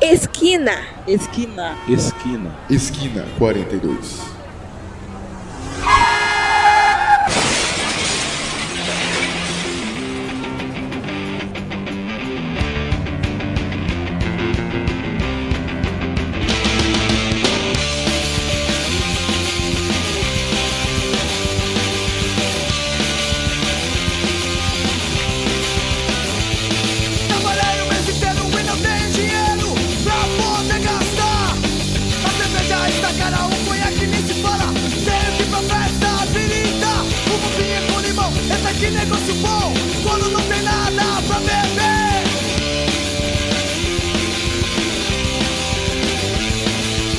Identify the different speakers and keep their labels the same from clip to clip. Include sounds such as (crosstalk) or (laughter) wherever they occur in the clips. Speaker 1: Esquina.
Speaker 2: Esquina.
Speaker 3: Esquina.
Speaker 4: Esquina 42.
Speaker 5: Trabalhei o mês inteiro e não tenho dinheiro pra poder gastar. A cerveja está cara, o conhaque nem se fala. Tenho que ir pra festa, avenida, uma pinha com limão. Esse aqui é negócio bom, quando não tem nada pra beber.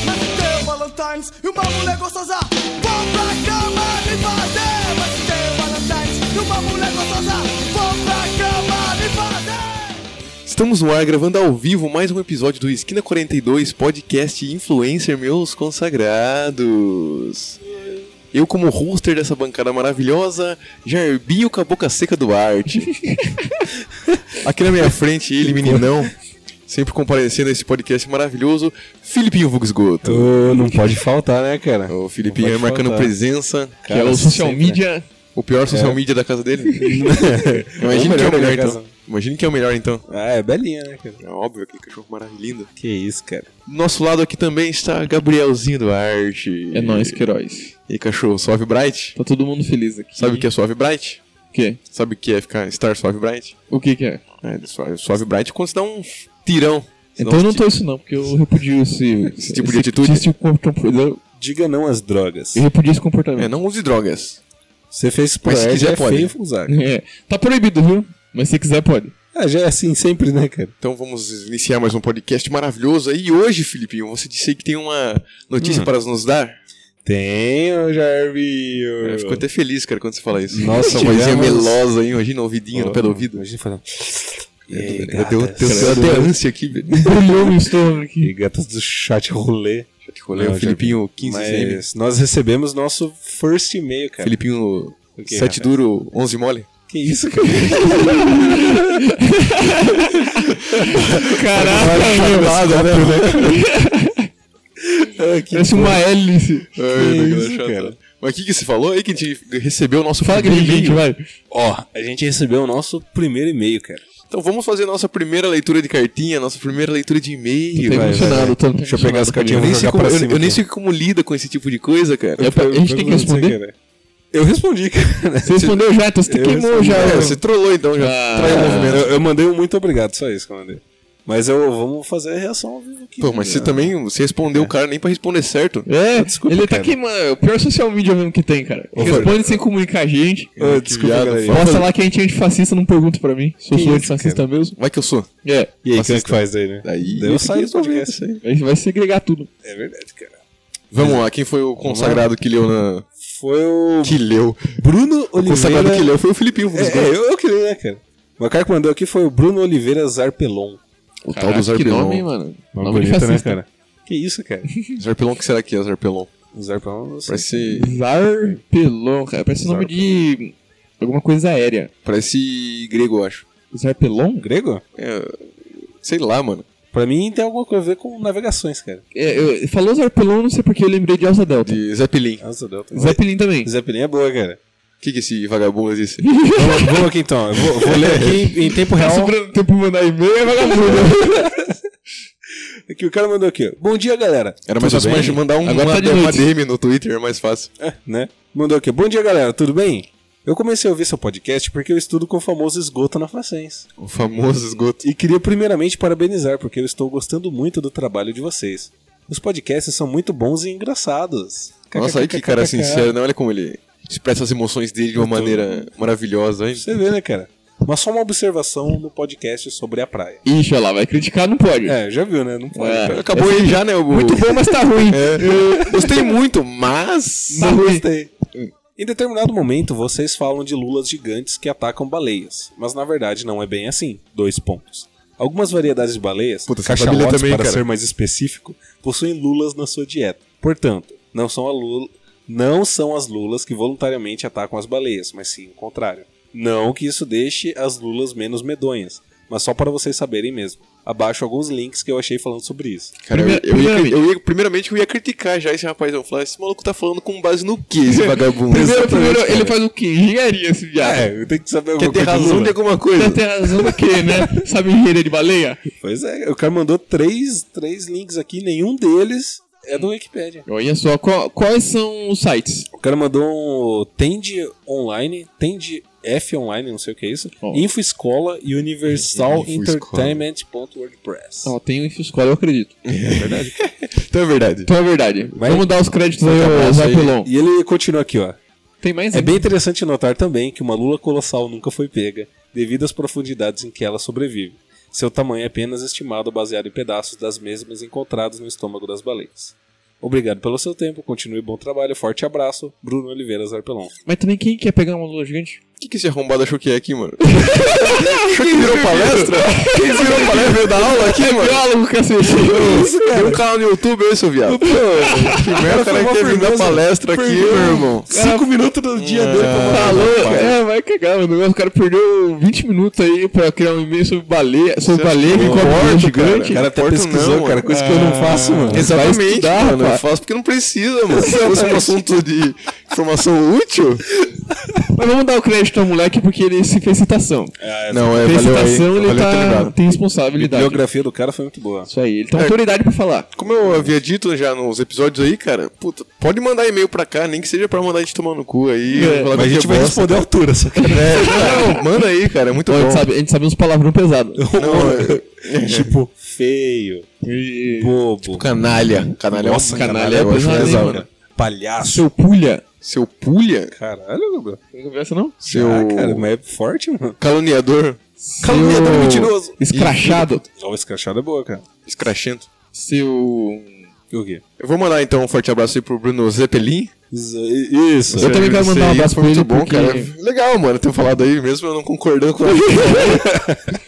Speaker 5: Mas se tem o Valentine's e uma mulher gostosa, vão pra cama me fazer. Mas se tem o Valentine's e uma mulher gostosa, vão pra cama me fazer.
Speaker 6: Estamos no ar gravando ao vivo mais um episódio do Esquina 42 podcast Influencer Meus Consagrados. Eu, como roster dessa bancada maravilhosa, Jarbinho com a boca seca do
Speaker 3: (laughs)
Speaker 6: arte. Aqui na minha frente, ele, meninão, sempre comparecendo a esse podcast maravilhoso, Filipinho Vugsgoto.
Speaker 3: Ô, não pode faltar, né, cara?
Speaker 6: O Filipinho
Speaker 3: Não
Speaker 6: aí
Speaker 3: pode
Speaker 6: marcando
Speaker 3: faltar.
Speaker 6: presença,
Speaker 3: Que é o social media.
Speaker 6: o pior social media da casa
Speaker 3: (laughs)
Speaker 6: dele. Imagina
Speaker 3: Ou
Speaker 6: que é o
Speaker 3: da
Speaker 6: melhor,
Speaker 3: casa.
Speaker 6: então. Imagina que é o melhor, então.
Speaker 3: Ah, é belinha, né, cara?
Speaker 6: É óbvio, aquele cachorro maravilhoso.
Speaker 3: Que isso, cara.
Speaker 6: Do nosso lado aqui também está Gabrielzinho Duarte.
Speaker 2: É nóis, Queiroz.
Speaker 6: E cachorro, Suave Bright.
Speaker 2: Tá todo mundo feliz aqui.
Speaker 6: Sabe o que é Suave Bright?
Speaker 2: O quê?
Speaker 6: Sabe o que é ficar estar Suave Bright?
Speaker 2: O que que é?
Speaker 6: É, suave, suave Bright é quando você dá um tirão. Você dá
Speaker 2: Então eu
Speaker 6: um
Speaker 2: não
Speaker 6: ti-
Speaker 2: tô isso não, porque eu repudio esse...
Speaker 3: (laughs)
Speaker 2: esse
Speaker 6: tipo de atitude?
Speaker 2: Esse, tipo de comportamento.
Speaker 3: Diga não às drogas.
Speaker 2: eu repudio esse
Speaker 6: É,
Speaker 2: comportamento.
Speaker 6: não use drogas.
Speaker 3: Você fez isso por
Speaker 6: Mas se
Speaker 3: arte,
Speaker 6: quiser,
Speaker 3: é
Speaker 6: pode.
Speaker 3: feio usar.
Speaker 2: É. Tá proibido, viu? Mas se quiser pode.
Speaker 3: Ah, já é assim sempre, né, cara?
Speaker 6: Então vamos iniciar mais um podcast maravilhoso. aí. E hoje, Filipinho, você disse aí que tem uma
Speaker 2: Hum.
Speaker 6: notícia para nos dar.
Speaker 3: Tenho, Jarbinho.
Speaker 6: Eu fico até feliz, cara, quando você fala isso.
Speaker 3: Nossa,
Speaker 6: (laughs) Essa
Speaker 2: é
Speaker 6: vozinha
Speaker 3: tivemos-
Speaker 6: melosa, hein? Imagina o ouvidinho no pé do ouvido.
Speaker 3: Imagina um falando. Oh.
Speaker 6: É
Speaker 3: E aí,
Speaker 6: Eu deu
Speaker 3: gatas?
Speaker 6: eu deu até ânsia aqui, velho.
Speaker 2: Brilhou meu estômago aqui.
Speaker 3: E gatas do chat rolê.
Speaker 6: Olha, o Filipinho 15 cm.
Speaker 3: Mas nós recebemos nosso first e-mail, cara.
Speaker 6: Filipinho
Speaker 3: O quê,
Speaker 6: 7 duro, 11 mole.
Speaker 3: Que isso, cara? (laughs) Tá
Speaker 2: Caraca,
Speaker 3: né?
Speaker 2: Parece uma hélice.
Speaker 3: isso,
Speaker 6: tá Chata.
Speaker 3: Ah, cara?
Speaker 6: Mas o que, que você falou aí que a gente recebeu o nosso
Speaker 2: Fala que
Speaker 6: primeiro
Speaker 2: gente,
Speaker 6: e-mail?
Speaker 2: vai.
Speaker 3: Ó, a gente recebeu o nosso primeiro e-mail, cara.
Speaker 6: Então vamos fazer a nossa primeira leitura de cartinha, nossa primeira leitura de
Speaker 2: Tá
Speaker 6: e-mail.
Speaker 3: vai,
Speaker 2: emocionado, tô
Speaker 3: Deixa eu pegar as
Speaker 6: Eu
Speaker 3: cartinhas e
Speaker 6: nem,
Speaker 3: vou
Speaker 6: sei
Speaker 3: jogar
Speaker 6: como,
Speaker 3: pra
Speaker 6: eu-
Speaker 3: cima.
Speaker 6: eu nem
Speaker 3: aqui.
Speaker 6: sei como lida com esse tipo de coisa, cara.
Speaker 2: É pra- a gente tem que
Speaker 3: Pergunta,
Speaker 2: responder?
Speaker 3: cara. Eu respondi, cara.
Speaker 2: Você respondeu já, então você
Speaker 3: Eu
Speaker 2: queimou
Speaker 3: respondi. tá
Speaker 2: já.
Speaker 6: É,
Speaker 3: eu-
Speaker 6: você trollou então já.
Speaker 3: Ah,
Speaker 6: Traiu o movimento.
Speaker 3: Eu, eu mandei um muito obrigado, só isso que eu mandei. Mas eu vamos fazer a reação ao vivo aqui.
Speaker 6: Pô, mas você tá-
Speaker 3: né?
Speaker 6: também, você respondeu o cara nem pra responder certo.
Speaker 2: É,
Speaker 3: Desculpa,
Speaker 2: ele
Speaker 3: cara.
Speaker 2: tá queimando. É o pior social media mesmo que tem, cara.
Speaker 3: Ô,
Speaker 2: Responde sem comunicar a gente.
Speaker 3: Ô, Ah, desculpa,
Speaker 6: viado,
Speaker 3: galera.
Speaker 6: fala.
Speaker 2: Mostra lá que a gente é antifascista, não pergunta pra mim. Se eu
Speaker 3: Que
Speaker 2: sou
Speaker 3: isso,
Speaker 2: antifascista mesmo.
Speaker 6: Vai que eu sou.
Speaker 2: É,
Speaker 3: E aí, como é
Speaker 6: Assista.
Speaker 3: que faz daí, né?
Speaker 6: Daí
Speaker 3: Daí eu saio do podcast.
Speaker 2: aí vai segregar tudo.
Speaker 3: É verdade, cara.
Speaker 6: Vamos lá, quem foi o consagrado que leu na.
Speaker 3: Foi o
Speaker 6: Que leu.
Speaker 3: Bruno
Speaker 6: O consagrado que
Speaker 3: Oliveira.
Speaker 6: leu foi o Filipinho.
Speaker 3: É, é, eu, eu que li, né, cara? O cara que mandou aqui foi o Bruno Oliveira Zarpelon.
Speaker 6: O tal
Speaker 2: Caraca,
Speaker 6: do
Speaker 2: que
Speaker 6: Zarpelon.
Speaker 2: nome, hein, mano? Nome né, de fascista.
Speaker 3: cara? Que
Speaker 6: (laughs)
Speaker 3: isso, cara?
Speaker 6: Zarpelon, o que será que é Zarpelon?
Speaker 3: O Zarpelon, não sei.
Speaker 6: Parece.
Speaker 2: Zarpelon, cara. Parece o nome de alguma coisa aérea.
Speaker 6: Parece grego, eu acho.
Speaker 2: Zarpelon?
Speaker 3: Grego?
Speaker 6: É, sei lá, mano.
Speaker 3: Pra mim tem alguma coisa a ver com navegações, cara.
Speaker 2: É, eu- falou Zarpelon, não sei porque eu lembrei de Alza Delta.
Speaker 6: De Zeppelin.
Speaker 3: Nossa, Delta.
Speaker 2: Zeppelin também.
Speaker 3: Zeppelin é
Speaker 6: (laughs)
Speaker 3: boa, cara.
Speaker 6: O que, que esse vagabundo disse?
Speaker 3: Vamos- Vamos aqui então. Eu vou, vou ler aqui em tempo real.
Speaker 6: (laughs)
Speaker 2: Sobrando tempo pra mandar e-mail, é vagabundo.
Speaker 3: Aqui, o cara mandou aqui, ó. Bom dia, galera.
Speaker 6: Era mais
Speaker 3: Tudo
Speaker 6: fácil
Speaker 3: bem?
Speaker 6: mas mandar um,
Speaker 2: Agora
Speaker 6: uma,
Speaker 2: tá de
Speaker 6: uma
Speaker 2: noite.
Speaker 6: DM no Twitter, é mais fácil.
Speaker 3: né? Mandou aqui. Bom dia, galera. Tudo bem? Eu comecei a ouvir seu podcast porque eu estudo com o famoso esgoto na Facens.
Speaker 6: O famoso esgoto.
Speaker 3: E queria primeiramente parabenizar porque eu estou gostando muito do trabalho de vocês. Os podcasts são muito bons e engraçados.
Speaker 6: Nossa, aí que cara sincero, né? Olha como ele expressa as emoções dele de uma maneira maravilhosa, hein?
Speaker 3: Você vê, né, cara? Mas só uma observação no podcast sobre a praia.
Speaker 2: (laughs) Ixi, olha lá, vai criticar, não pode.
Speaker 3: É, já viu, né? Não pode.
Speaker 2: É.
Speaker 3: cara.
Speaker 6: Acabou aí já, né? O...
Speaker 2: (laughs)
Speaker 6: (laughs)
Speaker 2: Muito bom, mas tá ruim.
Speaker 6: É. Gostei muito, mas.
Speaker 2: Mas-
Speaker 3: Não gostei. Em determinado momento, vocês falam de lulas gigantes que atacam baleias, mas na verdade não é bem assim. Dois pontos. Algumas variedades de baleias,
Speaker 6: Puta, essa família
Speaker 3: cachalotes
Speaker 6: também,
Speaker 3: para
Speaker 6: cara.
Speaker 3: ser mais específico, possuem lulas na sua dieta. Portanto, não são, a lula- não são as lulas que voluntariamente atacam as baleias, mas sim o contrário. Não que isso deixe as lulas menos medonhas, mas só para vocês saberem mesmo. abaixo alguns links que eu achei falando sobre isso.
Speaker 6: Cara, eu- eu, ia,
Speaker 2: Primeiramente.
Speaker 6: eu ia- primeiramente eu ia criticar já esse rapaz. Eu ia falar, esse maluco tá falando com base no que, (laughs) esse vagabundo?
Speaker 2: Primeiro, primeiro
Speaker 6: Exatamente, cara.
Speaker 2: ele faz o quê? Engenharia, esse viado.
Speaker 3: É, eu tenho que saber alguma
Speaker 6: Quer ter
Speaker 3: coisa. do
Speaker 6: razão
Speaker 3: Lula.
Speaker 6: de alguma coisa?
Speaker 2: Quer ter razão do quê, né? Sabe engenharia de baleia?
Speaker 3: Pois é, o cara mandou três, três links aqui, nenhum deles é do Wikipedia.
Speaker 2: Olha só, qual- quais são os sites?
Speaker 3: O cara mandou um Tende Online, Tende F Online, não sei o que é isso,
Speaker 2: Ó.
Speaker 3: Info Escola e Universal
Speaker 6: Infoescola.
Speaker 3: Entertainment.wordpress.
Speaker 2: Ó, tem o Infoscore, eu acredito.
Speaker 6: (laughs) Então é verdade.
Speaker 2: Então é verdade.
Speaker 3: Vai.
Speaker 2: Vamos dar os créditos aí ao
Speaker 6: abraço
Speaker 2: Zé
Speaker 6: aí.
Speaker 2: Pelon.
Speaker 3: E ele continua aqui, ó.
Speaker 2: Tem mais
Speaker 3: É
Speaker 2: aí?
Speaker 3: bem interessante notar também que uma lula colossal nunca foi pega, devido às profundidades em que ela sobrevive. Seu tamanho é apenas estimado baseado em pedaços das mesmas encontrados no estômago das baleias. Obrigado pelo seu tempo, continue bom trabalho, forte abraço, Bruno Oliveira Zarpelon.
Speaker 2: Mas também quem quer pegar uma lula gigante?
Speaker 6: O que, que esse arrombado achou que é aqui, (laughs) mano? achou que virou palestra? Quem virou palestra veio dar aula aqui, mano?
Speaker 2: Biólogo, cacete!
Speaker 6: (laughs) Tem um canal no YouTube, eu sou viado. Que merda, o cara
Speaker 3: Foi uma
Speaker 6: quer vir dar
Speaker 3: firmeza.
Speaker 6: palestra aqui, meu irmão.
Speaker 3: Cinco minutos do dia dele
Speaker 6: Ah,
Speaker 2: Tá louco? É, vai cagar, mano. O cara perdeu 20 minutos aí pra criar um e-mail sobre baleia, sobre
Speaker 6: Você acha
Speaker 2: baleia
Speaker 6: que
Speaker 2: que
Speaker 6: eu
Speaker 2: come lula
Speaker 6: importo,
Speaker 2: gigante.
Speaker 6: cara?
Speaker 3: até
Speaker 6: Porto
Speaker 3: pesquisou,
Speaker 6: não,
Speaker 3: cara,
Speaker 6: mano.
Speaker 3: coisa que eu um não é. faço, mano.
Speaker 6: Exatamente,
Speaker 2: Vai estudar,
Speaker 6: mano.
Speaker 2: rapaz.
Speaker 6: Eu faço porque não precisa, mano. Se fosse um assunto de informação útil...
Speaker 2: Mas vamos dar o crédito ao moleque porque ele se fez citação.
Speaker 6: Não, é,
Speaker 2: fez
Speaker 6: valeu aí.
Speaker 2: citação, ele
Speaker 6: valeu, tá
Speaker 2: tá,
Speaker 6: ligado.
Speaker 2: tem
Speaker 3: A
Speaker 2: responsabilidade.
Speaker 3: bibliografia do cara foi muito boa.
Speaker 2: Isso aí, ele tem
Speaker 6: É.
Speaker 2: autoridade pra falar.
Speaker 6: Como eu havia dito já nos episódios aí, cara, puta, pode mandar e-mail pra cá, nem que seja pra mandar a gente tomar no cu aí.
Speaker 2: É,
Speaker 6: falar
Speaker 3: Mas a
Speaker 6: qualquer
Speaker 3: gente vai
Speaker 6: bosta.
Speaker 3: responder à altura, só
Speaker 6: (laughs)
Speaker 3: que
Speaker 6: É, não, manda aí, cara, é muito
Speaker 2: Pô, a,
Speaker 6: bom.
Speaker 2: gente sabe, a gente sabe uns palavrão
Speaker 6: (laughs)
Speaker 2: pesado.
Speaker 3: (laughs)
Speaker 6: Não, é-
Speaker 3: tipo, feio,
Speaker 2: E-
Speaker 3: bobo,
Speaker 6: canalha. Canalha é
Speaker 3: Nossa,
Speaker 6: um
Speaker 2: canalha
Speaker 6: eu
Speaker 2: é
Speaker 6: acho
Speaker 2: pesado,
Speaker 6: pesado.
Speaker 2: mano.
Speaker 3: palhaço.
Speaker 2: Seu pulha.
Speaker 6: Seu pulha?
Speaker 3: Caralho, Gabriel.
Speaker 2: Não conversa, não?
Speaker 6: Seu
Speaker 3: Ah, cara, mas é forte, mano.
Speaker 6: caluniador?
Speaker 3: Caluniador
Speaker 2: Seu
Speaker 3: mentiroso.
Speaker 2: (laughs) Escrachado.
Speaker 3: Ó, esse crachado é boa, cara.
Speaker 6: Escrachento.
Speaker 2: Seu.
Speaker 3: E o quê?
Speaker 6: Eu vou mandar então um forte abraço aí pro Bruno Zeppelin.
Speaker 3: Isso.
Speaker 2: Eu também quero
Speaker 6: Isso
Speaker 2: mandar um
Speaker 6: aí
Speaker 2: abraço
Speaker 6: foi
Speaker 2: pra
Speaker 6: muito
Speaker 2: ele
Speaker 6: bom,
Speaker 2: porque-
Speaker 6: cara. Legal, mano, ter falado aí mesmo eu não concordando com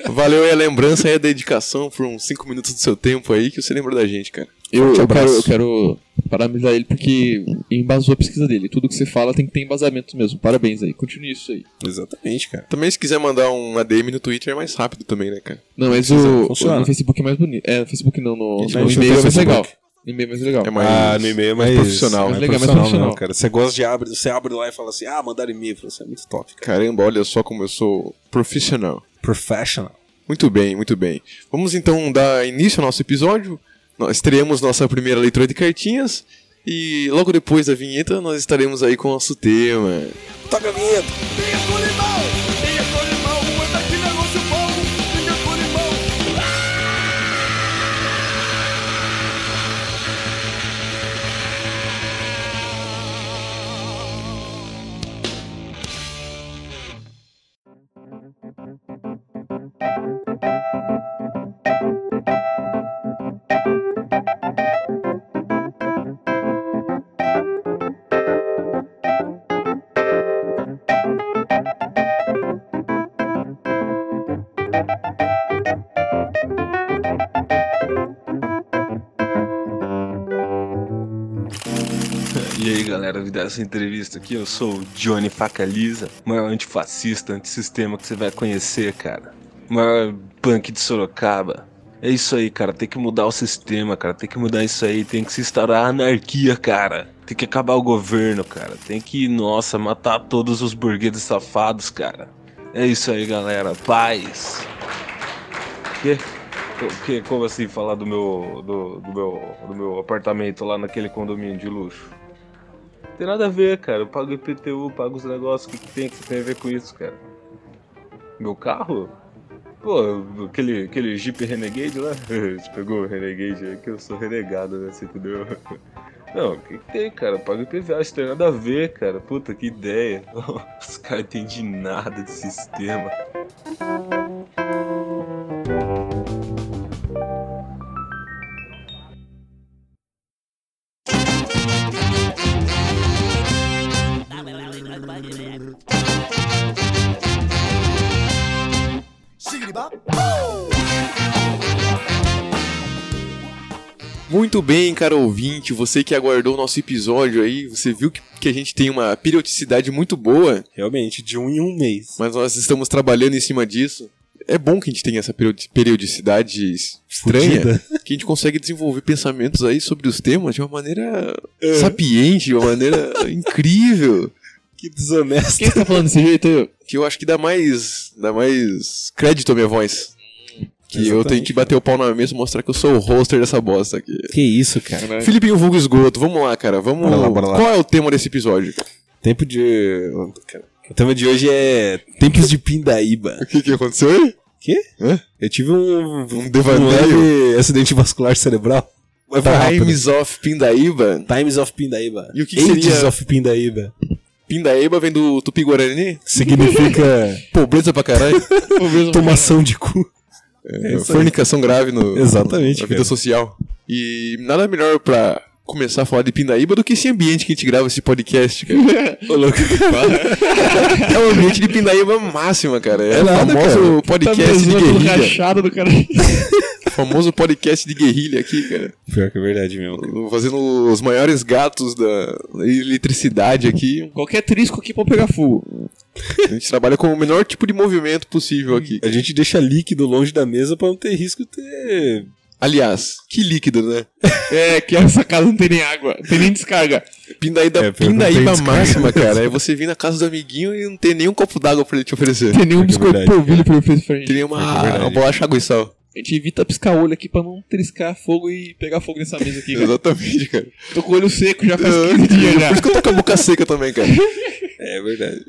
Speaker 6: a Valeu aí a lembrança e a dedicação por uns 5 minutos do seu tempo aí que você lembrou da gente, cara.
Speaker 2: Eu,
Speaker 6: Forte
Speaker 2: eu quero, eu
Speaker 6: abraço.
Speaker 2: quero parabenizar ele porque embasou a pesquisa dele. Tudo que você fala tem que ter embasamento mesmo. Parabéns aí, continue isso aí.
Speaker 3: Exatamente, cara.
Speaker 6: Também se quiser mandar um ADM no Twitter é mais rápido também, né, cara?
Speaker 2: Não, mas
Speaker 3: Precisa,
Speaker 2: o,
Speaker 3: funciona.
Speaker 2: no Facebook é mais bonito. É, no Facebook não, no,
Speaker 6: Isso,
Speaker 2: no
Speaker 6: funciona
Speaker 2: e-mail é
Speaker 6: no
Speaker 2: mais
Speaker 6: Facebook.
Speaker 2: legal. No e-mail é mais legal.
Speaker 6: É mais
Speaker 3: Ah, mais
Speaker 6: profissional.
Speaker 2: mais legal, é mais profissional. né?
Speaker 3: não, é cara. Você gosta de abre, você abre lá e fala assim, ah, mandar e-mail. pra Você é muito top, cara.
Speaker 6: Caramba, olha só como eu sou profissional.
Speaker 3: Professional.
Speaker 6: Muito bem, muito bem. Vamos então dar início ao nosso episódio. Nós teremos nossa primeira leitura de cartinhas e logo depois da vinheta nós estaremos aí com o nosso tema.
Speaker 2: Tá
Speaker 3: Toca a vinheta.
Speaker 5: Vinha com limão, vinha com limão, anda que negócio bom, vinha com limão.
Speaker 1: E aí galera, me dá essa entrevista aqui. Eu sou o Johnny Facaliza, maior antifascista, antissistema que você vai conhecer, cara. Maior punk de Sorocaba. É isso aí, cara. Tem que mudar o sistema, cara. Tem que mudar isso aí. Tem que se instaurar a anarquia, cara. Tem que acabar o governo, cara. Tem que, nossa, matar todos os burgueses safados, cara. É isso aí, galera. Paz. Que? O que? Como assim falar do meu, do, do meu, do meu apartamento lá naquele condomínio de luxo? tem nada a ver, cara. Eu pago IPTU, pago os negócios. O que, que tem que você tem a ver com isso, cara? Meu carro? Pô, aquele, aquele Jeep Renegade lá? (laughs) Você pegou o Renegade aí que eu sou renegado, né? Você entendeu? (laughs) Não, o que, que tem, cara? Eu pago IPVA, isso tem nada a ver, cara. Puta, que ideia. Os caras entendem nada de sistema.
Speaker 6: Muito bem, cara ouvinte, você que aguardou o nosso episódio aí, você viu que, que a gente tem uma periodicidade muito boa,
Speaker 3: Realmente, de um em um mês.
Speaker 6: mas nós estamos trabalhando em cima disso. é bom que a gente tenha essa periodi- periodicidade estranha,
Speaker 3: Fudida.
Speaker 6: (laughs) que a gente consegue desenvolver pensamentos aí sobre os temas de uma maneira sapiente, de uma maneira (laughs) incrível,
Speaker 3: Que desonesto.
Speaker 2: Quem tá falando desse jeito aí?
Speaker 6: que eu acho que dá mais, dá mais crédito à minha voz. Que eu tenho
Speaker 3: Exatamente,
Speaker 6: que bater o pau na mesa e mostrar que eu sou o roster dessa bosta aqui.
Speaker 3: Que isso, cara.
Speaker 6: Filipinho Vulgo Esgoto, vamos lá, cara. Vamos.
Speaker 3: Bora lá, bora lá.
Speaker 6: Qual é o tema desse episódio?
Speaker 3: Tempo de. O tema de hoje é Tempos de Pindaíba.
Speaker 6: O que, que aconteceu aí?
Speaker 3: Eu tive um,
Speaker 6: Um devaneio.
Speaker 3: leve acidente vascular cerebral. Mas foi rápido.
Speaker 6: Times of Pindaíba.
Speaker 3: Times of Pindaíba.
Speaker 6: E o que que
Speaker 3: Ages
Speaker 6: seria-
Speaker 3: of Pindaíba.
Speaker 6: Pindaíba vem do Tupi Guarani?
Speaker 3: (laughs) Significa
Speaker 6: Pobreza pra caralho.
Speaker 3: tomação de cu.
Speaker 6: É, fornicação grave no,
Speaker 3: Exatamente,
Speaker 6: na vida
Speaker 3: cara.
Speaker 6: social. E nada melhor pra começar a falar de Pindaíba do que esse ambiente que a gente grava esse podcast, cara.
Speaker 3: (laughs)
Speaker 6: é um ambiente de Pindaíba máxima, cara. É, o
Speaker 3: né? nada,
Speaker 6: famoso
Speaker 3: cara.
Speaker 6: podcast de guerrilha.
Speaker 2: rachado do cara.
Speaker 6: famoso podcast de guerrilha aqui, cara.
Speaker 3: Pior que é verdade mesmo.
Speaker 6: Fazendo os maiores gatos da eletricidade aqui.
Speaker 2: (laughs) Qualquer trisco aqui pode pegar fogo.
Speaker 6: A gente trabalha com o menor tipo de movimento possível aqui.
Speaker 3: A gente deixa líquido longe da mesa pra não ter risco de ter.
Speaker 6: Aliás, que líquido, né?
Speaker 2: É, que essa casa não tem nem água, não tem
Speaker 6: (laughs)
Speaker 2: nem descarga.
Speaker 6: Pindaíba,
Speaker 3: É, pior que não tem
Speaker 6: pindaíba
Speaker 3: descarga.
Speaker 6: máxima, cara. É você vir na casa do amiguinho e não ter nenhum copo d'água pra ele te (laughs) oferecer.
Speaker 2: Tem nenhum
Speaker 3: É que é
Speaker 2: biscoito
Speaker 3: verdade,
Speaker 2: polvilho pra eu fazer pra
Speaker 6: Tem
Speaker 2: gente.
Speaker 6: nenhuma
Speaker 3: É que é verdade.
Speaker 6: uma bolacha água e sal.
Speaker 2: A gente evita piscar o olho aqui pra não triscar fogo e pegar fogo nessa mesa aqui,
Speaker 6: (laughs)
Speaker 2: cara.
Speaker 6: (laughs) Exatamente, cara.
Speaker 2: Tô com o olho seco já faz 15 dias
Speaker 6: (laughs)
Speaker 2: já.
Speaker 6: Por isso que eu tô com a boca seca também, cara.
Speaker 3: É verdade.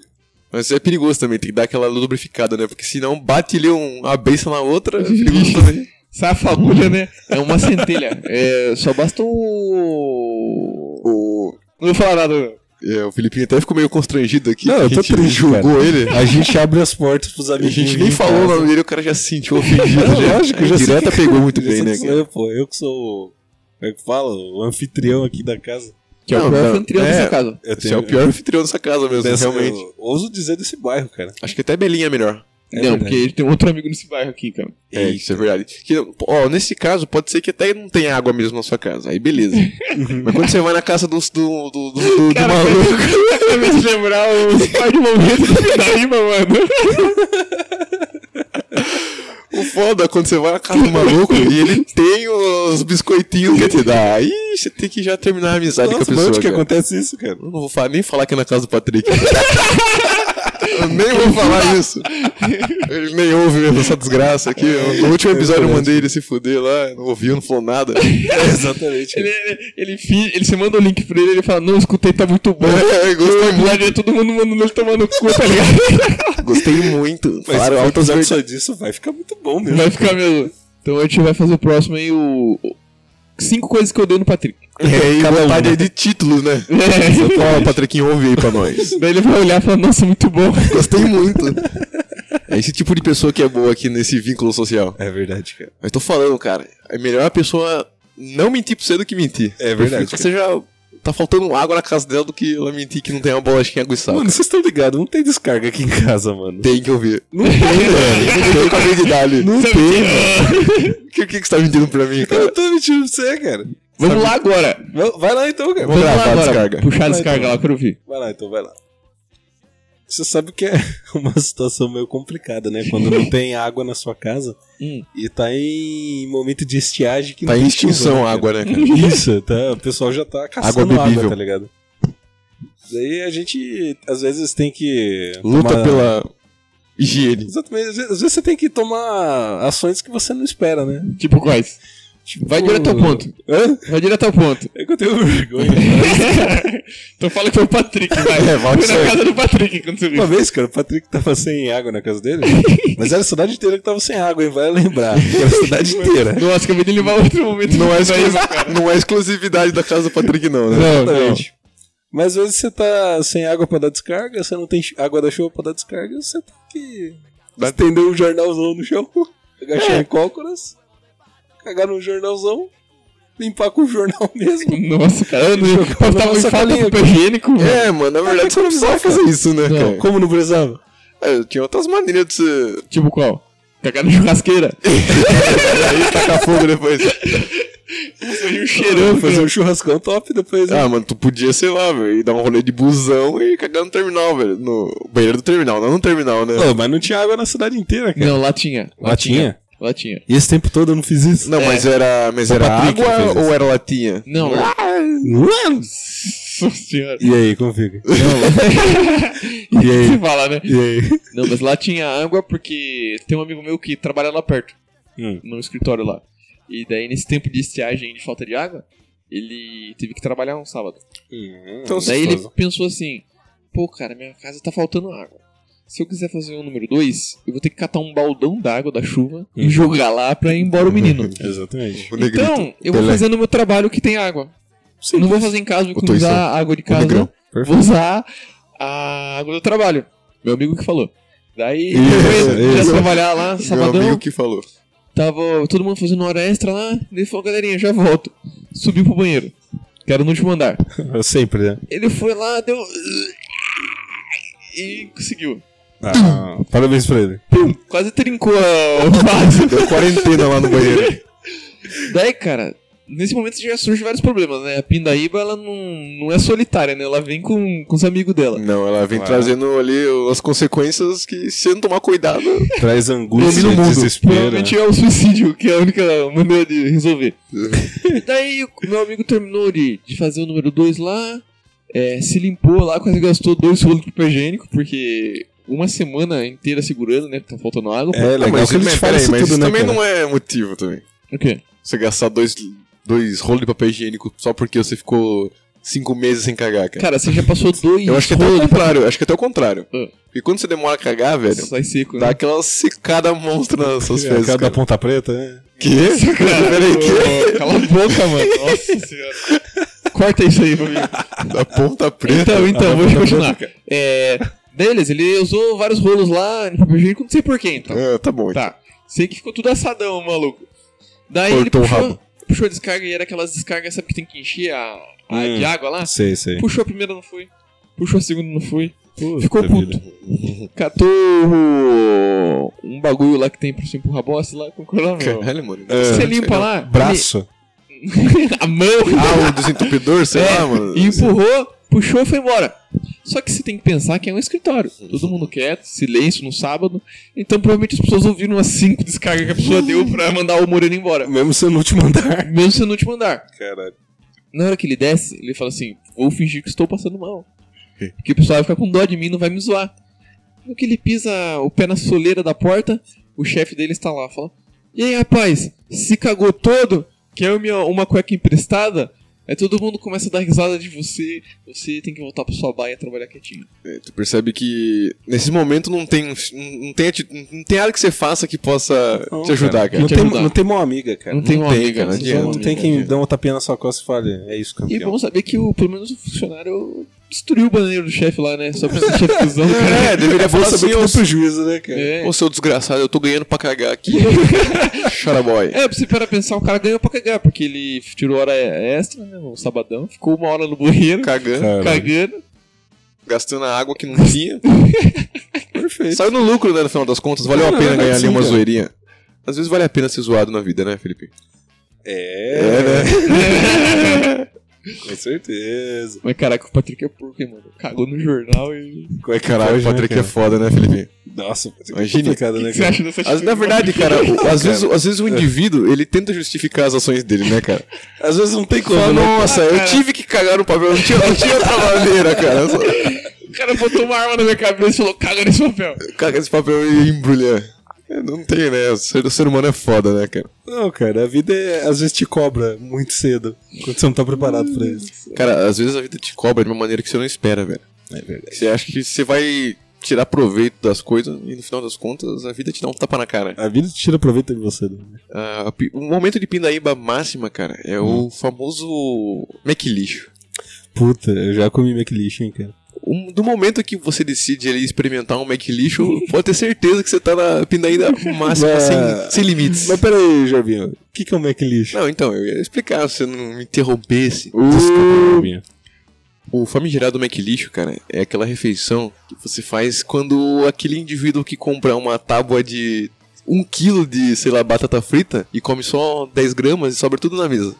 Speaker 6: Mas é perigoso também, tem que dar aquela lubrificada, né? Porque senão bate ali um, a beiça na outra, é perigoso também.
Speaker 2: Sai a fagulha, né? É uma centelha. É, só basta um...
Speaker 6: (laughs) O,
Speaker 2: Não vou falar nada, não.
Speaker 6: é, o Filipinho até ficou meio constrangido aqui.
Speaker 3: Não,
Speaker 6: que
Speaker 3: eu tô
Speaker 6: a gente
Speaker 3: triste,
Speaker 6: julgou ele. (laughs)
Speaker 3: A gente abre as portas pros
Speaker 6: A
Speaker 3: amiguinhos.
Speaker 6: gente nem
Speaker 3: em
Speaker 6: falou o
Speaker 3: casa.
Speaker 6: nome dele, o cara já se sentiu ofendido.
Speaker 3: Não,
Speaker 6: já.
Speaker 3: lógico, já sei
Speaker 6: direta
Speaker 3: que-
Speaker 6: pegou muito bem,
Speaker 3: Eu
Speaker 6: né?
Speaker 3: sou-
Speaker 6: cara?
Speaker 3: Eu, pô, eu que sou. o- Como é que fala? O anfitrião aqui da casa.
Speaker 2: Que é o
Speaker 6: Não,
Speaker 2: pior
Speaker 6: não.
Speaker 2: anfitrião
Speaker 6: É,
Speaker 2: dessa casa.
Speaker 3: Eu
Speaker 6: Você é o pior anfitrião dessa casa mesmo,
Speaker 3: dessa-
Speaker 6: realmente.
Speaker 3: eu ouso dizer desse bairro, cara.
Speaker 6: Acho que até Belinha é melhor.
Speaker 3: É
Speaker 2: não,
Speaker 3: verdade.
Speaker 2: porque ele tem outro amigo nesse bairro aqui, cara.
Speaker 6: É, isso é verdade. Que, ó, nesse caso, pode ser que até não tenha água mesmo na sua casa. Aí beleza.
Speaker 3: Uhum.
Speaker 6: Mas quando você vai na casa dos- do, do, do, do, do
Speaker 2: um (laughs)
Speaker 6: maluco.
Speaker 2: Acabei de lembrar o par de (laughs) momentos que daí, mano.
Speaker 6: O foda é quando você vai na casa
Speaker 3: (laughs)
Speaker 6: do maluco e ele tem os biscoitinhos que te dá. Aí você tem que já terminar a amizade
Speaker 3: Nossa,
Speaker 6: com a
Speaker 3: mas
Speaker 6: pessoa.
Speaker 3: onde que
Speaker 6: cara.
Speaker 3: acontece isso, cara?
Speaker 6: Eu não vou falar- nem falar que é na casa do Patrick. Eu nem vou falar isso. Ele nem ouve mesmo essa desgraça aqui.
Speaker 3: É,
Speaker 6: No último episódio eu mandei ele se fuder lá, não ouviu, não falou nada.
Speaker 3: (laughs)
Speaker 6: (laughs)
Speaker 3: Exatamente.
Speaker 2: Ele, ele, ele, fi- ele- você manda o link pra ele ele fala, não, escutei, tá muito bom.
Speaker 6: É, gostei
Speaker 2: Lá de todo mundo mandando ele tomar no cu, tá (laughs) ligado?
Speaker 6: (laughs) Gostei muito.
Speaker 3: Mas
Speaker 6: Falaram
Speaker 3: se for
Speaker 6: altas
Speaker 3: episódio
Speaker 6: verdades.
Speaker 3: só disso, vai ficar muito bom mesmo.
Speaker 2: Vai ficar mesmo. Então a gente vai fazer o próximo aí, o... o- Cinco coisas que eu dei no Patrick.
Speaker 6: (laughs) É, e vontade é de títulos, (laughs) né? Fala, Patriquinho, ouve aí pra nós.
Speaker 2: É. Daí ele vai olhar e falar, nossa, muito bom.
Speaker 6: (laughs) Gostei muito. (laughs) É esse tipo de pessoa que é boa aqui nesse vínculo social.
Speaker 3: É verdade, cara.
Speaker 6: Mas tô falando, cara, é melhor a pessoa não mentir pra você do que mentir.
Speaker 3: É verdade,
Speaker 6: Porque Você já tá faltando água na casa dela do que ela mentir que não tem uma bola de quem aguçar.
Speaker 3: Mano, vocês estão ligados, não tem descarga aqui em casa, mano.
Speaker 6: Tem que ouvir. Não (laughs) tem,
Speaker 2: (laughs)
Speaker 6: velho. Eu acabei de dar ali. Não
Speaker 2: é?
Speaker 6: tem. O (laughs) que, que que você tá mentindo pra mim, cara?
Speaker 3: Eu tô mentindo pra você, cara.
Speaker 2: Vamos lá agora.
Speaker 3: Vai- Vai lá então, cara.
Speaker 6: Vamos
Speaker 2: Vamos
Speaker 6: gravar
Speaker 2: lá
Speaker 6: a
Speaker 2: agora.
Speaker 6: descarga.
Speaker 2: Puxar a
Speaker 3: Vai,
Speaker 2: descarga
Speaker 3: então.
Speaker 2: lá, quero ouvir.
Speaker 3: Vai lá então, vai lá. Você sabe que é (laughs) uma situação meio complicada, né? Quando não tem água na sua casa
Speaker 2: Hum.
Speaker 3: e tá em momento de estiagem que
Speaker 6: Tá
Speaker 3: não
Speaker 6: em
Speaker 3: tem
Speaker 6: extinção
Speaker 3: chuva,
Speaker 6: a
Speaker 3: né,
Speaker 6: água, né,
Speaker 3: cara?
Speaker 6: cara?
Speaker 3: Isso, tá, o pessoal já tá caçando
Speaker 6: Água
Speaker 3: água,
Speaker 6: bebível.
Speaker 3: tá ligado? Daí a gente às vezes tem que.
Speaker 6: Luta
Speaker 3: tomar-
Speaker 6: pela higiene.
Speaker 3: Exatamente, às vezes, às vezes você tem que tomar ações que você não espera, né? Tipo,
Speaker 2: Tipo quais? Vai direto ao ponto.
Speaker 3: Hã?
Speaker 2: Vai direto
Speaker 6: (laughs)
Speaker 2: ao ponto.
Speaker 3: É que eu tenho vergonha.
Speaker 2: então fala que foi o Patrick, vai.
Speaker 6: É, vai que
Speaker 2: foi
Speaker 6: foi.
Speaker 2: na casa do Patrick quando você viu.
Speaker 3: Uma vez, cara, o Patrick tava sem água na casa dele. Mas era a cidade inteira que tava sem água, hein? Vai lembrar. (laughs) Era a cidade inteira.
Speaker 2: Nossa, acabei de levar outro momento.
Speaker 6: Não é,
Speaker 2: isso
Speaker 6: exclus- (laughs) não é exclusividade da casa do Patrick, não, né?
Speaker 2: Não, não.
Speaker 3: Exatamente. Mas às vezes você tá sem água pra dar descarga, você não tem ch- água da chuva pra dar descarga, você tem que estender um jornalzão no chão, (laughs) agachar em cócoras, cagar num jornalzão, limpar com o jornal (laughs) mesmo.
Speaker 2: Nossa, cara, eu não eu tava em
Speaker 3: nossa
Speaker 2: falta de
Speaker 3: colinha.
Speaker 2: papel higiênico, velho.
Speaker 6: É, mano, na verdade você
Speaker 3: tem
Speaker 6: não
Speaker 3: que
Speaker 6: precisava
Speaker 3: usar,
Speaker 6: fazer isso, né,
Speaker 2: Não.
Speaker 6: cara?
Speaker 3: Como É. não precisava?
Speaker 6: É, tinha outras maneiras de você É.
Speaker 2: Tipo qual? Cagar na churrasqueira.
Speaker 6: tacar fogo depois.
Speaker 2: Surgiu um cheirão.
Speaker 3: fazer um churrascão top depois. né?
Speaker 6: Ah, mano, tu podia, sei lá, velho, ir dar um rolê de busão e cagar no terminal, velho. No banheiro do terminal, não no terminal, né?
Speaker 3: Pô, mas não tinha água na cidade inteira, cara.
Speaker 2: Não, latinha.
Speaker 3: Latinha?
Speaker 2: Latinha.
Speaker 3: E esse tempo todo eu não fiz isso.
Speaker 6: Não, mas era, mas
Speaker 3: é. O
Speaker 6: era
Speaker 3: Patrick que
Speaker 6: água
Speaker 3: fez
Speaker 6: ou
Speaker 3: isso.
Speaker 6: era latinha?
Speaker 2: Não, lá.
Speaker 3: Ué!
Speaker 2: Nossa senhora.
Speaker 3: E aí, como fica?
Speaker 2: (laughs) E aí? Você fala, né?
Speaker 3: (laughs) E aí?
Speaker 2: Não, mas lá tinha água porque tem um amigo meu que trabalha lá perto,
Speaker 3: Hum.
Speaker 2: no escritório lá. E daí, nesse tempo de estiagem e de falta de água, ele teve que trabalhar um sábado.
Speaker 3: Então,
Speaker 2: Daí ele
Speaker 3: gostoso.
Speaker 2: pensou assim: pô, cara, minha casa tá faltando água. Se eu quiser fazer o número 2, eu vou ter que catar um baldão d'água da chuva e
Speaker 3: Hum.
Speaker 2: jogar lá pra ir embora o menino.
Speaker 3: (laughs) Exatamente.
Speaker 6: O negrito.
Speaker 2: Então, eu vou
Speaker 6: Pelé.
Speaker 2: fazer no meu trabalho que tem água. Não vou fazer em casa, vou
Speaker 6: Toição.
Speaker 2: usar a água de
Speaker 6: Negrão.
Speaker 2: casa. né? Vou
Speaker 3: Perfeito.
Speaker 2: usar a água do trabalho. Meu amigo que falou. Daí
Speaker 6: Isso,
Speaker 2: eu ia
Speaker 6: isso.
Speaker 2: trabalhar lá,
Speaker 6: Meu amigo
Speaker 2: sabadão.
Speaker 6: que falou.
Speaker 2: Tava todo mundo fazendo hora extra lá. Ele falou, galerinha, já volto. Subiu pro banheiro. Que era no último andar.
Speaker 3: Eu sempre, né?
Speaker 2: Ele foi lá, deu. E conseguiu.
Speaker 3: Ah, (coughs) parabéns pra ele.
Speaker 2: Pum! Quase trincou a- (laughs) o vaso.
Speaker 6: Deu quarentena lá no banheiro.
Speaker 2: Daí, cara, nesse momento já surgem vários problemas, né? A Pindaíba, ela não, não é solitária, né? Ela vem com, com os amigos dela.
Speaker 6: Não, ela vem
Speaker 3: Ah.
Speaker 6: trazendo ali as consequências que, se não tomar cuidado,
Speaker 3: Traz angústia,
Speaker 6: Domina o mundo.
Speaker 3: desespero.
Speaker 2: Provavelmente é o suicídio, que é a única maneira de resolver. E (laughs) Daí, o meu amigo terminou de, de fazer o número 2 lá, é, se limpou lá, quase gastou dois rolos de papel higiênico, porque uma semana inteira segurando, né? Tá faltando água.
Speaker 3: É,
Speaker 6: Não,
Speaker 3: legal
Speaker 6: mas,
Speaker 3: que eles
Speaker 6: mas,
Speaker 3: falam
Speaker 6: peraí,
Speaker 3: isso
Speaker 6: mas
Speaker 3: tudo,
Speaker 6: isso
Speaker 3: né,
Speaker 6: também
Speaker 3: cara?
Speaker 6: não é motivo também.
Speaker 2: O quê?
Speaker 6: Você gastar dois, dois rolos de papel higiênico só porque você ficou cinco meses sem cagar, cara.
Speaker 2: Cara, você já passou dois
Speaker 6: É. Eu acho que é até o
Speaker 2: rolos de
Speaker 6: contrário, eu acho que até o contrário.
Speaker 2: Ah.
Speaker 6: Porque quando você demora a cagar, velho,
Speaker 2: sai seco,
Speaker 6: dá
Speaker 2: né?
Speaker 6: aquela secada monstra nas suas
Speaker 3: É,
Speaker 6: fezes,
Speaker 3: cara da
Speaker 6: cara.
Speaker 3: ponta preta, né?
Speaker 6: Quê? (laughs) Peraí, quê?
Speaker 2: Ô, Cala a
Speaker 6: (laughs)
Speaker 2: boca, mano. Nossa senhora. Corta isso aí pra mim.
Speaker 6: Da ponta preta?
Speaker 2: Então, então, vou continuar. É. Deles, ele usou vários rolos lá no papel higiênico, não sei porquê, então.
Speaker 6: Ah, tá bom. então.
Speaker 2: Tá. Sei que ficou tudo assadão, maluco. Daí
Speaker 6: Cortou o
Speaker 2: ele puxou,
Speaker 6: rabo.
Speaker 2: puxou a descarga e era aquelas descargas, sabe que tem que encher a, a
Speaker 3: Hum.
Speaker 2: de água lá?
Speaker 3: Sei, sei.
Speaker 2: Puxou a primeira, não foi. Puxou a segunda, não foi.
Speaker 3: Puta
Speaker 2: Ficou puto.
Speaker 3: vida.
Speaker 2: Catou o- um bagulho lá que tem pra você empurrar bosta lá com coronel.
Speaker 6: então. Caralho, mano.
Speaker 2: Ah. Você limpa lá.
Speaker 3: É. Braço.
Speaker 2: ele- (laughs) a mão.
Speaker 6: Ah, o desentupidor, sei
Speaker 2: (laughs) É,
Speaker 6: lá, mano.
Speaker 2: E empurrou, puxou e foi embora. Só que você tem que pensar que é um escritório. Todo mundo quieto, silêncio no sábado. Então provavelmente as pessoas ouviram as cinco descargas que a pessoa deu pra mandar o Moreno
Speaker 3: (laughs)
Speaker 2: embora.
Speaker 3: Mesmo sendo no último andar.
Speaker 2: Mesmo sendo no último andar.
Speaker 3: Caralho.
Speaker 2: Na hora que ele desce, ele fala assim: Vou fingir que estou passando mal. Porque o pessoal vai ficar com dó de mim, não vai me zoar. No que ele pisa o pé na soleira da porta, o chefe dele está lá. Fala: E aí, rapaz, se cagou todo? Quer uma, uma cueca emprestada? Aí todo mundo começa a dar risada de você. Você tem que voltar pra sua baia trabalhar quietinho.
Speaker 6: É, Tu percebe que nesse momento não tem, não tem, ati- não tem nada que você faça que possa te ajudar, cara.
Speaker 3: Não
Speaker 2: Te
Speaker 3: tem,
Speaker 2: ajudar.
Speaker 3: não tem mão amiga, cara.
Speaker 2: Não tem uma
Speaker 6: tem,
Speaker 2: amiga,
Speaker 6: cara, não
Speaker 2: você só é uma
Speaker 6: adianta,
Speaker 3: Não tem
Speaker 2: amiga.
Speaker 3: quem dá uma tapinha na sua costa e fale, é isso,
Speaker 2: E
Speaker 3: campeão.
Speaker 2: vamos saber que o, pelo menos o funcionário destruiu o banheiro do chefe lá, né? Só pra ser chefe cuzão, cara.
Speaker 6: É, deveria falar
Speaker 3: Nossa,
Speaker 6: assim,
Speaker 3: que
Speaker 6: ô,
Speaker 3: dá prejuízo, né, cara?
Speaker 2: É.
Speaker 6: ô seu desgraçado, eu tô ganhando pra cagar (laughs) aqui. Charaboy.
Speaker 2: É, pra você parar pra pensar, o cara ganhou pra cagar, porque ele tirou hora extra, né, no sabadão, ficou uma hora no banheiro,
Speaker 6: Cagando,
Speaker 3: Caralho.
Speaker 2: cagando.
Speaker 6: gastando a água que não tinha. (laughs)
Speaker 3: Perfeito.
Speaker 6: Saiu no lucro, né, no final das contas. Valeu a
Speaker 3: Cara,
Speaker 6: pena
Speaker 3: é
Speaker 6: ganhar
Speaker 3: assim,
Speaker 6: ali uma
Speaker 3: cara.
Speaker 6: zoeirinha. Às vezes vale a pena ser zoado na vida, né, Felipe?
Speaker 3: É,
Speaker 6: né? É,
Speaker 3: (laughs) com certeza.
Speaker 2: Mas caraca, o Patrick é porco, hein, mano. Cagou no jornal e...
Speaker 6: Caralho, o Patrick é foda, né, Felipe?
Speaker 3: Nossa, Patrick,
Speaker 6: Imagina.
Speaker 3: complicado, né,
Speaker 2: O que você
Speaker 3: cara?
Speaker 2: acha dessa
Speaker 6: Às- é. na verdade, cara, o- às, vezes, às vezes o indivíduo, ele tenta justificar as ações dele, né, (laughs) cara?
Speaker 3: Às vezes não tem como,
Speaker 6: Fala,
Speaker 3: né?
Speaker 6: nossa, eu tive que cagar no papel, eu não tinha, não tinha (laughs) outra maneira, cara. Eu só-
Speaker 2: O cara botou uma arma na minha cabeça e falou, caga nesse
Speaker 6: (laughs)
Speaker 2: papel.
Speaker 6: Cagar esse papel e embrulhar. É, Não tem, né? O ser, o ser humano é foda, né, cara?
Speaker 3: Não, cara, a vida é, às vezes te cobra muito cedo, quando você não tá preparado pra isso.
Speaker 6: Cara, às vezes a vida te cobra de uma maneira que você não espera, velho.
Speaker 3: É verdade.
Speaker 6: Você acha que você vai tirar proveito das coisas e no final das contas a vida te dá um tapa na cara.
Speaker 3: A vida te tira proveito de você, né?
Speaker 6: Ah, a pi- o momento de pindaíba máxima, cara, é o
Speaker 3: Hum.
Speaker 6: famoso lixo.
Speaker 3: Puta, eu já comi McLish, hein, cara.
Speaker 6: Um- do momento que você decide ali, experimentar um
Speaker 3: (laughs)
Speaker 6: lixo, pode ter certeza que você tá na pindaíba máxima,
Speaker 3: Mas-
Speaker 6: sem, sem limites.
Speaker 3: Mas pera aí, Jorbinho, o que, que é um McLish?
Speaker 6: Não, então, eu ia explicar se você não me interrompesse.
Speaker 3: Uh. Jorbinho.
Speaker 6: O famigerado lixo, cara, é aquela refeição que você faz quando aquele indivíduo que compra uma tábua de um quilo de, sei lá, batata frita e come só 10 gramas e sobra tudo na mesa.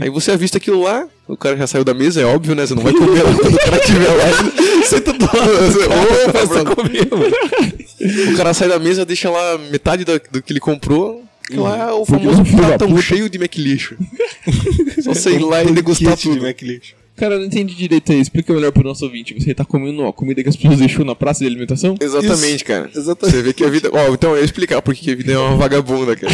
Speaker 6: Aí você avista aquilo lá, o cara já saiu da mesa, é óbvio, né? Você não vai comer lá (laughs) quando o cara estiver lá. Senta do lado. Você, Ô, pastor,
Speaker 3: comer, mano.
Speaker 6: o cara sai da mesa, deixa lá metade da- do que ele comprou. Que lá é o famoso
Speaker 2: Porque eu sou filho da
Speaker 6: pratão cheio de McLixo. Só sei lá e degustar
Speaker 3: Kit de
Speaker 6: tudo.
Speaker 3: McLeish.
Speaker 2: Cara, eu não entendi direito aí. Explica melhor pro nosso ouvinte. Você tá comendo a comida que as pessoas deixam na praça de alimentação? (laughs)
Speaker 6: Exatamente, cara.
Speaker 3: Exatamente.
Speaker 6: Você vê que a vida. Ó, então eu ia explicar por que que a vida é uma vagabunda, cara.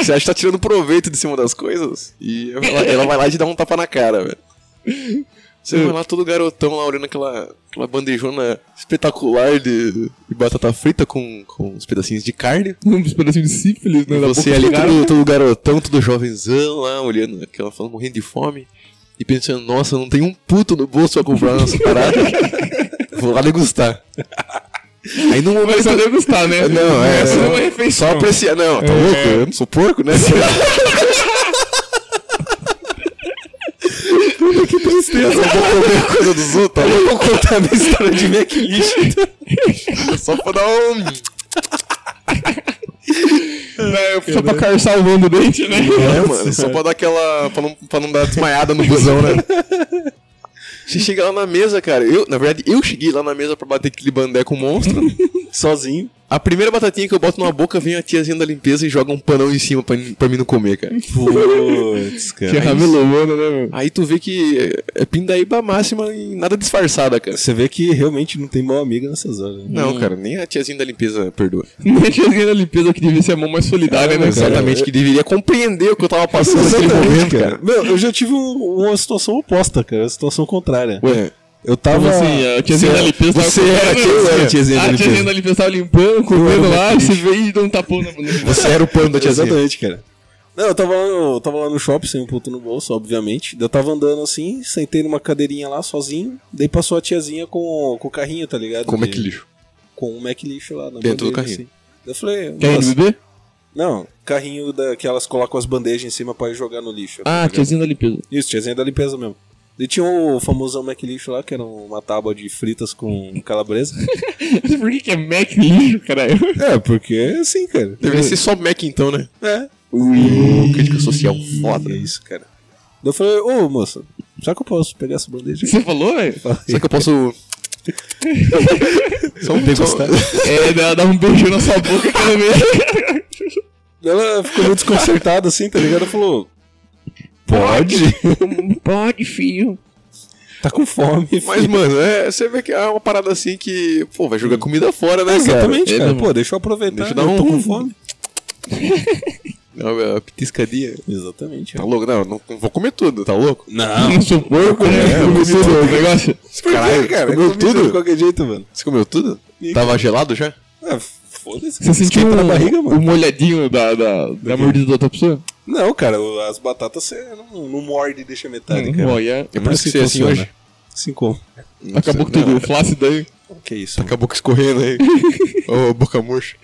Speaker 6: Você acha que tá tirando proveito de cima das coisas e ela, ela vai lá e te dá um tapa na cara, velho. Você vai lá todo garotão lá olhando aquela, aquela bandejona espetacular de, de batata frita com, com uns pedacinhos de carne.
Speaker 2: Um pedacinho de sífilis, né?
Speaker 6: E
Speaker 2: da
Speaker 6: você é
Speaker 2: boca do
Speaker 6: ali
Speaker 2: cara.
Speaker 6: todo, todo garotão, todo jovenzão lá, olhando aquela falando, morrendo de fome. E pensando, nossa, não tem um puto no bolso pra comprar nossa parada. Vou lá degustar. Aí no momento.
Speaker 2: Mas só deve estar, né?
Speaker 6: Não, é.
Speaker 2: Essa não é uma
Speaker 6: Só
Speaker 2: refeição.
Speaker 6: apreciar. Não, tá louco? Eu não sou porco, (laughs) né? que tristeza. Eu vou comer coisa dos outros. tá louco? Eu vou contar a minha história de McLish. Só pra dar um.
Speaker 2: Né, Só pra ficar salvando o dente, né?
Speaker 6: É, mano, só pra dar aquela. Pra não, pra não dar desmaiada no busão, né? Você chega lá na mesa, cara. Eu, na verdade, eu cheguei lá na mesa pra bater aquele bandé com o monstro.
Speaker 3: Sozinho.
Speaker 6: A primeira batatinha que eu boto na boca vem a tiazinha da limpeza e joga um panão em cima pra, pra mim não comer, cara. (laughs)
Speaker 3: Putz,
Speaker 2: (laughs) Que é
Speaker 3: cara.
Speaker 2: ramelomano, né, meu?
Speaker 6: Aí tu vê que é- é pindaíba máxima e nada disfarçada, cara.
Speaker 3: Você vê que realmente não tem mão amiga nessas horas. né?
Speaker 6: Não, cara, nem a tiazinha da limpeza perdoa.
Speaker 2: Deixa a limpeza é que devia ser a mão mais
Speaker 6: É,
Speaker 2: solidária, né, cara?
Speaker 6: Exatamente, que deveria compreender o que eu tava passando naquele momento, cara.
Speaker 3: Meu, eu já tive um- uma situação oposta, cara. Uma situação contrária.
Speaker 6: Ué,
Speaker 3: Eu tava.
Speaker 2: Como assim? A tiazinha da limpeza tava
Speaker 6: você era
Speaker 2: comendo,
Speaker 6: quem
Speaker 2: né?
Speaker 6: era a tiazinha da
Speaker 2: A tiazinha
Speaker 6: limpeza?
Speaker 2: da limpeza tava limpando, comendo lá, e você veio e dá um tapão na bunda.
Speaker 6: você era o pano da tiazinha.
Speaker 3: Exatamente, cara. Não, eu tava, lá no- eu tava lá no shopping, sem um puto no bolso, obviamente. Daí Eu tava andando assim, sentei numa cadeirinha lá sozinho. Daí passou a tiazinha com, com o carrinho, tá ligado?
Speaker 6: Como é
Speaker 3: De-
Speaker 6: que lixo?
Speaker 3: Com o Mac lixo lá na
Speaker 6: Dentro do
Speaker 3: bandeja,
Speaker 6: carrinho.
Speaker 3: assim. Daí Eu falei,
Speaker 2: Quer
Speaker 3: "Nossa,
Speaker 2: ir beber?
Speaker 3: não, carrinho da, que elas colocam as bandejas em cima pra jogar no lixo.
Speaker 2: Ah,
Speaker 3: tá ligado?
Speaker 2: tiazinha da limpeza.
Speaker 3: Isso, tiazinha é da limpeza mesmo. E tinha o famosão Mac lixo lá, que era uma tábua de fritas com calabresa.
Speaker 2: Mas por que, que é Mac lixo, caralho? (laughs)
Speaker 3: é, porque é assim, cara.
Speaker 6: Deveria ser só Mac então, né?
Speaker 3: É.
Speaker 6: Uh, crítica social foda.
Speaker 3: É isso, cara. Daí Eu falei, ô moça, será que eu posso pegar essa bandeja?
Speaker 2: Você falou, velho?
Speaker 6: Será que eu posso. só um degustar?
Speaker 2: É, dá, dá um beijinho na sua boca, cara mesmo.
Speaker 3: Ela ficou meio desconcertada assim, tá ligado? Ela Falou,
Speaker 6: Pode?
Speaker 2: (laughs) Pode, filho.
Speaker 3: tá com fome.
Speaker 6: (laughs) Mas, mano, é, você vê que é uma parada assim que. Pô, vai jogar comida fora, né, cara?
Speaker 3: Exatamente, cara.
Speaker 2: ele-
Speaker 3: Pô, deixa eu aproveitar.
Speaker 6: Deixa eu dar
Speaker 3: eu tô
Speaker 6: um-
Speaker 3: com fome.
Speaker 6: É uma Petiscadinha.
Speaker 3: Exatamente.
Speaker 6: Tá louco? Não, não, não vou comer tudo, tá louco?
Speaker 3: Não.
Speaker 2: Não sou porco, né? Eu gostei do negócio.
Speaker 6: Caralho, você comeu
Speaker 3: De
Speaker 6: tudo?
Speaker 3: qualquer jeito, mano.
Speaker 6: Você comeu tudo? É Tava gelado já?
Speaker 3: Ah, foda-se.
Speaker 2: Você sentiu
Speaker 3: Esquenta na
Speaker 2: um,
Speaker 3: barriga, mano?
Speaker 2: um molhadinho da, da, da mordida da outra pessoa?
Speaker 3: Não, cara, o- as batatas você não, não morde e deixa metade, cara.
Speaker 2: Olha,
Speaker 6: É por isso que você é assim
Speaker 3: funciona.
Speaker 6: hoje?
Speaker 3: Sim, como?
Speaker 2: acabou com tudo. Flácido aí.
Speaker 3: Que isso?
Speaker 6: Tá com a boca escorrendo (laughs) aí. Ô, boca murcha.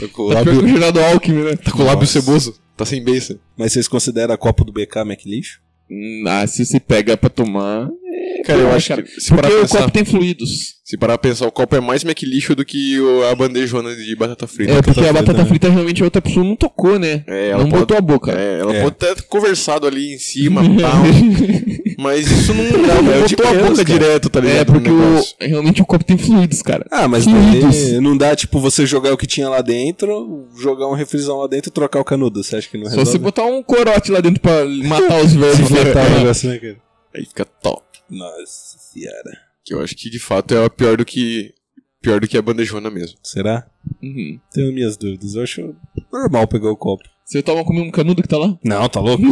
Speaker 6: Tá com o
Speaker 2: Tá pior que o
Speaker 6: lábio,
Speaker 2: Geraldo Alckmin, né?
Speaker 6: tá com o lábio
Speaker 3: Nossa.
Speaker 6: ceboso. Tá sem beiça.
Speaker 3: Mas vocês consideram a Copa do BK Mac lixo?
Speaker 2: Hum, Ah, se você pega pra tomar. é
Speaker 6: Cara, eu
Speaker 2: pior,
Speaker 6: acho que se parar,
Speaker 2: Porque
Speaker 6: pra
Speaker 2: o
Speaker 6: pensar,
Speaker 2: copo tem fluidos.
Speaker 6: se parar pra pensar, o copo é mais McLixo do que o- a bandejona de batata frita.
Speaker 2: É, porque a
Speaker 3: frita,
Speaker 2: batata
Speaker 3: né?
Speaker 2: frita realmente a outra pessoa não tocou, né?
Speaker 6: É, ela
Speaker 2: não
Speaker 6: pode-
Speaker 2: botou a boca.
Speaker 6: É, ela
Speaker 3: É.
Speaker 6: pode ter conversado ali em
Speaker 2: (laughs)
Speaker 6: cima, pau, (laughs) mas isso não, não botou
Speaker 3: tipo
Speaker 6: a boca
Speaker 3: elas, cara.
Speaker 6: direto, tá ligado?
Speaker 2: É, porque
Speaker 6: no
Speaker 2: o,
Speaker 6: negócio.
Speaker 2: realmente o copo tem fluidos, cara.
Speaker 3: Ah, mas
Speaker 2: fluidos.
Speaker 3: daí não dá, tipo, você jogar o que tinha lá dentro, jogar um refrizão lá dentro e trocar o canudo. Você acha que não
Speaker 2: Só
Speaker 3: resolve?
Speaker 2: se botar um corote lá dentro pra matar os vermes. né,
Speaker 3: matar o
Speaker 2: cara?
Speaker 3: negócio, né, cara?
Speaker 6: Aí fica top.
Speaker 3: Nossa senhora.
Speaker 6: Que eu acho que de fato é a pior do que. Pior do que a bandejona mesmo.
Speaker 3: Será?
Speaker 2: Uhum.
Speaker 3: Tenho minhas dúvidas. Eu acho normal pegar o copo.
Speaker 2: Você toma comendo um canudo que tá lá?
Speaker 3: Não, tá louco?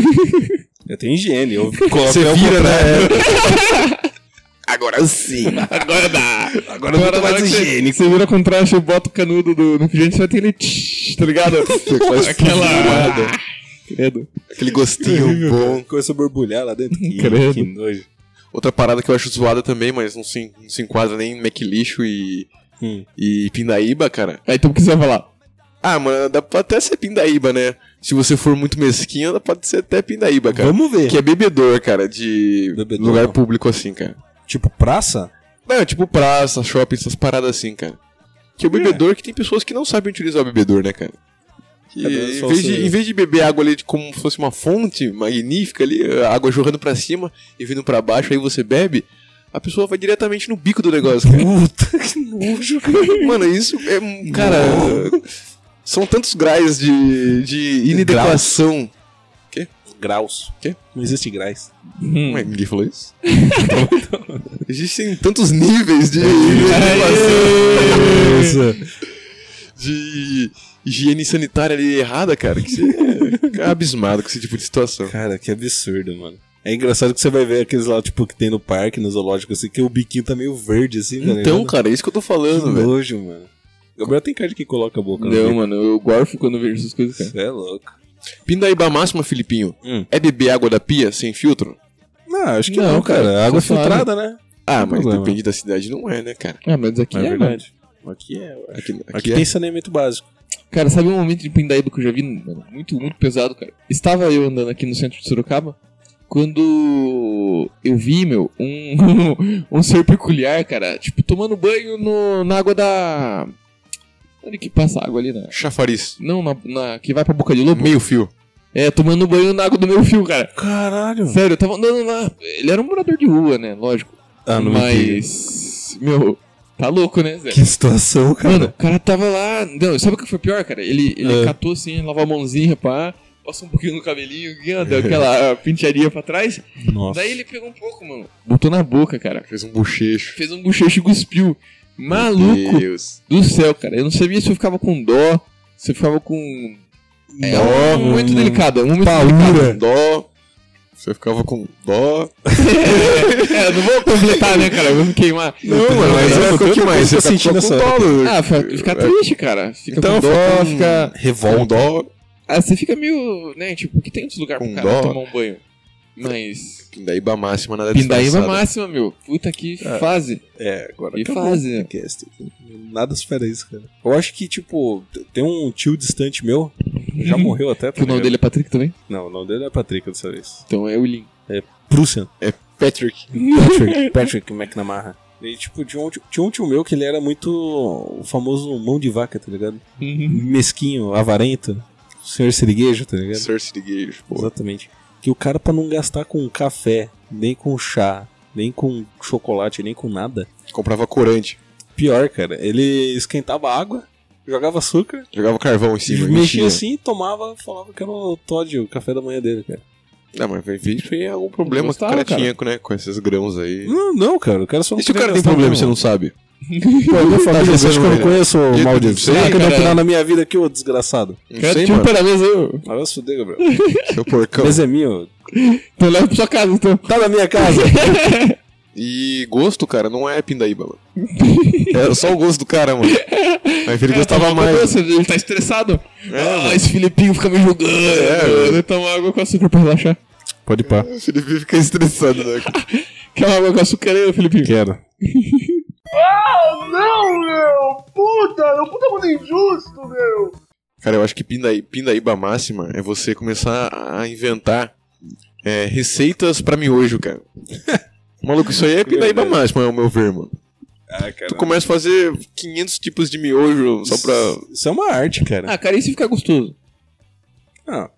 Speaker 3: eu tenho higiene. Eu coloco
Speaker 6: Você
Speaker 3: é o
Speaker 6: vira, né? (laughs)
Speaker 3: (laughs) contrário.
Speaker 6: Agora sim.
Speaker 2: Agora dá!
Speaker 3: Agora eu não tô mais higiênico.
Speaker 2: Você vira contraste e bota o canudo do no cliente, você vai ter ele. tch, Tá ligado? Aquela.
Speaker 6: fumada.
Speaker 2: Credo.
Speaker 6: Aquele gostinho bom.
Speaker 3: Começa a borbulhar lá dentro. Que,
Speaker 2: Credo.
Speaker 3: que nojo.
Speaker 6: Outra parada que eu acho zoada também, mas não se, não se enquadra nem em McLixo e.
Speaker 3: Hum.
Speaker 6: E Pindaíba, cara. É,
Speaker 2: Aí então o que você vai falar?
Speaker 6: Ah, mano, dá pra até ser Pindaíba, né? Se você for muito mesquinho, dá pra ser até Pindaíba, cara.
Speaker 3: Vamos ver.
Speaker 6: Que é bebedor, cara, de
Speaker 3: Bebedor,
Speaker 6: lugar
Speaker 3: não.
Speaker 6: público assim, cara.
Speaker 3: Tipo, praça?
Speaker 6: Não, tipo praça, shopping, essas paradas assim, cara. Que é o bebedor que tem pessoas que não sabem utilizar o bebedor, né, cara? Que,
Speaker 3: Cada um
Speaker 6: em,
Speaker 3: só
Speaker 6: vez
Speaker 3: seu.
Speaker 6: de, em vez de beber água ali de como se fosse uma fonte magnífica ali, a água jorrando pra cima e vindo pra baixo, aí você bebe, a pessoa vai diretamente no bico do negócio. cara.
Speaker 3: Puta
Speaker 6: (laughs)
Speaker 3: que nojo.
Speaker 6: Mano, isso é. um- Cara. São tantos graus de, de inadequação.
Speaker 3: Graus.
Speaker 6: Quê?
Speaker 3: Não existe graus.
Speaker 6: Ué,
Speaker 3: é
Speaker 6: ninguém falou isso? (laughs) Existem tantos níveis de de higiene sanitária ali errada, cara, que você fica abismado com esse tipo de situação.
Speaker 3: Cara, que absurdo, mano. É engraçado que você vai ver aqueles lá, tipo, que tem no parque, no zoológico, assim, que o biquinho tá meio verde, assim, tá
Speaker 6: Então,
Speaker 3: ligado?
Speaker 6: cara, é isso que eu tô
Speaker 3: Que
Speaker 6: falando, velho.
Speaker 3: nojo, mano. Gabriel tem cara de quem coloca a boca no
Speaker 2: Não, mano, eu gorfo quando vejo essas coisas, cara.
Speaker 3: bico. Cê é louco.
Speaker 6: Pindaíba máxima, Filipinho.
Speaker 3: Hum.
Speaker 6: É beber água da pia sem filtro?
Speaker 3: Não, acho que não,
Speaker 2: Não,
Speaker 3: cara.
Speaker 2: cara,
Speaker 3: Água
Speaker 2: só
Speaker 3: filtrada, né?
Speaker 6: Ah, mas
Speaker 3: problema.
Speaker 6: depende da cidade, não é, né, cara?
Speaker 2: Ah, mas aqui é, mano.
Speaker 3: Aqui é, ué.
Speaker 6: Aqui, aqui
Speaker 3: Aqui
Speaker 6: é.
Speaker 3: tem saneamento básico.
Speaker 2: Cara, sabe um momento de Pindaíba que eu já vi, mano? Muito, muito pesado, cara. Estava eu andando aqui no centro de Sorocaba quando eu vi, meu, um, (laughs) um ser peculiar, cara, tipo, tomando banho no, na água da. Onde que passa a água ali, né?
Speaker 6: Chafariz.
Speaker 2: Não, na, na- que vai pra boca de lobo?
Speaker 6: Meio fio.
Speaker 2: É, tomando banho na água do meu fio, cara.
Speaker 3: Caralho.
Speaker 2: Sério, eu tava andando lá. Ele era um morador de rua, né? Lógico.
Speaker 3: Ah, não me
Speaker 2: Mas. Meu, tá louco, né, Zé?
Speaker 3: Que situação, cara.
Speaker 2: Mano, o cara tava lá. Não, sabe o que foi pior, cara? Ele, ele
Speaker 3: Ah.
Speaker 2: catou assim, lavou a mãozinha, pá. Passou um pouquinho no cabelinho, deu aquela ah, pentearia pra trás.
Speaker 3: Nossa.
Speaker 2: Daí ele pegou um pouco, mano. Botou na boca, cara.
Speaker 6: Fez um bochecho.
Speaker 2: Fez um bochecho e cuspiu.
Speaker 6: Meu
Speaker 3: Tá
Speaker 2: Maluco
Speaker 6: Deus.
Speaker 2: do céu, cara. Eu não sabia se eu ficava com dó, se eu ficava com. É um momento
Speaker 3: mano.
Speaker 2: delicado, é um momento
Speaker 3: Paura.
Speaker 6: Tá Dó. Você ficava com dó.
Speaker 2: (laughs) É, não vou completar, né, cara? Eu vou me queimar.
Speaker 6: Não, mano, mas é o que mais? Você
Speaker 3: eu tô
Speaker 6: tá sentindo
Speaker 3: sentindo
Speaker 6: com dó.
Speaker 2: Ah, fica, fica triste, cara. Fica
Speaker 6: Então,
Speaker 2: com dó,
Speaker 6: fica com-
Speaker 2: fica.
Speaker 6: Com
Speaker 3: Revolta.
Speaker 6: dó.
Speaker 2: Ah, você fica meio. né, tipo, que tem outros lugares
Speaker 6: Com
Speaker 2: pro cara
Speaker 6: dó.
Speaker 2: tomar um banho. Mas.
Speaker 6: Pindaíba máxima, nada
Speaker 2: Pindaíba
Speaker 6: disfarçado.
Speaker 2: máxima, meu. Puta que
Speaker 3: É.
Speaker 2: fase.
Speaker 3: É, agora
Speaker 2: E
Speaker 3: acabou
Speaker 2: fase,
Speaker 3: o
Speaker 2: né?
Speaker 3: podcast. Nada supera isso, cara. Eu acho que, tipo, t- tem um tio distante meu, já morreu até. tá
Speaker 2: Uhum. Que o nome
Speaker 3: ligado?
Speaker 2: dele é Patrick também?
Speaker 3: Não, o nome dele é Patrick dessa vez.
Speaker 2: Então é o Lin.
Speaker 3: Prussian.
Speaker 6: Patrick.
Speaker 2: (laughs)
Speaker 3: Patrick, Patrick McNamara. E, tipo, tinha um, tio- tinha um tio meu que ele era muito o famoso mão de vaca, tá ligado?
Speaker 2: Uhum.
Speaker 3: Mesquinho, avarento, senhor seriguejo, tá ligado?
Speaker 6: Sir Sirigueiros, pô.
Speaker 3: Exatamente. Que o cara, pra não gastar com café, nem com chá, nem com chocolate, nem com nada,
Speaker 6: Comprava corante.
Speaker 3: pior, cara, ele esquentava água, jogava açúcar
Speaker 6: Jogava carvão em cima.
Speaker 3: Mexia
Speaker 6: enchia.
Speaker 3: assim, tomava, falava que era o Todd, o café da manhã dele, cara.
Speaker 6: Não, mas vai ver, isso aí é algum problema
Speaker 2: Gostava,
Speaker 6: que o cara
Speaker 2: cara.
Speaker 6: tinha, né? Com esses grãos aí.
Speaker 3: Não, não, cara, o cara só não
Speaker 6: E se o
Speaker 3: queria
Speaker 6: cara tem
Speaker 3: gastar
Speaker 6: problema e você
Speaker 3: mesmo.
Speaker 6: não sabe?
Speaker 3: Pô, (laughs) eu vou falar
Speaker 6: Tá
Speaker 3: pra você, acho que eu
Speaker 6: pensando
Speaker 3: não conheço
Speaker 6: Eu
Speaker 3: o mal de
Speaker 6: não
Speaker 3: você.
Speaker 6: sei,
Speaker 3: Será que deu
Speaker 2: cara.
Speaker 3: final na minha vida aqui, ô desgraçado?
Speaker 6: Não
Speaker 2: Cara,
Speaker 6: sei,
Speaker 2: tinha um
Speaker 6: mano.
Speaker 2: pé na mesa, eu.
Speaker 3: Ah, vai se fuder, Gabriel.
Speaker 6: Seu porcão.
Speaker 3: (laughs) Mas é meu.
Speaker 2: Então leva pra sua casa, então.
Speaker 3: Tá na minha casa.
Speaker 6: E gosto, cara, não é pindaíba, mano. Era só o gosto do cara, mano. Mas ele gostava
Speaker 2: Toma
Speaker 6: mais.
Speaker 2: doce, Ele tá estressado.
Speaker 6: É,
Speaker 2: ah, esse Filipinho fica me julgando.
Speaker 6: É,
Speaker 2: eu
Speaker 6: mano.
Speaker 2: tomo água com açúcar pra relaxar.
Speaker 3: Pode pá.
Speaker 6: O Felipe fica estressado, né?
Speaker 2: Quer uma água com açúcar aí, ô, Filipinho?
Speaker 3: Quero.
Speaker 5: Não, meu! Puta, meu puta mundo injusto, meu!
Speaker 6: Cara, eu acho que pindaí, pindaíba máxima é você começar a inventar é, receitas pra miojo, cara. (laughs) Maluco, isso aí é pindaíba
Speaker 3: Verdade.
Speaker 6: máxima, é o meu ver, mano.
Speaker 3: (laughs) Ah, cara.
Speaker 6: Tu começa a fazer 500 tipos de miojo só pra...
Speaker 3: Isso é uma arte, cara.
Speaker 2: Ah, cara, e se ficar gostoso?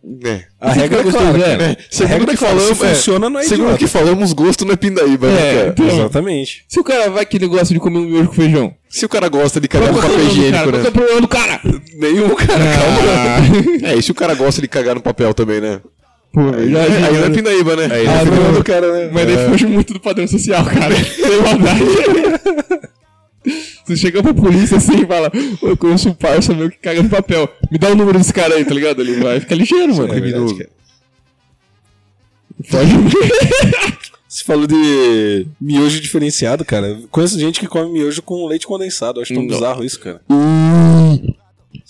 Speaker 6: Né.
Speaker 3: A regra é clara, cara.
Speaker 2: né?
Speaker 6: É,
Speaker 3: A regra
Speaker 6: segundo que
Speaker 3: que falou,
Speaker 6: falamos, é,
Speaker 3: funciona, não é
Speaker 6: segundo
Speaker 3: idiota. então.
Speaker 6: que falamos, gosto não é pindaíba, né,
Speaker 2: É.
Speaker 6: cara?
Speaker 3: Exatamente.
Speaker 2: Se o cara vai que ele gosta de comer um miojo com feijão.
Speaker 6: Se o cara gosta de cagar no
Speaker 2: Qual que é o
Speaker 6: um papel
Speaker 2: problema do
Speaker 6: higiênico,
Speaker 2: cara? Qual que
Speaker 6: né?
Speaker 2: é o problema do cara?
Speaker 6: Nenhum, cara, calma. É, e se o cara gosta de cagar no papel também, né?
Speaker 2: Pô,
Speaker 6: Aí
Speaker 2: já, já,
Speaker 6: não é pindaíba, né? Aí
Speaker 2: Ah,
Speaker 6: é
Speaker 2: não.
Speaker 6: do cara, né?
Speaker 2: Mas daí foge muito do padrão social, cara. Sem maldade.
Speaker 6: (laughs)
Speaker 2: Você chega pra polícia assim e fala, "Ô, eu conheço um parça meu que caga no papel. Me dá o número desse cara aí, tá ligado? Ele vai ficar ligeiro, mano.
Speaker 3: É verdade, cara.
Speaker 2: Foge. (laughs)
Speaker 3: Você falou de miojo diferenciado, cara. Conheço gente que come miojo com leite condensado. Acho tão
Speaker 2: Não.
Speaker 3: bizarro isso, cara.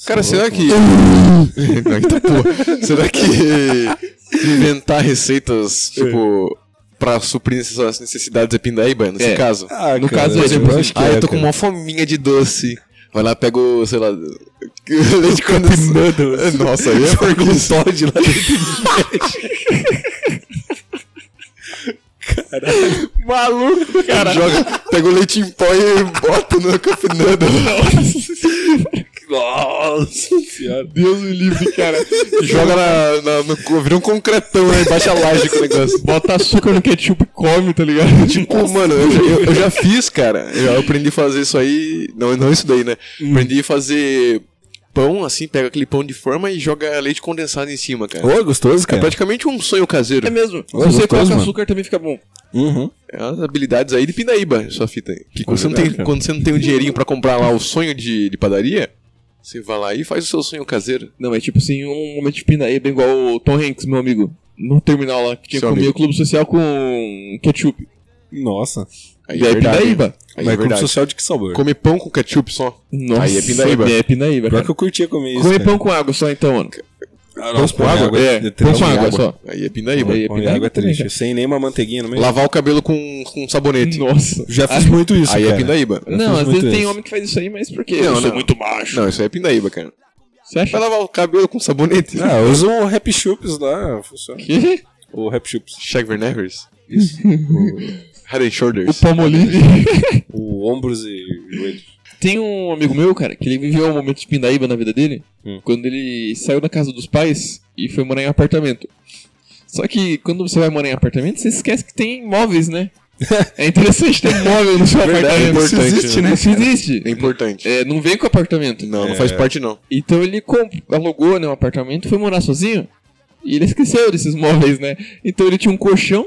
Speaker 6: Cara, será que. (laughs) Eita, porra. Será que inventar receitas, tipo, pra suprir essas necessidades é pindaíba, nesse
Speaker 2: É.
Speaker 6: caso?
Speaker 3: Ah,
Speaker 2: No caso,
Speaker 6: Por exemplo,
Speaker 3: eu
Speaker 6: ah,
Speaker 3: acho que é,
Speaker 6: eu tô com
Speaker 3: cara.
Speaker 6: uma fominha de doce. Vai lá, pega o, sei lá. (laughs) Leite condensado. Nossa, aí é pergunta.
Speaker 3: Todd lá dentro.
Speaker 2: Maluco, cara.
Speaker 6: Joga, pega o leite em pó e bota no Cup Noodle.
Speaker 3: Nossa senhora.
Speaker 6: Deus me livre, cara. Joga na, na, no. co- Vira um concretão, né? Baixa a laje com o negócio.
Speaker 2: Bota açúcar no ketchup e come, tá ligado?
Speaker 6: Tipo, mano, eu, já- eu- eu já fiz, cara. Eu aprendi a fazer isso aí. Não, não isso daí, né?
Speaker 2: Hum.
Speaker 6: Aprendi a fazer pão, assim, pega aquele pão de forma e joga leite condensado em cima, cara.
Speaker 3: Ô, gostoso,
Speaker 6: É
Speaker 3: cara.
Speaker 6: praticamente um sonho
Speaker 2: É
Speaker 6: caseiro.
Speaker 2: mesmo. Se
Speaker 3: gostoso,
Speaker 2: você coloca
Speaker 3: mano.
Speaker 2: açúcar também fica bom.
Speaker 3: Uhum.
Speaker 6: É as habilidades aí de pindaíba, sua fita aí. Que quando, você não
Speaker 3: verdade,
Speaker 6: tem,
Speaker 3: cara.
Speaker 6: quando você não tem o dinheirinho pra comprar lá o sonho de, de padaria, você vai lá e faz o seu sonho caseiro.
Speaker 2: Não, é tipo assim, um momento de pinaíba igual o Tom Hanks, meu amigo. No terminal lá, que tinha
Speaker 6: Seu
Speaker 2: comido
Speaker 6: amigo.
Speaker 2: o clube social com ketchup.
Speaker 3: Nossa.
Speaker 6: Aí é
Speaker 2: E aí, é
Speaker 6: verdade,
Speaker 2: pindaíba.
Speaker 6: hein? Aí
Speaker 3: Mas
Speaker 6: é
Speaker 3: clube
Speaker 6: verdade.
Speaker 3: social de que sabor?
Speaker 6: Come pão com ketchup só.
Speaker 2: Nossa,
Speaker 6: Aí é pindaíba.
Speaker 2: É pinaíba,
Speaker 3: Pior
Speaker 2: cara.
Speaker 3: que eu curtia comer isso. é.
Speaker 2: Comer
Speaker 3: cara.
Speaker 2: pão com água só então, mano.
Speaker 3: Ah, não, pão com água?
Speaker 2: É,
Speaker 3: de-
Speaker 2: pão com
Speaker 3: de-
Speaker 2: água só.
Speaker 6: Aí é pindaíba.
Speaker 2: Aí é
Speaker 3: Pão de
Speaker 2: pindaíba
Speaker 3: água é
Speaker 2: também,
Speaker 3: triste. Sem nenhuma manteiguinha no meio.
Speaker 6: Lavar o cabelo com, com sabonete.
Speaker 2: Nossa.
Speaker 3: Já fiz muito isso,
Speaker 6: aí é
Speaker 3: cara.
Speaker 6: pindaíba.
Speaker 3: Eu
Speaker 2: Não,
Speaker 3: fiz
Speaker 2: às
Speaker 3: muito
Speaker 2: vezes tem
Speaker 3: isso.
Speaker 2: homem que faz isso aí, mas por quê?
Speaker 6: Não,
Speaker 2: eu sou
Speaker 6: não.
Speaker 2: muito macho.
Speaker 6: Não, isso aí é pindaíba, cara.
Speaker 2: Você acha?
Speaker 6: Vai lavar o cabelo com sabonete.
Speaker 3: Ah, usa o Rap Chups lá, funciona.
Speaker 2: que
Speaker 3: O Rap Chups.
Speaker 6: Shaq Van Nevers.
Speaker 2: (laughs)
Speaker 6: Isso. Head and
Speaker 2: o
Speaker 6: Shoulders.
Speaker 2: Palmolive.
Speaker 3: O ombros e joelho.
Speaker 2: (laughs) Tem um amigo meu, cara, que ele viveu um momento de pindaíba na vida dele,
Speaker 3: Hum.
Speaker 2: quando ele saiu da casa dos pais e foi morar em apartamento. Só que quando você vai morar em apartamento, você esquece que tem móveis, né? É interessante ter móvel no seu
Speaker 6: Verdade, é
Speaker 2: apartamento.
Speaker 6: importante, né?
Speaker 2: Isso existe.
Speaker 6: É importante.
Speaker 2: É, não vem com apartamento.
Speaker 6: Não, não faz parte, não.
Speaker 2: Então ele comp- alugou né, um apartamento, foi morar sozinho e ele esqueceu desses móveis, né? Então ele tinha um colchão,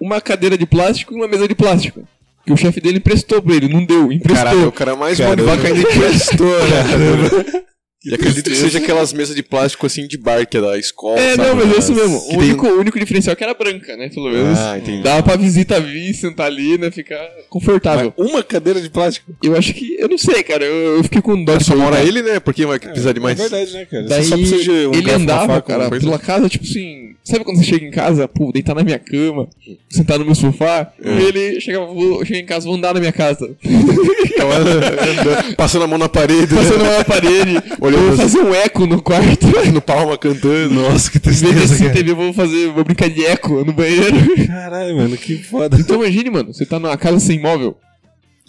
Speaker 2: uma cadeira de plástico e uma mesa de plástico. Que o chefe dele emprestou pra ele, não deu, emprestou.
Speaker 6: Caralho, o cara é mais mão de
Speaker 3: Caramba.
Speaker 6: vaca ainda (laughs) emprestou, né? E acredito que seja aquelas mesas de plástico assim de bar, que é da escola.
Speaker 2: é,
Speaker 6: sabe?
Speaker 2: não, mas é isso mesmo.
Speaker 6: Que tem-
Speaker 2: O único, o único diferencial é que era branca, né? Pelo menos.
Speaker 6: Ah, entendi.
Speaker 2: Dava pra visita vir, sentar ali, né? Ficar confortável.
Speaker 3: Uma cadeira de plástico?
Speaker 2: Eu acho que. Eu não sei, cara. Eu, eu fiquei com dó
Speaker 6: Ah,
Speaker 2: de
Speaker 6: Só mora
Speaker 2: perguntar.
Speaker 6: ele, né? Por que vai precisar de mais?
Speaker 3: É
Speaker 6: (laughs)
Speaker 3: verdade, né, cara?
Speaker 2: Daí
Speaker 3: Você só precisa de um
Speaker 2: ele
Speaker 3: garfo, uma
Speaker 2: andava,
Speaker 3: faca,
Speaker 2: cara,
Speaker 3: uma coisa.
Speaker 2: pela casa, tipo assim. Sabe quando você chega em casa, pô, deitar na minha cama, sentar no meu sofá,
Speaker 3: É.
Speaker 2: e ele chegava, vou, chega em casa, vou andar na minha casa. (laughs)
Speaker 6: Então, anda- passando a mão na parede, né?
Speaker 2: Passando na parede,
Speaker 6: Olhando
Speaker 2: vou fazer um eco no quarto.
Speaker 3: (laughs)
Speaker 6: no palma cantando. Nossa, que
Speaker 2: Em vez desse TV, eu vou fazer, vou brincar de eco no banheiro.
Speaker 3: (laughs) Caralho, mano, que foda.
Speaker 2: Então imagine, mano, você tá numa casa sem móvel,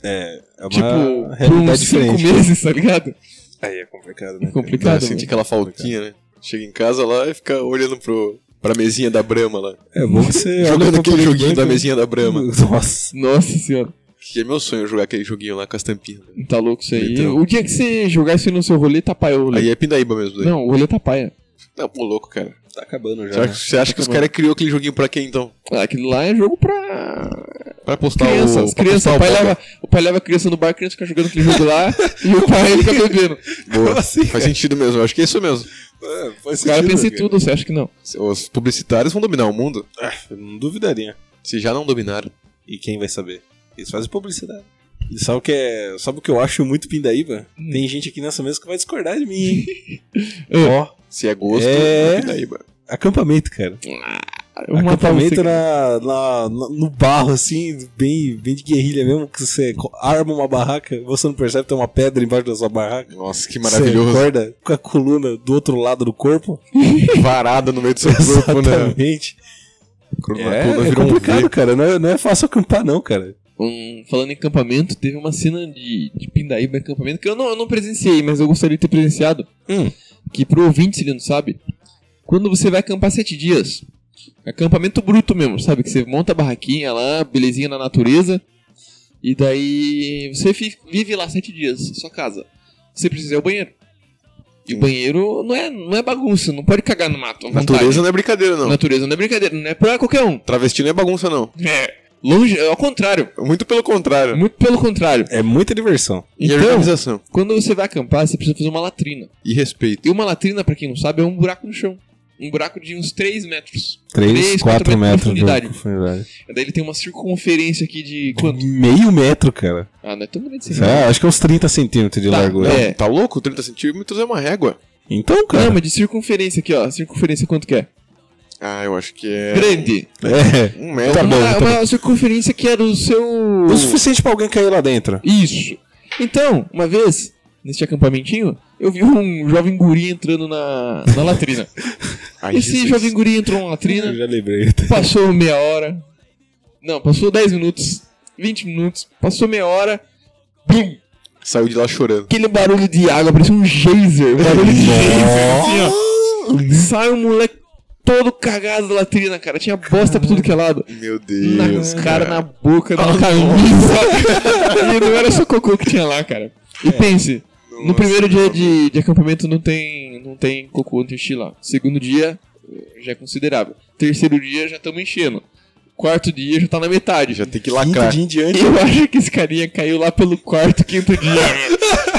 Speaker 3: É, é uma
Speaker 2: tipo, por
Speaker 3: realidade
Speaker 2: uns cinco
Speaker 3: diferente.
Speaker 2: meses, tá ligado?
Speaker 3: Aí é complicado, né?
Speaker 2: Complicado.
Speaker 6: Cara, sente Assim, aquela faltinha, né? Chega em casa lá e fica olhando pro, pra mesinha da Brahma lá.
Speaker 3: É bom que você... olha
Speaker 6: Jogando
Speaker 3: pro
Speaker 6: aquele
Speaker 3: preto e
Speaker 6: joguinho da
Speaker 3: branco. Hum.
Speaker 6: mesinha da Brahma.
Speaker 3: (laughs) Nossa.
Speaker 2: Nossa senhora,
Speaker 6: Que é meu sonho jogar aquele joguinho lá com as tampinhas.
Speaker 3: Hum.
Speaker 6: né?
Speaker 2: tá louco isso aí.
Speaker 6: Então.
Speaker 2: O dia que você jogar isso aí no seu rolê, tapaia o rolê.
Speaker 6: Aí é pindaíba mesmo. Daí.
Speaker 2: Não, o rolê tapaia.
Speaker 6: Não, pô, louco, cara.
Speaker 3: Tá acabando
Speaker 6: Você
Speaker 3: já.
Speaker 6: acha, você acha que os
Speaker 2: Tá bom.
Speaker 6: caras criou aquele joguinho pra quê, então?
Speaker 2: Ah, Aquilo lá é jogo pra
Speaker 6: Pra postar o...
Speaker 2: Crianças,
Speaker 6: pra postar
Speaker 2: crianças. Tá O pai,
Speaker 6: Boga.
Speaker 2: leva, o pai leva a criança no bar, a criança fica jogando aquele jogo lá (laughs) e o pai fica (laughs) bebendo.
Speaker 6: Boa. Faz sentido mesmo, eu acho que é isso mesmo.
Speaker 3: assim? É, faz
Speaker 2: O cara
Speaker 3: sentido,
Speaker 2: pensa em
Speaker 3: né,
Speaker 2: tudo, você acha que não?
Speaker 6: Os publicitários vão dominar o mundo.
Speaker 3: cara? Eu Não duvidaria.
Speaker 6: Se já não dominaram.
Speaker 3: E quem vai saber? Eles fazem publicidade. E sabe o que é. Sabe o que eu acho muito pindaíba?
Speaker 2: Hum.
Speaker 3: Tem gente aqui nessa mesa que vai discordar de mim, hein?
Speaker 2: (laughs)
Speaker 3: Ó,
Speaker 6: Se é gosto,
Speaker 3: É.
Speaker 6: é pindaíba.
Speaker 3: acampamento, cara.
Speaker 2: Eu vou matar
Speaker 3: acampamento
Speaker 2: você,
Speaker 3: na,
Speaker 2: cara.
Speaker 3: na- na- no barro, assim, bem, bem de guerrilha mesmo, que você co- arma uma barraca, você não percebe que tem uma pedra embaixo da sua barraca.
Speaker 6: Nossa, que
Speaker 3: Você
Speaker 6: maravilhoso.
Speaker 3: acorda com a coluna do outro lado do corpo.
Speaker 6: (laughs) Varado no meio do seu corpo, né?
Speaker 3: Exatamente.
Speaker 6: Coluna-
Speaker 3: É,
Speaker 6: coluna
Speaker 3: é
Speaker 6: virou um
Speaker 3: complicado,
Speaker 6: V.
Speaker 3: cara. Não é, não é fácil acampar, não, cara.
Speaker 2: Um- falando em acampamento, teve uma cena de, de Pindaíba em acampamento que eu não, eu não presenciei, mas eu gostaria de ter presenciado.
Speaker 3: Hum.
Speaker 2: Que pro ouvinte, se ele não sabe, quando você vai acampar sete dias, acampamento bruto mesmo, sabe? Que você monta a barraquinha lá, belezinha na natureza, e daí você fi- vive lá sete dias, sua casa. Você precisa ir ao banheiro. E o banheiro não é, não é bagunça, não pode cagar no mato. à
Speaker 3: tá
Speaker 2: vontade.
Speaker 6: Natureza não é brincadeira, não.
Speaker 2: Natureza não é brincadeira, não é pra qualquer um.
Speaker 6: Travesti não é bagunça, não.
Speaker 2: É. Longe, é ao contrário.
Speaker 6: Muito pelo contrário.
Speaker 2: Muito pelo contrário.
Speaker 3: É muita diversão.
Speaker 6: E
Speaker 2: Então,
Speaker 6: organização.
Speaker 2: quando você vai acampar, você precisa fazer uma latrina.
Speaker 6: E respeito.
Speaker 2: E uma latrina, pra quem não sabe, é um buraco no chão. Um buraco de uns 3 metros. Três,
Speaker 3: 3,
Speaker 2: quatro
Speaker 3: 4 metros de
Speaker 2: profundidade.
Speaker 3: profundidade.
Speaker 2: Daí ele tem uma circunferência aqui de quanto?
Speaker 3: Meio metro, cara.
Speaker 2: Ah, não é tão grande assim.
Speaker 3: É, acho que é uns 30 centímetros de
Speaker 2: Tá,
Speaker 3: largura.
Speaker 2: é.
Speaker 6: Tá louco? 30 centímetros é uma régua.
Speaker 3: Então,
Speaker 2: Não,
Speaker 3: cara.
Speaker 2: mas de circunferência aqui, ó. Circunferência quanto que é?
Speaker 6: Ah, eu acho que é.
Speaker 2: Grande.
Speaker 3: É.
Speaker 6: Um metro.
Speaker 3: Tá bom,
Speaker 2: uma,
Speaker 3: tá
Speaker 2: uma circunferência que era o seu...
Speaker 3: O suficiente pra alguém cair lá dentro.
Speaker 2: Isso. Então, uma vez, neste acampamentinho, eu vi um jovem guri entrando na, na latrina.
Speaker 6: Ai,
Speaker 2: Esse
Speaker 6: Jesus.
Speaker 2: jovem guri entrou na latrina,
Speaker 3: já lembrei. (laughs)
Speaker 2: Passou meia hora. Não, passou 10 minutos, 20 minutos, passou meia hora. Bum!
Speaker 6: Saiu de lá chorando.
Speaker 2: Aquele barulho de água, parecia um geyser. (laughs) Barulho de geyser. assim, ó. Sai um moleque todo cagado da latrina, cara. Tinha bosta pra tudo que é lado.
Speaker 6: Meu
Speaker 2: Na
Speaker 6: Deus.
Speaker 2: cara, na boca, na camisa. (laughs) e não era só cocô que tinha lá, cara. E pense, no primeiro dia de, de acampamento não tem, não tem cocô, não tem xixi lá. Segundo dia, eh, já é considerável. Terceiro dia, já estamos enchendo. Quarto dia, já tá na metade.
Speaker 6: Já tem que
Speaker 3: um
Speaker 7: Quinto
Speaker 6: lacrar.
Speaker 7: dia em diante.
Speaker 2: (laughs) Eu acho que esse carinha caiu lá pelo quarto, quinto
Speaker 6: (laughs)
Speaker 2: dia.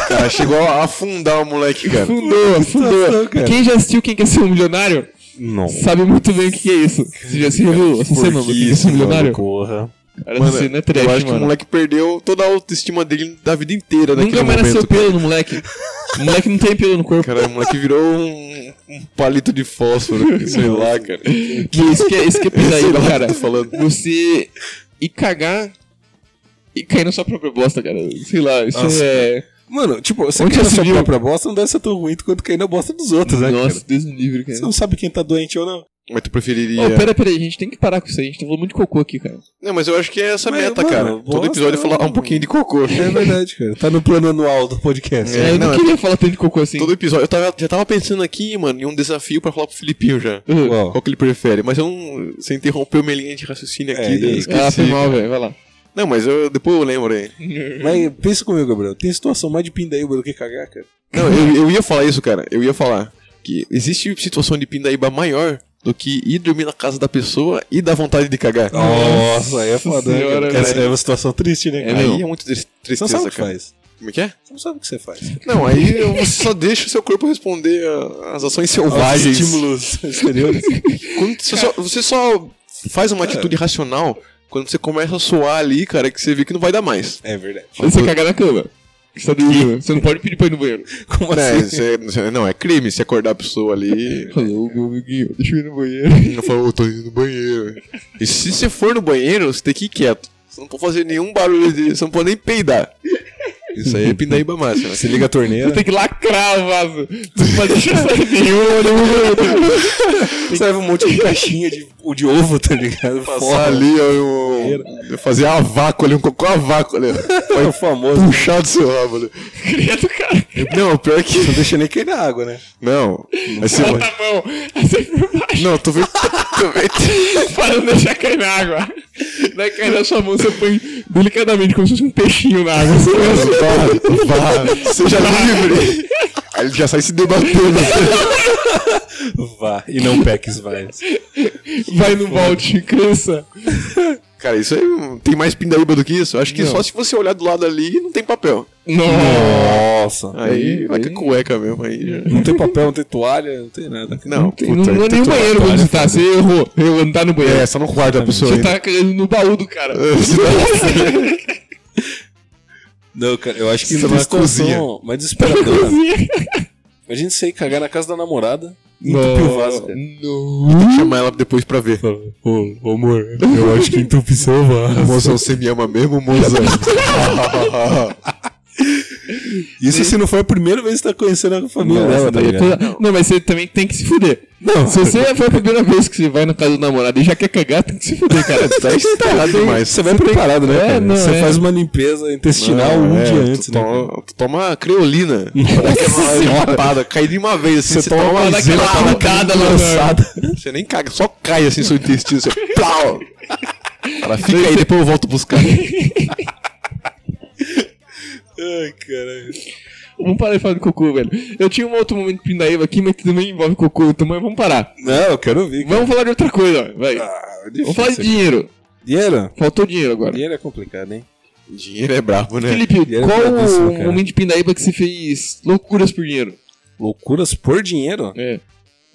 Speaker 6: Cara, chegou a afundar o moleque, cara.
Speaker 2: Fundou, afundou. Quem já assistiu Quem Quer Ser Um Milionário
Speaker 3: Não.
Speaker 2: sabe muito bem o que que é isso. Você já se viu essa cena, mano? Quem Quer Ser Um Milionário?
Speaker 3: Porra.
Speaker 2: Cara, essa cena é trash,
Speaker 6: eu acho que o
Speaker 2: mano.
Speaker 6: moleque perdeu toda a autoestima dele da vida inteira naquele
Speaker 2: Nunca mais
Speaker 6: momento.
Speaker 2: nasceu pelo no moleque. O moleque não tem pelo no corpo.
Speaker 6: Cara, o moleque virou um, um palito de
Speaker 2: (laughs)
Speaker 6: fósforo, sei lá, cara.
Speaker 2: Que isso que é,
Speaker 6: (laughs)
Speaker 2: isso que
Speaker 6: sei
Speaker 2: é pesadelo,
Speaker 6: lá o que
Speaker 2: cara.
Speaker 6: eu tô tá falando.
Speaker 2: Você ir cagar e cair na sua própria bosta, cara. Sei lá, isso
Speaker 3: Nossa,
Speaker 2: é.
Speaker 3: Mano, tipo, você
Speaker 2: Onde
Speaker 3: cair na
Speaker 2: você
Speaker 3: sua
Speaker 2: viu?
Speaker 3: própria bosta não deve ser tão ruim quanto cair na bosta dos outros,
Speaker 6: é
Speaker 3: né,
Speaker 2: Nossa,
Speaker 3: cara?
Speaker 2: Deus me livre,
Speaker 3: Você
Speaker 2: cara.
Speaker 6: um
Speaker 3: não sabe quem tá doente ou não.
Speaker 6: Mas tu preferiria.
Speaker 2: Ô, pera, pera aí, gente tem que parar com isso aí. A gente tá falando muito de cocô aqui, cara.
Speaker 6: Não, mas eu acho que é essa a
Speaker 3: Mas,
Speaker 6: meta,
Speaker 3: mano,
Speaker 6: cara. Todo
Speaker 3: bosta,
Speaker 6: episódio eu falar
Speaker 3: mano.
Speaker 6: um pouquinho de cocô.
Speaker 3: É verdade, cara. Tá no plano anual do podcast.
Speaker 6: É,
Speaker 2: eu não,
Speaker 6: não, é-
Speaker 2: queria falar tanto de cocô assim.
Speaker 6: Todo episódio. Eu tava- já tava pensando aqui, mano, em um desafio pra falar pro Filipinho já.
Speaker 2: Uhum.
Speaker 3: Uau.
Speaker 6: Qual que ele prefere? Mas eu não. Você interrompeu minha linha de raciocínio
Speaker 3: É,
Speaker 6: aqui, daí eu
Speaker 3: e-
Speaker 6: esqueci.
Speaker 2: Ah, foi mal, velho. Vai lá.
Speaker 6: Não, mas eu, depois eu lembro aí.
Speaker 3: Mas pensa comigo, Gabriel. Tem situação mais de pindaíba do que cagar, cara.
Speaker 6: Não, eu, eu ia falar isso, cara. Eu ia falar que existe situação de pindaíba maior do que ir dormir na casa da pessoa e dar vontade de cagar.
Speaker 3: Nossa, aí é
Speaker 2: foda, né, cara?
Speaker 3: cara. É uma situação triste, né,
Speaker 2: É
Speaker 3: cara?
Speaker 2: mesmo.
Speaker 6: Aí é muito tris-
Speaker 3: Você não
Speaker 6: tristeza,
Speaker 3: sabe o que
Speaker 6: cara.
Speaker 3: faz.
Speaker 6: Como é que é?
Speaker 3: Você não sabe o que você faz. (laughs)
Speaker 6: Não, aí você só deixa o seu corpo responder a- às ações
Speaker 3: Os
Speaker 6: selvagens.
Speaker 3: estímulos exteriores.
Speaker 6: Quando você, só, você só faz uma atitude racional quando você começa a suar ali, cara, que você vê que não vai dar mais.
Speaker 3: É verdade.
Speaker 2: Você cagar na cama. Você tá dormindo. Você não pode pedir pra ir no banheiro.
Speaker 6: Como assim? não, é crime se acordar a pessoa ali
Speaker 2: Falou, meu amiguinho, deixa eu ir no banheiro.
Speaker 6: e não falar, "Ô, tô indo no banheiro. E se você for no banheiro, você tem que ir quieto. Você não pode fazer nenhum barulho, de, você não pode nem peidar. Isso aí é pindaíba máxima. Tá
Speaker 3: Você liga a torneira.
Speaker 2: Você (laughs) tem que lacrar o vaso. Você pode deixar sair um, nenhum,
Speaker 3: Serve um monte de caixinha de, ou de ovo, tá ligado?
Speaker 6: Passar ali, ó, um- fazer a vácuo ali, um cocô a vácuo ali. ó.
Speaker 3: Foi É o famoso.
Speaker 6: Puxar do seu rabo ali.
Speaker 2: criado, cara.
Speaker 6: Não, pior que.
Speaker 3: Não deixa nem cair na água, né?
Speaker 6: Não. Assim,
Speaker 2: Bota a mão. Aí você por baixo
Speaker 6: não, tu vê. (laughs) Tu vê.
Speaker 2: para não deixar cair na água. Daí cai na sua mão, você põe delicadamente, como se fosse um peixinho na água. Você
Speaker 6: Vá, vá, seja livre. Aí ele já sai se debatendo.
Speaker 3: Vá. E não peques vaias.
Speaker 2: vai no balde, cansa.
Speaker 6: Cara, isso aí hum, tem mais pindaíba do que isso? Acho que só se você olhar do lado ali não tem papel.
Speaker 2: Não.
Speaker 3: Nossa.
Speaker 6: Aí vai ter cueca mesmo. Aí já...
Speaker 3: Não tem papel, não tem toalha, não tem nada. cara.
Speaker 6: Não,
Speaker 2: Tem- não,
Speaker 6: puta,
Speaker 2: não é
Speaker 6: tem
Speaker 2: nem o
Speaker 6: toalha,
Speaker 2: banheiro
Speaker 6: toalha.
Speaker 2: onde você tá. Você errou. Errou, não tá no banheiro.
Speaker 6: É, só no quarto da pessoa.
Speaker 2: Você
Speaker 6: ainda.
Speaker 2: tá cagando no baú do (laughs) cara. tá
Speaker 3: Não, cara, eu acho que
Speaker 6: Isso
Speaker 3: não é
Speaker 6: na cozinha.
Speaker 3: situação mais
Speaker 2: (laughs)
Speaker 3: desesperadora. Imagina você ir cagar na casa da namorada e entupir o vaso, cara.
Speaker 6: Chama ela depois pra ver.
Speaker 3: Ô, amor, eu acho que entupição vaso.
Speaker 6: Moça, você me ama mesmo, moça?
Speaker 3: (laughs) Isso se não for a primeira vez que você tá conhecendo a família
Speaker 2: Nossa,
Speaker 3: dela, tá
Speaker 2: daí é
Speaker 3: ligado?
Speaker 2: toda- não. mas você também tem que se fuder. Se você foi a primeira vez que você vai na casa do namorado e já quer cagar, tem que se fuder,
Speaker 3: (laughs)
Speaker 2: cara.
Speaker 6: tá estourado demais.
Speaker 3: Você vai preparado, né?
Speaker 2: É,
Speaker 3: cara?
Speaker 2: não,
Speaker 3: você
Speaker 2: é.
Speaker 3: faz uma limpeza intestinal um
Speaker 6: é,
Speaker 3: dia
Speaker 6: tu
Speaker 3: antes, né?
Speaker 6: toma, tu toma creolina. Nossa lapada, cai de uma vez assim, você, toma uma
Speaker 2: daquela
Speaker 6: zela, toma
Speaker 2: arrancada
Speaker 6: uma
Speaker 2: lá,
Speaker 6: lançada.
Speaker 3: né?
Speaker 6: Você nem caga, só cai assim seu intestino, você plau. Cara, fica aí, depois eu volto buscar.
Speaker 3: Ai, caralho.
Speaker 2: Vamos parar de falar de cocô, velho. Eu tinha um outro momento de pindaíba aqui, mas que também envolve cocô, então mas vamos parar.
Speaker 3: Não, eu quero ouvir. cara.
Speaker 2: Vamos falar de outra coisa, ó, vai.
Speaker 3: Ah, é
Speaker 2: Vamos falar de
Speaker 3: difícil.
Speaker 2: dinheiro.
Speaker 3: Dinheiro?
Speaker 2: Faltou dinheiro agora.
Speaker 3: Dinheiro é complicado, hein?
Speaker 6: Dinheiro é brabo, né?
Speaker 2: Felipe,
Speaker 3: dinheiro é
Speaker 2: qual
Speaker 3: pesadíssimo,
Speaker 2: o
Speaker 3: cara.
Speaker 2: momento de pindaíba que você fez loucuras por dinheiro?
Speaker 3: Loucuras por dinheiro?
Speaker 2: É.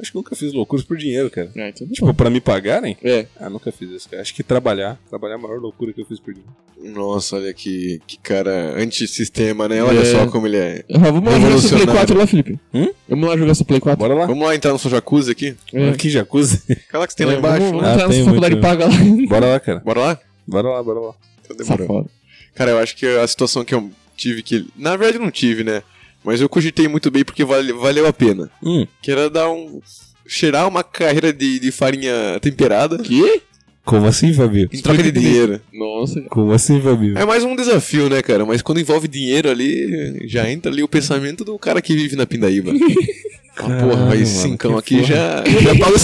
Speaker 3: Acho que nunca fiz loucuras por dinheiro, cara.
Speaker 2: Ah, então
Speaker 3: Tipo, pra me pagarem?
Speaker 2: É.
Speaker 3: Ah, nunca fiz isso, cara. Acho que trabalhar. Trabalhar é a maior loucura que eu fiz por dinheiro.
Speaker 6: Nossa, olha que, que cara antissistema, né? Olha só como ele é.
Speaker 2: Ah, vamos lá jogar seu Play
Speaker 6: Revolucionário.
Speaker 2: 4 lá, Felipe.
Speaker 3: Hum?
Speaker 2: Vamos lá jogar seu Play 4.
Speaker 3: Bora lá.
Speaker 6: Vamos lá entrar no seu jacuzzi aqui?
Speaker 2: É.
Speaker 3: Aqui, jacuzzi. (laughs)
Speaker 6: Caraca, você tem lá
Speaker 2: É,
Speaker 6: embaixo.
Speaker 2: Vamos,
Speaker 3: Ah,
Speaker 2: vamos entrar
Speaker 3: tem
Speaker 2: na faculdade
Speaker 3: muito.
Speaker 2: paga lá. (laughs)
Speaker 3: Bora lá, cara.
Speaker 6: Bora lá?
Speaker 3: Bora lá, bora lá.
Speaker 6: Então demorou.
Speaker 2: Safado.
Speaker 6: Cara, eu acho que a situação que eu tive que. Na verdade, eu não tive, né? Mas eu cogitei muito bem porque vale- valeu a pena.
Speaker 3: Hum.
Speaker 6: Que era dar um. cheirar uma carreira de, de farinha temperada.
Speaker 2: Que?
Speaker 3: Como assim, Fabio?
Speaker 6: Em troca de dinheiro.
Speaker 2: Nossa, cara.
Speaker 3: Como assim, Fabio?
Speaker 6: É mais um desafio, né, cara? Mas quando envolve dinheiro ali, já entra ali o pensamento do cara que vive na Pindaíba. Ah, porra,
Speaker 3: mano,
Speaker 6: mas cincão
Speaker 3: que
Speaker 6: aqui
Speaker 3: porra.
Speaker 6: já, já paga o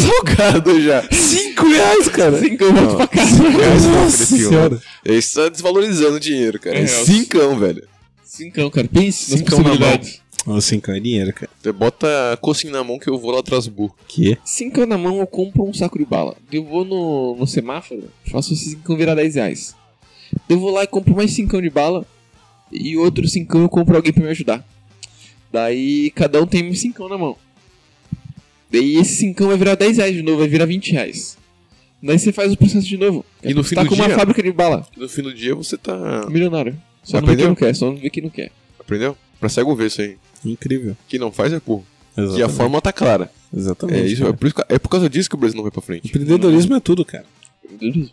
Speaker 6: (laughs) salgado já.
Speaker 3: Cinco reais, cara!
Speaker 6: é
Speaker 2: Cincão, volta pra casa.
Speaker 3: É
Speaker 6: Reais pra
Speaker 3: Nossa
Speaker 6: aquele filme.
Speaker 3: senhora.
Speaker 6: Isso tá desvalorizando o dinheiro, cara. É,
Speaker 2: É, eu-
Speaker 6: cincão, velho.
Speaker 2: Cincão, cara. Pense nas
Speaker 6: Cincão na mão.
Speaker 2: possibilidades.
Speaker 3: Nossa, cinco é dinheiro, cara.
Speaker 6: Você bota cocinho na mão que eu vou lá atrás do burro.
Speaker 3: Que?
Speaker 2: Cincão na mão, eu compro um saco de bala. Eu vou no, no semáforo, faço esse cincão virar 10 reais. Eu vou lá e compro mais cincão de bala. E outro cincão eu compro alguém pra me ajudar. Daí cada um tem um cincão na mão. Daí esse cincão vai virar 10 reais de novo, vai virar 20 reais. Daí você faz o processo de novo.
Speaker 6: E no fim
Speaker 2: tá
Speaker 6: do
Speaker 2: com uma
Speaker 6: dia-
Speaker 2: fábrica de bala.
Speaker 6: No fim do dia você tá.
Speaker 2: Milionário. Só não vê
Speaker 6: Aprendeu?
Speaker 2: quem não quer, só não vê quem não quer.
Speaker 6: Aprendeu? Pra cego ver isso aí.
Speaker 3: Incrível.
Speaker 6: Quem não faz é burro.
Speaker 3: Exatamente.
Speaker 6: E a fórmula tá clara.
Speaker 3: Exatamente.
Speaker 6: É, isso, é,
Speaker 3: cara.
Speaker 6: por isso que- é por causa disso que o Brasil não vai pra frente.
Speaker 3: Empreendedorismo é tudo, cara.
Speaker 2: Meu Deus do céu.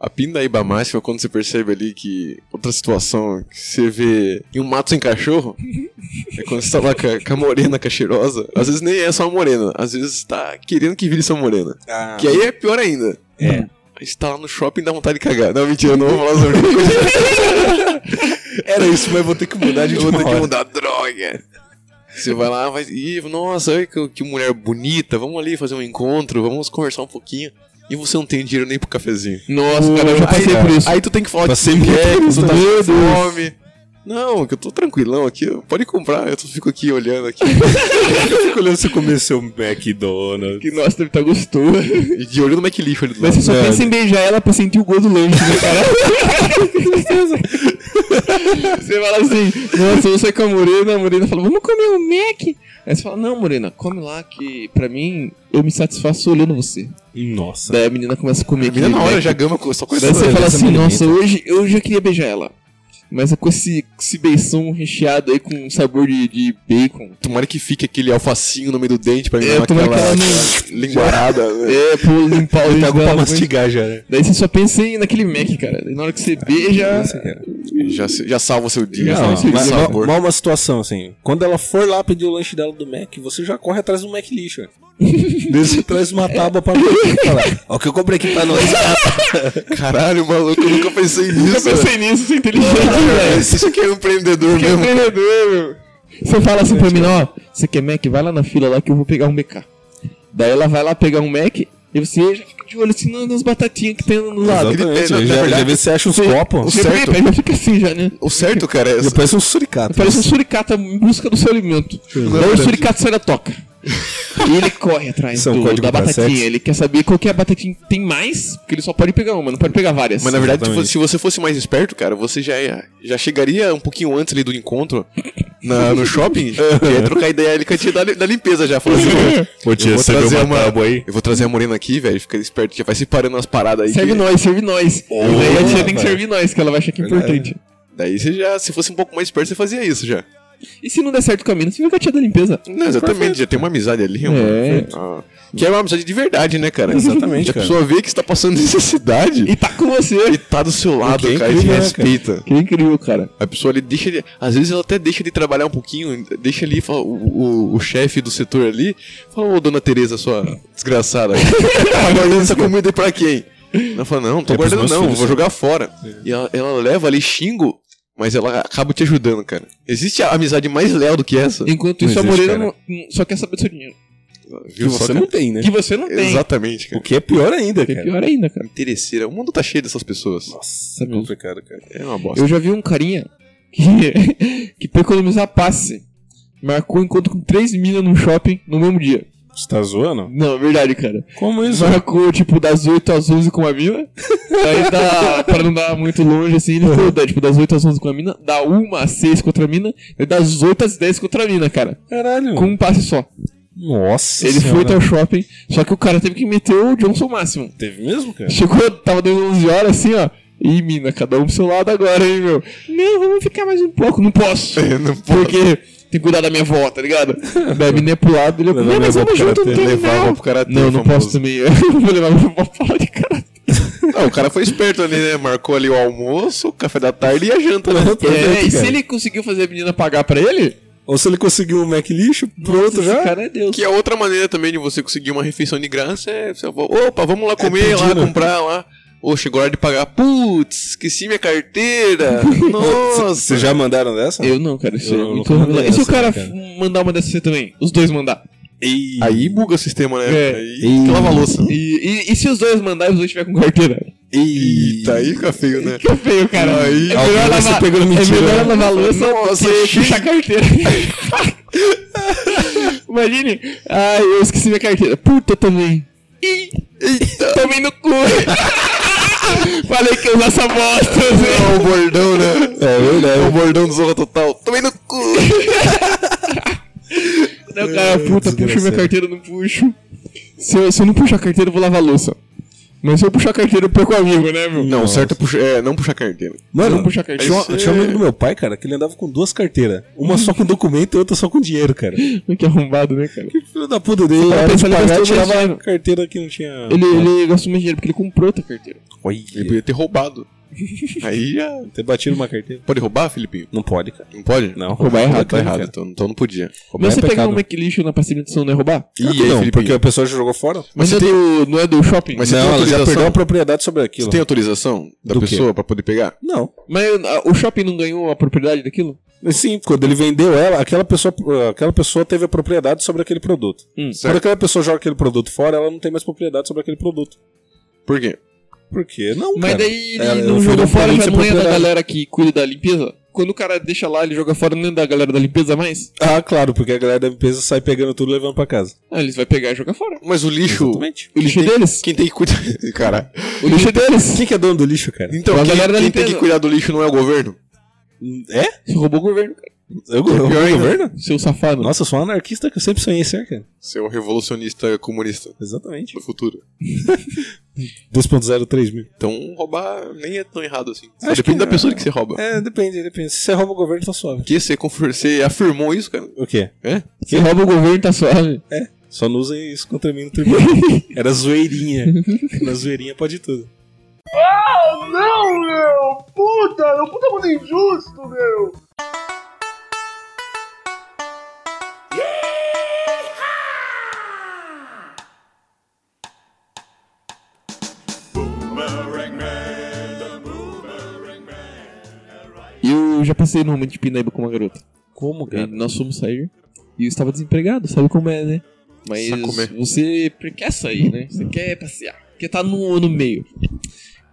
Speaker 6: A pindaíba máxima, quando você percebe ali que outra situação, que você vê em um mato sem cachorro, é quando você tá lá com a, com a morena cacheirosa. Às vezes nem é só a morena, às vezes tá querendo que vire sua morena.
Speaker 3: Ah.
Speaker 6: Que aí é pior ainda.
Speaker 3: É.
Speaker 6: Aí você tá lá no shopping e dá vontade de cagar. Não, mentira, eu não vou falar sobre isso. (laughs) Era isso, mas vou ter que mudar de
Speaker 3: Eu
Speaker 6: vou ter que
Speaker 3: hora.
Speaker 6: mudar, droga. Você vai lá, vai. Ih, nossa, olha que, que mulher bonita. Vamos ali fazer um encontro, vamos conversar um pouquinho. E você não tem dinheiro nem pro cafezinho.
Speaker 2: Nossa, cara, eu já passei
Speaker 6: aí,
Speaker 2: por isso.
Speaker 6: Aí tu tem que falar de
Speaker 3: Passei
Speaker 6: sempre
Speaker 3: muito
Speaker 6: é,
Speaker 3: por
Speaker 6: que
Speaker 3: isso
Speaker 6: tu tá
Speaker 3: também.
Speaker 6: com
Speaker 3: Meu Deus.
Speaker 6: fome. Não, que eu tô tranquilão aqui. eu- Pode comprar, eu tô- fico aqui olhando aqui. eu fico olhando você um comer
Speaker 3: Seu McDonald's.
Speaker 2: Que nossa, deve estar gostoso.
Speaker 6: e assim, de olho no McLish ali do
Speaker 2: Mas
Speaker 6: lado.
Speaker 2: você só pensa em beijar ela pra sentir o gosto do lanche, né, cara? você fala assim, nossa, eu saio com a Morena, a Morena fala, vamos comer um Mac? Aí você fala, não, Morena, come lá que pra mim eu me satisfaço olhando você.
Speaker 3: Nossa.
Speaker 2: Daí a menina começa a comer
Speaker 6: A menina
Speaker 2: aquele
Speaker 6: na hora
Speaker 2: Mac.
Speaker 6: já gama com só coisa
Speaker 2: Daí você
Speaker 6: doida.
Speaker 2: fala assim,
Speaker 3: menina.
Speaker 2: nossa, hoje eu já queria beijar ela. Mas é com esse, com esse beição recheado aí com um sabor de, de bacon.
Speaker 6: Tomara que fique aquele alfacinho no meio do dente pra mim
Speaker 2: É,
Speaker 6: dar
Speaker 2: tomara
Speaker 6: aquela,
Speaker 2: que ela
Speaker 6: aquela linguarada. né?
Speaker 2: É, pô, limpar o
Speaker 3: Ele
Speaker 2: dente
Speaker 3: tá
Speaker 2: dela,
Speaker 3: pra
Speaker 2: mas-
Speaker 3: mastigar já, né?
Speaker 2: Daí você só pensa em naquele Mac, cara. Daí na hora que você beija.
Speaker 6: Já, se- já salva o seu dia.
Speaker 2: Já
Speaker 6: salva
Speaker 3: Não,
Speaker 2: salva
Speaker 6: o
Speaker 3: mas
Speaker 6: seu
Speaker 3: mal,
Speaker 6: sabor.
Speaker 3: mal uma situação, assim. Quando ela for lá pedir o lanche dela do Mac, você já corre atrás do Mac lixo.
Speaker 2: (laughs)
Speaker 3: né? Daí você traz uma tábua pra mim. Fala, Ó, o que eu comprei aqui pra nós.
Speaker 6: Caralho, maluco, eu nunca pensei nisso.
Speaker 2: Eu pensei nisso, você é inteligente,
Speaker 6: velho.
Speaker 2: velho.
Speaker 6: Isso aqui é um empreendedor
Speaker 2: Que
Speaker 6: mesmo.
Speaker 2: empreendedor, meu. Você fala assim pra mim, ó, você quer Mac? Vai lá na fila lá que eu vou pegar um BK. Daí ela vai lá pegar um Mac e você já fica de olho assim na- nas batatinhas que tem no lado.
Speaker 6: Exatamente, na- na
Speaker 3: já, já
Speaker 6: verdade-
Speaker 3: vê se você acha uns copos.
Speaker 2: Você
Speaker 6: certo.
Speaker 2: pega, já fica assim já, né?
Speaker 6: O certo, cara, é
Speaker 3: Já
Speaker 6: essa.
Speaker 3: parece um suricato.
Speaker 2: Parece um suricata em busca do seu alimento. Daí o suricata sai da toca. E ele corre atrás
Speaker 3: Isso é um
Speaker 2: do-
Speaker 3: código
Speaker 2: da
Speaker 3: pra sexo.
Speaker 2: batatinha. Ele quer saber qual que é a batatinha que tem mais, porque ele só pode pegar uma, não pode pegar várias.
Speaker 6: Mas na verdade,
Speaker 3: Exatamente.
Speaker 6: se você fosse mais esperto, cara, você já, ia- já chegaria um pouquinho antes ali do encontro na- no shopping e ia trocar ideia ali com a tia da, li- da limpeza já. Falando assim,
Speaker 3: Pô,
Speaker 6: eu vou trazer uma,
Speaker 3: aí.
Speaker 6: eu vou trazer a morena aqui, velho, fica esperto, já vai separando umas paradas aí.
Speaker 2: Serve
Speaker 6: que-
Speaker 2: nós, serve nós. Daí a tia tem
Speaker 3: velho.
Speaker 2: que servir nós, que ela vai achar que é importante.
Speaker 6: Daí você já, se fosse um pouco mais esperto, você fazia isso já.
Speaker 2: E se não der certo com a mina, você fica com a tia da limpeza.
Speaker 6: Não, exatamente, já tem uma amizade ali, mano.
Speaker 2: É.
Speaker 6: Ah, que é uma amizade de verdade, né, cara? (laughs)
Speaker 3: Exatamente,
Speaker 6: Já a
Speaker 3: cara.
Speaker 6: pessoa vê que você tá passando necessidade
Speaker 2: E tá com você.
Speaker 6: e tá do seu lado,
Speaker 3: que é
Speaker 6: cara, e te
Speaker 3: incrível, né,
Speaker 6: respeita.
Speaker 2: Que incrível, cara.
Speaker 6: A pessoa ali deixa ele. Às vezes ela até deixa ele trabalhar um pouquinho, deixa ali fala, o, o, o chefe do setor ali. Fala, ô dona Tereza, sua desgraçada. (laughs) tá guardando essa comida aí pra quem? Ela fala, não, tô
Speaker 3: É pros
Speaker 6: guardando
Speaker 3: meus
Speaker 6: não,
Speaker 3: filhos,
Speaker 6: vou
Speaker 3: né?
Speaker 6: jogar fora.
Speaker 2: É.
Speaker 6: E ela, ela leva ali, xingo, mas ela acaba te ajudando, cara. Existe a amizade mais leal do que essa?
Speaker 2: Enquanto
Speaker 3: Não
Speaker 2: isso, a
Speaker 3: existe,
Speaker 2: Moreira
Speaker 3: cara.
Speaker 2: não- não- só quer saber do seu dinheiro.
Speaker 3: Que
Speaker 6: Viu só,
Speaker 3: você
Speaker 6: cara?
Speaker 3: não tem, né?
Speaker 2: Que você não tem.
Speaker 6: Exatamente,
Speaker 3: O
Speaker 6: cara.
Speaker 3: que é pior ainda,
Speaker 2: Que é
Speaker 3: cara.
Speaker 2: pior ainda, cara.
Speaker 6: Interesseira. O mundo tá cheio dessas pessoas.
Speaker 3: Nossa, é complicado, cara.
Speaker 6: É uma bosta.
Speaker 2: Eu já vi um carinha que, (laughs) que pra economizar passe, marcou encontro com três minas num shopping no mesmo dia.
Speaker 3: Você tá zoando?
Speaker 2: Não, é verdade, cara.
Speaker 3: Como isso?
Speaker 2: Marcou, tipo, das 8 às 11 com uma mina. Aí dá, (laughs) pra não dar muito longe, assim, ele falou, dá, tipo, das 8 às 11 com a mina, da 1 às 6 com outra mina, e das 8 às 10 com outra mina, cara.
Speaker 3: Caralho.
Speaker 2: Com um passe só.
Speaker 3: Nossa
Speaker 2: Ele foi
Speaker 3: senhora.
Speaker 2: até o shopping, só que o cara teve que meter o Johnson máximo.
Speaker 3: Teve mesmo,
Speaker 2: (laughs)
Speaker 3: cara?
Speaker 2: Chegou, tava dando 11 horas assim, ó. Ih, mina, cada um pro seu lado agora, hein, meu. Não, vamos ficar mais um pouco. Não posso.
Speaker 3: É,
Speaker 6: não
Speaker 2: Porque tem que cuidar da minha avó, tá ligado? Daí a mina é pro lado, ele é
Speaker 3: Levar
Speaker 2: pro Não,
Speaker 3: minha
Speaker 2: mas
Speaker 3: avó é
Speaker 2: vamos
Speaker 3: pro
Speaker 2: junto, não
Speaker 3: karatê,
Speaker 2: tem
Speaker 6: levar a avó
Speaker 2: não.
Speaker 6: pro karatê,
Speaker 2: Não, não
Speaker 6: famoso.
Speaker 2: posso também. (laughs) Eu vou levar minha avó pra lá de cara.
Speaker 6: Não, o cara foi esperto ali, né? Marcou ali o almoço, o café da tarde e a janta, né?
Speaker 2: (laughs) É, e se ele conseguiu fazer a menina pagar pra ele,
Speaker 3: Ou se ele conseguiu um Mac lixo, pronto
Speaker 2: Esse
Speaker 3: já.
Speaker 2: cara é Deus.
Speaker 6: Que a outra maneira também de você conseguir uma refeição de graça é né? você fala, opa, vamos lá comer, lá
Speaker 3: pedindo.
Speaker 6: comprar lá. Ô, chegou a hora de pagar. Putz, esqueci minha (laughs) carteira. Nossa.
Speaker 3: Vocês já mandaram dessa?
Speaker 2: Eu não, cara. Isso
Speaker 3: Eu
Speaker 2: é
Speaker 3: não
Speaker 2: muito
Speaker 3: mandei
Speaker 2: ruim. E se o
Speaker 3: essa,
Speaker 2: cara,
Speaker 3: cara.
Speaker 2: mandar uma dessas também? Os dois mandar.
Speaker 3: Ei.
Speaker 6: Aí buga o sistema, né?
Speaker 2: É.
Speaker 6: Aí que lava a louça.
Speaker 2: E, e, e se os dois mandar e os dois tiver com carteira?
Speaker 6: Eita, aí fica feio, né?
Speaker 2: Que feio, cara.
Speaker 6: Aí,
Speaker 2: é
Speaker 3: alguém
Speaker 2: melhor
Speaker 3: vai ser
Speaker 2: lavar,
Speaker 3: pego no
Speaker 2: é
Speaker 3: mentira,
Speaker 2: melhor
Speaker 3: né?
Speaker 2: lavar a louça
Speaker 6: Nossa,
Speaker 2: que
Speaker 6: cheio.
Speaker 2: puxar a carteira.
Speaker 3: (laughs)
Speaker 2: Imagine. Ai, eu esqueci minha carteira. Puta, eu também. Ih, Tomei no cu. (laughs) Falei que eu usasse essa bosta. assim. Zé.
Speaker 6: É o bordão, né?
Speaker 3: É verdade.
Speaker 6: É o bordão do Zorra Total. Tomei no cu.
Speaker 2: Daí o cara, puta, puxo minha
Speaker 3: desgraçado.
Speaker 2: carteira, não puxo. Se eu, se eu não puxar a carteira, eu vou lavar a louça. Mas se eu puxar a carteira, eu perco o amigo, né, meu?
Speaker 6: Não, o certo é, puxar, é não puxar carteira.
Speaker 3: Mano,
Speaker 2: Não puxa a carteira.
Speaker 3: tinha,
Speaker 6: Isso é-
Speaker 3: uma- tinha um amigo do meu pai, cara, que ele andava com duas carteiras. Uma só com documento e outra só com dinheiro, cara.
Speaker 2: (laughs) Que arrombado, né,
Speaker 3: (laughs)
Speaker 2: cara?
Speaker 3: Filho da puta dele,
Speaker 2: Pra
Speaker 3: era de
Speaker 2: pensar, ele
Speaker 3: pagar,
Speaker 2: gastou
Speaker 3: tirava
Speaker 2: mais
Speaker 3: a
Speaker 2: dinheiro.
Speaker 3: carteira que não tinha...
Speaker 2: Ele, ele gastou mais dinheiro porque ele comprou outra carteira.
Speaker 6: Ele
Speaker 3: Olha,
Speaker 6: podia ter roubado. Aí já.
Speaker 3: ter batido uma carteira.
Speaker 6: Pode roubar, Filipinho?
Speaker 3: Não pode, cara.
Speaker 6: Não pode?
Speaker 3: Não.
Speaker 6: Roubar é
Speaker 3: Roubar
Speaker 6: errado. Tá
Speaker 3: é
Speaker 6: errado,
Speaker 3: pecado.
Speaker 6: então, então não podia.
Speaker 2: Mas
Speaker 3: é
Speaker 2: você pegar
Speaker 3: pecado.
Speaker 2: um Mac lixo na passibilização não é roubar?
Speaker 6: E aí,
Speaker 3: Claro que não,
Speaker 6: Filipinho?
Speaker 3: porque a pessoa já jogou fora.
Speaker 6: Mas
Speaker 2: Mas não é,
Speaker 6: você tem-
Speaker 2: do, não é do shopping?
Speaker 6: Mas
Speaker 2: Mas,
Speaker 6: você tem
Speaker 3: não, ela já
Speaker 6: autorização?
Speaker 3: perdeu a propriedade sobre aquilo.
Speaker 6: Você tem autorização da
Speaker 3: Do quê?
Speaker 6: pessoa pra poder pegar?
Speaker 3: Não.
Speaker 2: ah, o shopping não ganhou a propriedade daquilo?
Speaker 3: Sim, quando ele vendeu ela, aquela pessoa, aquela pessoa teve a propriedade sobre aquele produto. Quando
Speaker 6: Certo.
Speaker 3: aquela pessoa joga aquele produto fora, ela não tem mais propriedade sobre aquele produto.
Speaker 6: Por quê?
Speaker 3: Por quê? Não,
Speaker 2: Mas
Speaker 3: cara.
Speaker 2: daí ele
Speaker 3: É,
Speaker 2: não
Speaker 3: eu fui
Speaker 2: jogou
Speaker 3: no
Speaker 2: fora, já
Speaker 3: Corinthians
Speaker 2: não é da
Speaker 3: procurar.
Speaker 2: galera que cuida da limpeza? Quando o cara deixa lá, ele joga fora, não é da galera da limpeza mais?
Speaker 3: Ah, claro, porque a galera da empresa sai pegando tudo e levando pra casa.
Speaker 2: Ah, eles vai pegar e jogar fora.
Speaker 6: Mas o lixo.
Speaker 3: Exatamente.
Speaker 2: O lixo é deles?
Speaker 6: Quem tem que cuidar. (laughs) Cara.
Speaker 2: O lixo é deles?
Speaker 3: Quem que é dono do lixo, cara?
Speaker 6: Então,
Speaker 2: A
Speaker 6: quem,
Speaker 2: galera da
Speaker 6: quem tem
Speaker 2: limpeza.
Speaker 6: que cuidar do lixo não é o governo?
Speaker 3: É?
Speaker 2: Você roubou É o governo, cara.
Speaker 3: Eu, eu,
Speaker 6: Pior ainda.
Speaker 3: governo?
Speaker 2: Seu safado.
Speaker 3: Nossa, eu sou um anarquista que eu sempre sonhei ser, cara.
Speaker 6: Você é o revolucionista comunista
Speaker 3: Exatamente.
Speaker 6: do futuro.
Speaker 3: 2.03 mil.
Speaker 6: Então roubar nem é tão errado assim. Só
Speaker 3: Acho
Speaker 6: depende
Speaker 3: que-
Speaker 6: da pessoa que você rouba.
Speaker 3: É, depende, depende. Se você rouba o governo, tá suave.
Speaker 6: Porque você, confer- você afirmou isso, cara.
Speaker 3: O quê?
Speaker 6: É?
Speaker 2: Você rouba o governo, tá suave.
Speaker 3: Só não usem isso contra mim no tribunal. (laughs) Era zoeirinha. Na zoeirinha pode tudo.
Speaker 5: Não, meu! Puta! Meu puta mundo injusto, meu!
Speaker 2: Eu já passei no momento de Pinaíba com uma garota.
Speaker 3: Como,
Speaker 2: E nós fomos sair e eu estava desempregado, sabe como é, né? Mas
Speaker 6: Sabe como é.
Speaker 2: você pre- quer sair, né? Você quer passear, quer tá no, no meio.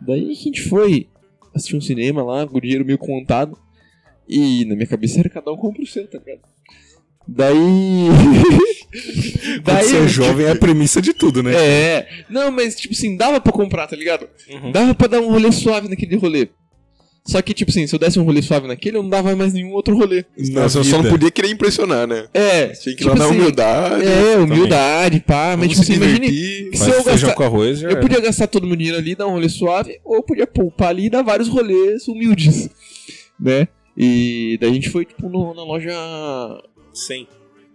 Speaker 2: Daí a gente foi assistir um cinema lá, com o dinheiro meio contado. E na minha cabeça era cada um compra o seu, tá ligado?
Speaker 6: (laughs)
Speaker 2: Daí.
Speaker 3: Quando você é jovem é a premissa de tudo, né?
Speaker 2: É. Não, mas tipo assim, dava pra comprar, tá ligado?
Speaker 6: Uhum.
Speaker 2: Dava pra dar um rolê suave naquele rolê. Só que, tipo assim, se eu desse um rolê suave naquele, eu não dava mais nenhum outro rolê.
Speaker 3: Na
Speaker 6: Nossa, eu só
Speaker 3: vida.
Speaker 6: não podia querer impressionar, né?
Speaker 2: É.
Speaker 6: Tinha que ir
Speaker 2: tipo
Speaker 6: lá na
Speaker 2: assim,
Speaker 6: humildade.
Speaker 2: É, humildade, pá. Mas,
Speaker 6: Vamos
Speaker 2: tipo
Speaker 6: se
Speaker 2: assim, imagine
Speaker 6: divertir.
Speaker 2: que se
Speaker 3: Faz
Speaker 2: eu
Speaker 3: feijão
Speaker 2: gastar...
Speaker 3: com arroz já
Speaker 2: Eu podia gastar todo meu dinheiro ali, dar um rolê suave, ou eu podia poupar ali e dar vários rolês humildes, né? E daí a gente foi, tipo, no- na loja...
Speaker 3: Sim.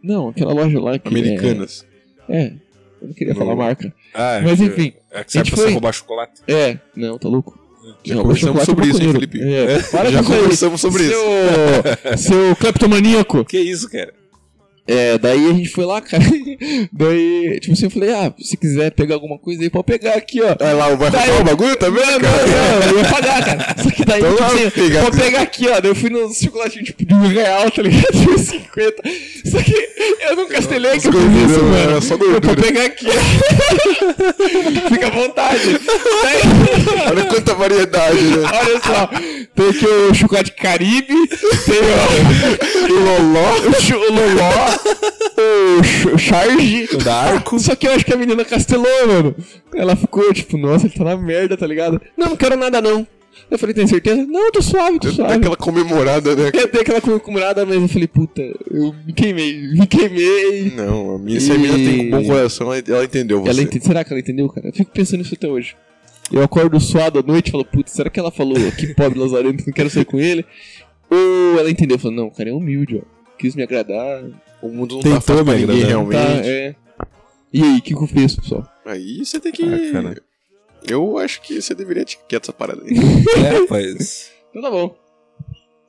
Speaker 2: Não, aquela loja lá que...
Speaker 6: Americanas.
Speaker 2: É, é. eu não queria
Speaker 6: No-
Speaker 2: falar a marca.
Speaker 3: Ah,
Speaker 2: Mas enfim,
Speaker 3: é que serve
Speaker 2: serve gente
Speaker 3: pra
Speaker 2: pra você
Speaker 3: você
Speaker 2: foi-
Speaker 3: roubar chocolate.
Speaker 2: é. Não, tá louco?
Speaker 6: Já
Speaker 2: Não,
Speaker 6: conversamos
Speaker 2: chocolate
Speaker 6: sobre
Speaker 2: é
Speaker 6: isso, hein,
Speaker 2: maconheiro.
Speaker 6: Felipe?
Speaker 2: É,
Speaker 6: (laughs)
Speaker 2: para
Speaker 6: Já
Speaker 2: com isso aí.
Speaker 6: conversamos sobre isso. (laughs)
Speaker 2: seu, Seu cleptomaníaco.
Speaker 3: Que isso, cara?
Speaker 2: É, daí a gente foi lá, cara. (laughs) Daí, tipo assim, eu falei, ah, se quiser pegar alguma coisa aí, pode pegar aqui, ó.
Speaker 6: Vai lá, vai
Speaker 2: Daí-
Speaker 6: roubar o bagulho, tá vendo?
Speaker 2: Não, não, eu ia pagar, cara. Só que daí,
Speaker 6: Então
Speaker 2: tipo
Speaker 6: vai
Speaker 2: assim,
Speaker 6: pegar.
Speaker 2: vou pegar aqui, ó. Daí eu fui no chocolatinho, tipo, de um real, tá ligado? (laughs) De um 50. Só que eu não castelei que eu
Speaker 6: Coisa,
Speaker 2: fiz isso,
Speaker 6: não,
Speaker 2: mano.
Speaker 6: era é só
Speaker 2: Eu vou
Speaker 6: gordura.
Speaker 2: pegar aqui, ó. (laughs) Fica à vontade.
Speaker 6: (laughs)
Speaker 2: Daí,
Speaker 6: Olha quanta variedade,
Speaker 2: (laughs)
Speaker 6: né?
Speaker 2: olha só, tem aqui o chocolate caribe, tem (laughs) o, o loló, o, chu- o loló, o chu- o charge.
Speaker 3: O da arco.
Speaker 2: Só que eu acho que a menina castelou, mano. Ela ficou tipo, nossa, ele tá na merda, tá ligado? Não, não quero nada não. Eu falei, tem certeza? Não, tô suave, tô
Speaker 6: Dá
Speaker 2: suave.
Speaker 6: aquela comemorada, né?
Speaker 2: Eu dei aquela comemorada, mas eu falei, puta, eu me queimei, me queimei.
Speaker 6: Não, a minha, se a menina tem um bom coração, ela- ela entendeu você.
Speaker 2: Ela entende, será que ela entendeu, cara? Eu fico pensando nisso até hoje. Eu acordo suado à noite e falo, putz, será que ela falou que pobre lazarento, não quero sair com ele? Ou ela entendeu, falou, não, o cara é humilde, ó. Quis me agradar,
Speaker 6: O mundo não tá
Speaker 3: Tentou
Speaker 6: fácil pra
Speaker 3: me
Speaker 6: ninguém,
Speaker 3: agradar.
Speaker 6: realmente.
Speaker 2: tá, é. E aí, o que que eu penso, pessoal?
Speaker 6: Aí você tem que...
Speaker 3: Ah, cara.
Speaker 6: eu acho que você deveria ter quieto essa parada aí.
Speaker 3: É, rapaz.
Speaker 2: Então tá bom.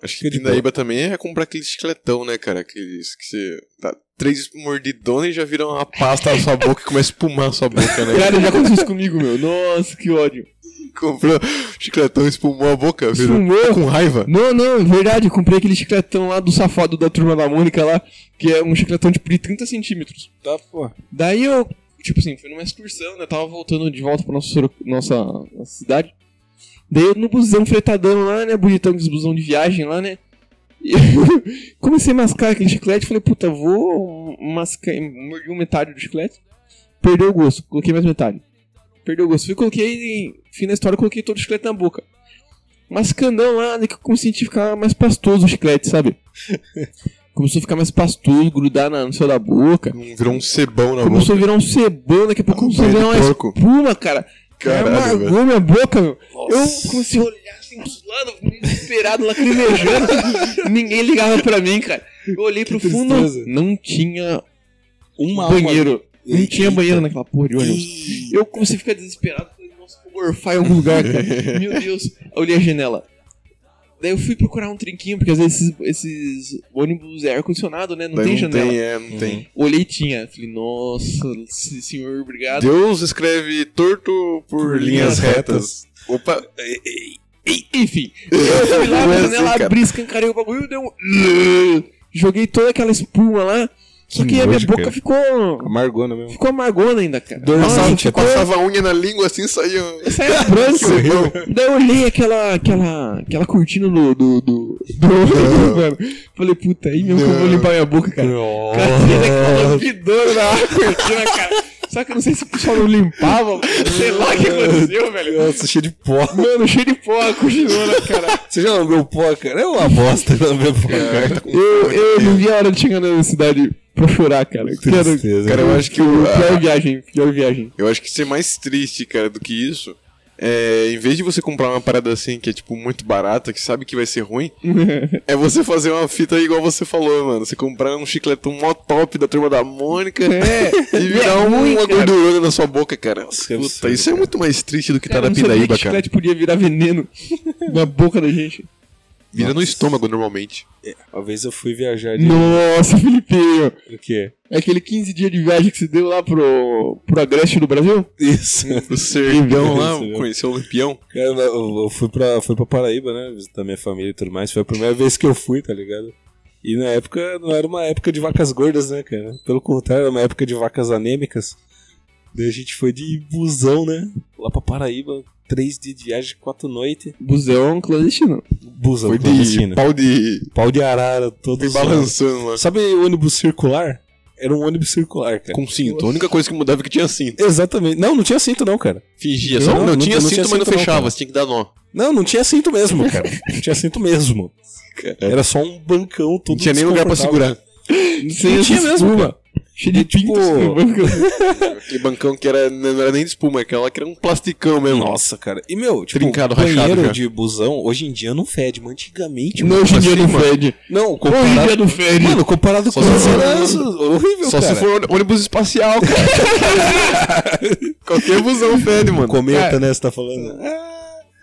Speaker 6: Acho que
Speaker 3: Fica de
Speaker 6: Pindaíba também é comprar aquele chicletão, né, cara? Aqueles que você dá três mordidonas e já vira uma pasta na sua boca e começa a espumar a sua boca, né?
Speaker 2: Cara, já aconteceu isso comigo, meu. Nossa, que ódio.
Speaker 6: (laughs) Comprou chicletão, espumou a boca, virou
Speaker 2: Espumou.
Speaker 6: com raiva.
Speaker 2: Não, não, é verdade, eu comprei aquele chicletão lá do safado da turma da Mônica lá, que é um chicletão tipo, de 30 centímetros.
Speaker 3: (laughs) Tá, pô.
Speaker 2: Daí eu, tipo assim, fui numa excursão, né? Tava voltando de volta pra nossa, Soro- nossa, nossa cidade. Daí eu no busão fretadão lá, né? Bonitão dos busão de viagem lá, né? E (laughs) eu comecei a mascar aquele chiclete, falei, puta, vou mascar. Mordi uma metade do chiclete. Perdeu o gosto, coloquei mais metade. Perdeu o gosto. Fui, coloquei, fim da história, coloquei todo o chiclete na boca. Mascandão lá, daí que eu comecei a ficar mais pastoso o chiclete, sabe? Começou a ficar mais pastoso, grudar na, no céu da boca.
Speaker 6: Virou um cebão na boca.
Speaker 2: Começou a virar um é cebão, daqui a pouco começou a
Speaker 6: Banho
Speaker 2: virar
Speaker 6: de
Speaker 2: uma
Speaker 6: porco.
Speaker 2: espuma, cara. É
Speaker 6: Caralho,
Speaker 2: Amargou minha boca, meu. Eu comecei a olhar assim dos lados, meio desesperado, lacrimejando. (laughs) Ninguém ligava pra mim, cara. Eu olhei pro fundo,
Speaker 3: tristeza.
Speaker 2: não tinha
Speaker 3: Uma
Speaker 2: banheiro. Não
Speaker 3: Eita.
Speaker 2: tinha banheiro naquela porra de ônibus. Eu comecei a ficar desesperado, falei, nossa, vou gorfar em algum lugar, cara. Meu Deus. Eu olhei a janela. Daí eu fui procurar um trinquinho, porque às vezes esses, esses ônibus é ar-condicionado, né? Uhum. Não
Speaker 6: Daí
Speaker 2: tem janela.
Speaker 6: Tem, é, não tem.
Speaker 2: Olhei e tinha. Falei, nossa, se- senhor, obrigado.
Speaker 6: Deus escreve torto por, linhas
Speaker 3: linhas
Speaker 6: retas. Opa, (laughs)
Speaker 2: Enfim, eu fui
Speaker 6: Não
Speaker 2: lá,
Speaker 6: é
Speaker 2: na
Speaker 6: assim,
Speaker 2: janela
Speaker 6: cara.
Speaker 2: abri, escancarei o bagulho, deu um... Joguei toda aquela espuma lá. Só que,
Speaker 3: Que
Speaker 2: a minha
Speaker 3: nojo,
Speaker 2: boca
Speaker 3: cara.
Speaker 2: ficou...
Speaker 3: Amargona mesmo.
Speaker 2: Ficou amargona ainda, cara.
Speaker 6: passava,
Speaker 2: Nossa, ficou...
Speaker 6: passava a unha na língua assim e saía.
Speaker 2: Saiu
Speaker 6: (laughs)
Speaker 2: branco. Daí eu olhei aquela, aquela, aquela cortina do... do, do, do ônibus, mano. Falei, puta, aí mesmo que eu vou limpar minha boca, cara. Cadeira que tava vidando na cortina, cara. Só que eu não sei se o pessoal não limpava, sei lá o que aconteceu, velho.
Speaker 3: Nossa, cheio de pó.
Speaker 2: Mano, cheio de porra, né? cochilona, cara.
Speaker 3: Você já lambeu pó, cara? É uma bosta lamber pó, cara.
Speaker 2: Eu, eu não vi a hora de chegar na cidade pra chorar, cara. Quero,
Speaker 3: Tristeza.
Speaker 6: Cara, eu acho que o.
Speaker 2: pior viagem, pior viagem.
Speaker 6: Eu acho que ser mais triste, cara, do que isso é, em vez de você comprar uma parada assim que é tipo muito barata, que sabe que vai ser
Speaker 2: (laughs)
Speaker 6: ruim, é você fazer uma fita igual você falou, mano. Você comprar um chicletão mó top da turma da Mônica (laughs) e virar
Speaker 2: é
Speaker 6: um-
Speaker 2: ruim,
Speaker 6: uma
Speaker 2: cara.
Speaker 6: gordurona na sua boca, cara.
Speaker 3: que
Speaker 6: Puta,
Speaker 3: absurdo,
Speaker 6: isso é muito mais triste do que tá na
Speaker 2: Cara, não sabia que
Speaker 6: pindaíba, cara.
Speaker 2: chiclete podia virar veneno na boca da gente.
Speaker 6: Vira no estômago normalmente.
Speaker 3: Uma vez eu fui viajar de.
Speaker 2: Nossa, Filipinho.
Speaker 3: O quê?
Speaker 2: É aquele 15 dias de viagem que você deu lá pro, pro Agreste do Brasil?
Speaker 3: Isso. (laughs)
Speaker 6: O Sergião Então, lá
Speaker 3: Isso, meu.
Speaker 6: conheceu o Lampião.
Speaker 3: Cara, eu, eu fui, pra, fui pra Paraíba, né? Visitar minha família e tudo mais. Foi a primeira vez que eu fui, tá ligado? E na época não era uma época de vacas gordas, né, cara? Pelo contrário, era uma época de vacas anêmicas. Daí a gente foi de busão, né? Lá pra Paraíba, três dias de viagem, quatro noites.
Speaker 2: Busão clandestino.
Speaker 3: Busão,
Speaker 6: Foi de
Speaker 3: clandestino.
Speaker 6: pau de.
Speaker 3: Pau de arara, todo
Speaker 6: Foi
Speaker 3: zoado.
Speaker 6: balançando lá.
Speaker 3: Sabe o ônibus circular? Era um ônibus circular, cara.
Speaker 6: Com cinto. A única coisa que mudava é que tinha cinto.
Speaker 3: Exatamente. Não, não tinha cinto, não, cara.
Speaker 6: Fingia.
Speaker 3: Não,
Speaker 6: Só,
Speaker 3: não,
Speaker 6: não,
Speaker 3: não
Speaker 6: tinha cinto,
Speaker 3: tinha
Speaker 6: mas não
Speaker 3: cinto não,
Speaker 6: fechava.
Speaker 3: cara.
Speaker 6: Você tinha que dar nó.
Speaker 3: Não, não tinha cinto mesmo, (laughs) cara. não tinha cinto mesmo. Era só um bancão
Speaker 6: Não
Speaker 3: todo
Speaker 6: tinha nem lugar pra segurar.
Speaker 3: Não, tinha mesmo, cara.
Speaker 2: Cheio de
Speaker 3: E, tipo,
Speaker 2: pintos. no banco.
Speaker 6: Aquele bancão que era, não era nem de espuma, aquela que era um plasticão mesmo.
Speaker 3: Nossa, cara. E, meu, tipo,
Speaker 6: Trincado, rachado
Speaker 3: banheiro
Speaker 6: já.
Speaker 3: de busão, hoje em dia não fede, mas antigamente...
Speaker 2: Não,
Speaker 3: mano,
Speaker 2: hoje em dia
Speaker 6: assim,
Speaker 2: não
Speaker 6: mano.
Speaker 2: fede.
Speaker 3: não
Speaker 2: Hoje em dia
Speaker 3: comparado...
Speaker 2: não fede.
Speaker 3: Mano, comparado com
Speaker 6: se
Speaker 3: as
Speaker 6: for-
Speaker 3: heranças, horrível,
Speaker 6: Só
Speaker 3: cara.
Speaker 6: se for ônibus espacial, cara. Qualquer é busão fede, mano.
Speaker 3: Comenta, né, você tá falando.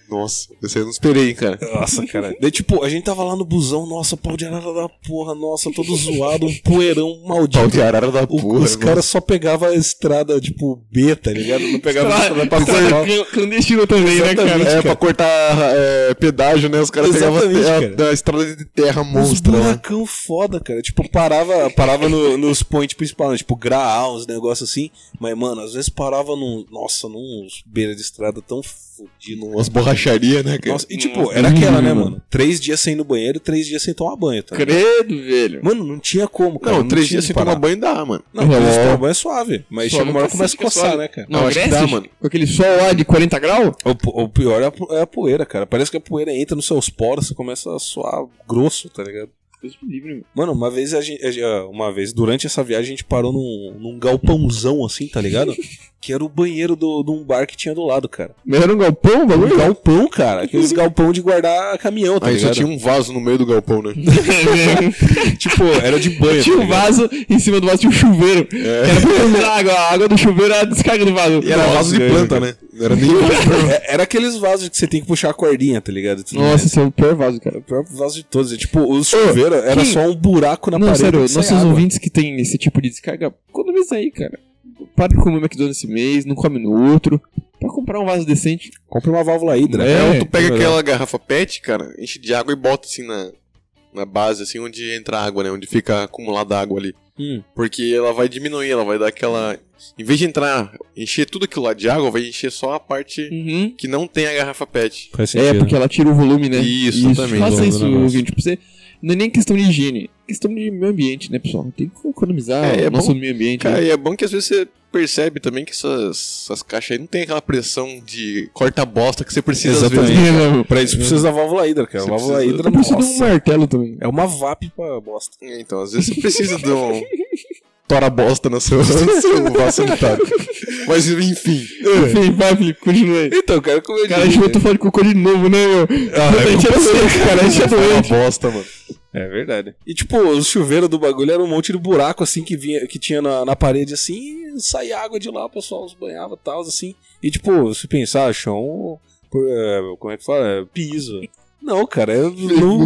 Speaker 6: Nossa, você não esperei, hein, cara.
Speaker 3: Nossa, cara. Daí, tipo, a gente tava lá no busão, nossa, pau de arara da porra, nossa, todo zoado, um poeirão maldito.
Speaker 6: Pau de arara da
Speaker 3: O-
Speaker 6: porra.
Speaker 3: os caras só pegavam a estrada, tipo, B, tá ligado? Não pegavam a estrada pra São Paulo.
Speaker 2: Clandestino- Clandestino também, né, cara?
Speaker 6: mano. É, pra cortar é, pedágio, né? Os caras pegavam a,
Speaker 3: Exatamente,
Speaker 6: te- a-
Speaker 3: cara.
Speaker 6: da estrada de terra
Speaker 3: Uns
Speaker 6: monstra. né?
Speaker 3: buracão foda, cara. Tipo, parava, parava no- nos pontos principais, né? tipo, graal, uns negócios assim. Mas, mano, às vezes parava num. Nossa, num beira de estrada tão fodido.
Speaker 6: Umas borracharias, né, cara?
Speaker 3: Nossa, e tipo, era aquela, né, mano? Três dias sem ir no banheiro, três dias sem tomar banho, tá? ligado?
Speaker 2: Credo, velho.
Speaker 3: Mano, não tinha como, cara.
Speaker 6: não, três
Speaker 3: tinha
Speaker 6: dias sem
Speaker 3: como
Speaker 6: tomar
Speaker 3: parar.
Speaker 6: banho dá, mano.
Speaker 3: Não, três dias sem
Speaker 2: Ó.
Speaker 3: tomar banho é suave. Mas
Speaker 2: Só
Speaker 3: chega uma hora
Speaker 2: nunca
Speaker 3: começa a
Speaker 2: fica
Speaker 3: coçar,
Speaker 2: suave.
Speaker 3: né, cara?
Speaker 2: Não,
Speaker 6: Eu
Speaker 2: acho que dá, mano. Com aquele sol lá de 40 graus?
Speaker 3: O, po- o pior é a, pu- é a poeira, cara. Parece que a poeira entra nos seus poros, você começa a suar grosso, tá ligado?
Speaker 2: Deus me livre, meu.
Speaker 3: Mano, uma ah, vez a gente, a- uma vez durante essa viagem a gente parou num, num galpãozão assim, tá ligado? que era o banheiro do- de um bar que tinha do lado, cara.
Speaker 2: Mas era um galpão o
Speaker 3: Um
Speaker 2: bagulho?
Speaker 3: galpão, cara. Aqueles galpão de guardar caminhão, tá
Speaker 6: Aí só
Speaker 3: ligado?
Speaker 6: tinha um vaso no meio do galpão,
Speaker 3: (laughs)
Speaker 6: né? (laughs)
Speaker 3: Tipo, era de banho.
Speaker 2: um- Tinha
Speaker 3: tá
Speaker 2: um
Speaker 3: ligado?
Speaker 2: vaso, em cima do vaso tinha um chuveiro.
Speaker 6: É.
Speaker 2: Era pra tomar água, a água do chuveiro era a descarga do vaso.
Speaker 6: E era
Speaker 2: Nossa,
Speaker 6: vaso de
Speaker 2: cara.
Speaker 6: planta, né? Não era
Speaker 2: (laughs)
Speaker 6: nem.
Speaker 3: É- Era aqueles vasos que você tem que puxar a cordinha, tá ligado? Tudo
Speaker 2: Nossa,
Speaker 3: mais.
Speaker 2: esse é o pior vaso, cara.
Speaker 3: O pior vaso de todos. É, tipo, os chuveiros era
Speaker 2: quem-
Speaker 3: só um buraco na
Speaker 2: Não,
Speaker 3: parede.
Speaker 2: sério,
Speaker 3: que saia
Speaker 2: nossos
Speaker 3: água.
Speaker 2: ouvintes que tem esse tipo de descarga, economiza aí, cara. Para de comer McDonald's esse mês, não come no outro. Pra comprar um vaso decente.
Speaker 3: Compra uma válvula hidra.
Speaker 2: É,
Speaker 3: Então,
Speaker 6: Tu pega
Speaker 3: melhor.
Speaker 6: aquela garrafa PET, cara, enche de água e bota assim na, na base, assim, onde entra água, né? Onde fica acumulada água ali.
Speaker 3: Hum.
Speaker 6: Porque ela vai diminuir, ela vai dar aquela. Em vez de entrar, encher tudo aquilo lá de água, vai encher só a parte
Speaker 2: Uhum.
Speaker 6: que não tem a garrafa PET.
Speaker 3: Faz
Speaker 2: É,
Speaker 3: sentido.
Speaker 2: porque ela tira o volume, né?
Speaker 6: Isso, exatamente.
Speaker 2: Faça
Speaker 3: Volume do
Speaker 2: isso,
Speaker 3: negócio.
Speaker 2: ouvinte. Pra você... Não é nem questão de higiene, é questão de meio ambiente, né, pessoal? Tem que economizar
Speaker 6: É, é
Speaker 2: o nosso
Speaker 6: bom.
Speaker 2: meio ambiente.
Speaker 6: Cara,
Speaker 2: né? (laughs)
Speaker 6: e é bom que às vezes você percebe também que essas, essas caixas aí não tem aquela pressão de corta-bosta que você precisa às
Speaker 3: Exatamente.
Speaker 6: vezes. né?
Speaker 2: É, meu,
Speaker 3: Pra isso precisa da válvula hidra, cara.
Speaker 6: Você
Speaker 3: válvula
Speaker 6: precisa-
Speaker 3: hidra,
Speaker 2: Eu preciso de um
Speaker 3: nossa.
Speaker 2: martelo também.
Speaker 3: É uma VAP pra bosta.
Speaker 6: É, Então, às vezes você precisa de (laughs) um. Tora-bosta no seu, no (laughs) seu vaso sanitário. Mas enfim.
Speaker 2: Enfim, vai, Felipe, continua aí.
Speaker 3: Então, cara, como eu
Speaker 2: Cara, a gente voltou falando de cocô de novo, né, meu? Ah,
Speaker 6: é
Speaker 2: a gente era doente, cara, a gente era
Speaker 6: Uma
Speaker 2: doente.
Speaker 6: bosta, mano.
Speaker 3: É verdade. E tipo, o chuveiro do bagulho era um monte de buraco assim que vinha, que tinha na, na parede assim, e saía água de lá, o pessoal os banhava e tal, assim. E tipo, se pensar, chão. por- é, Como é que fala? É, Piso. Não, cara,
Speaker 2: (laughs)
Speaker 3: é
Speaker 2: Nunca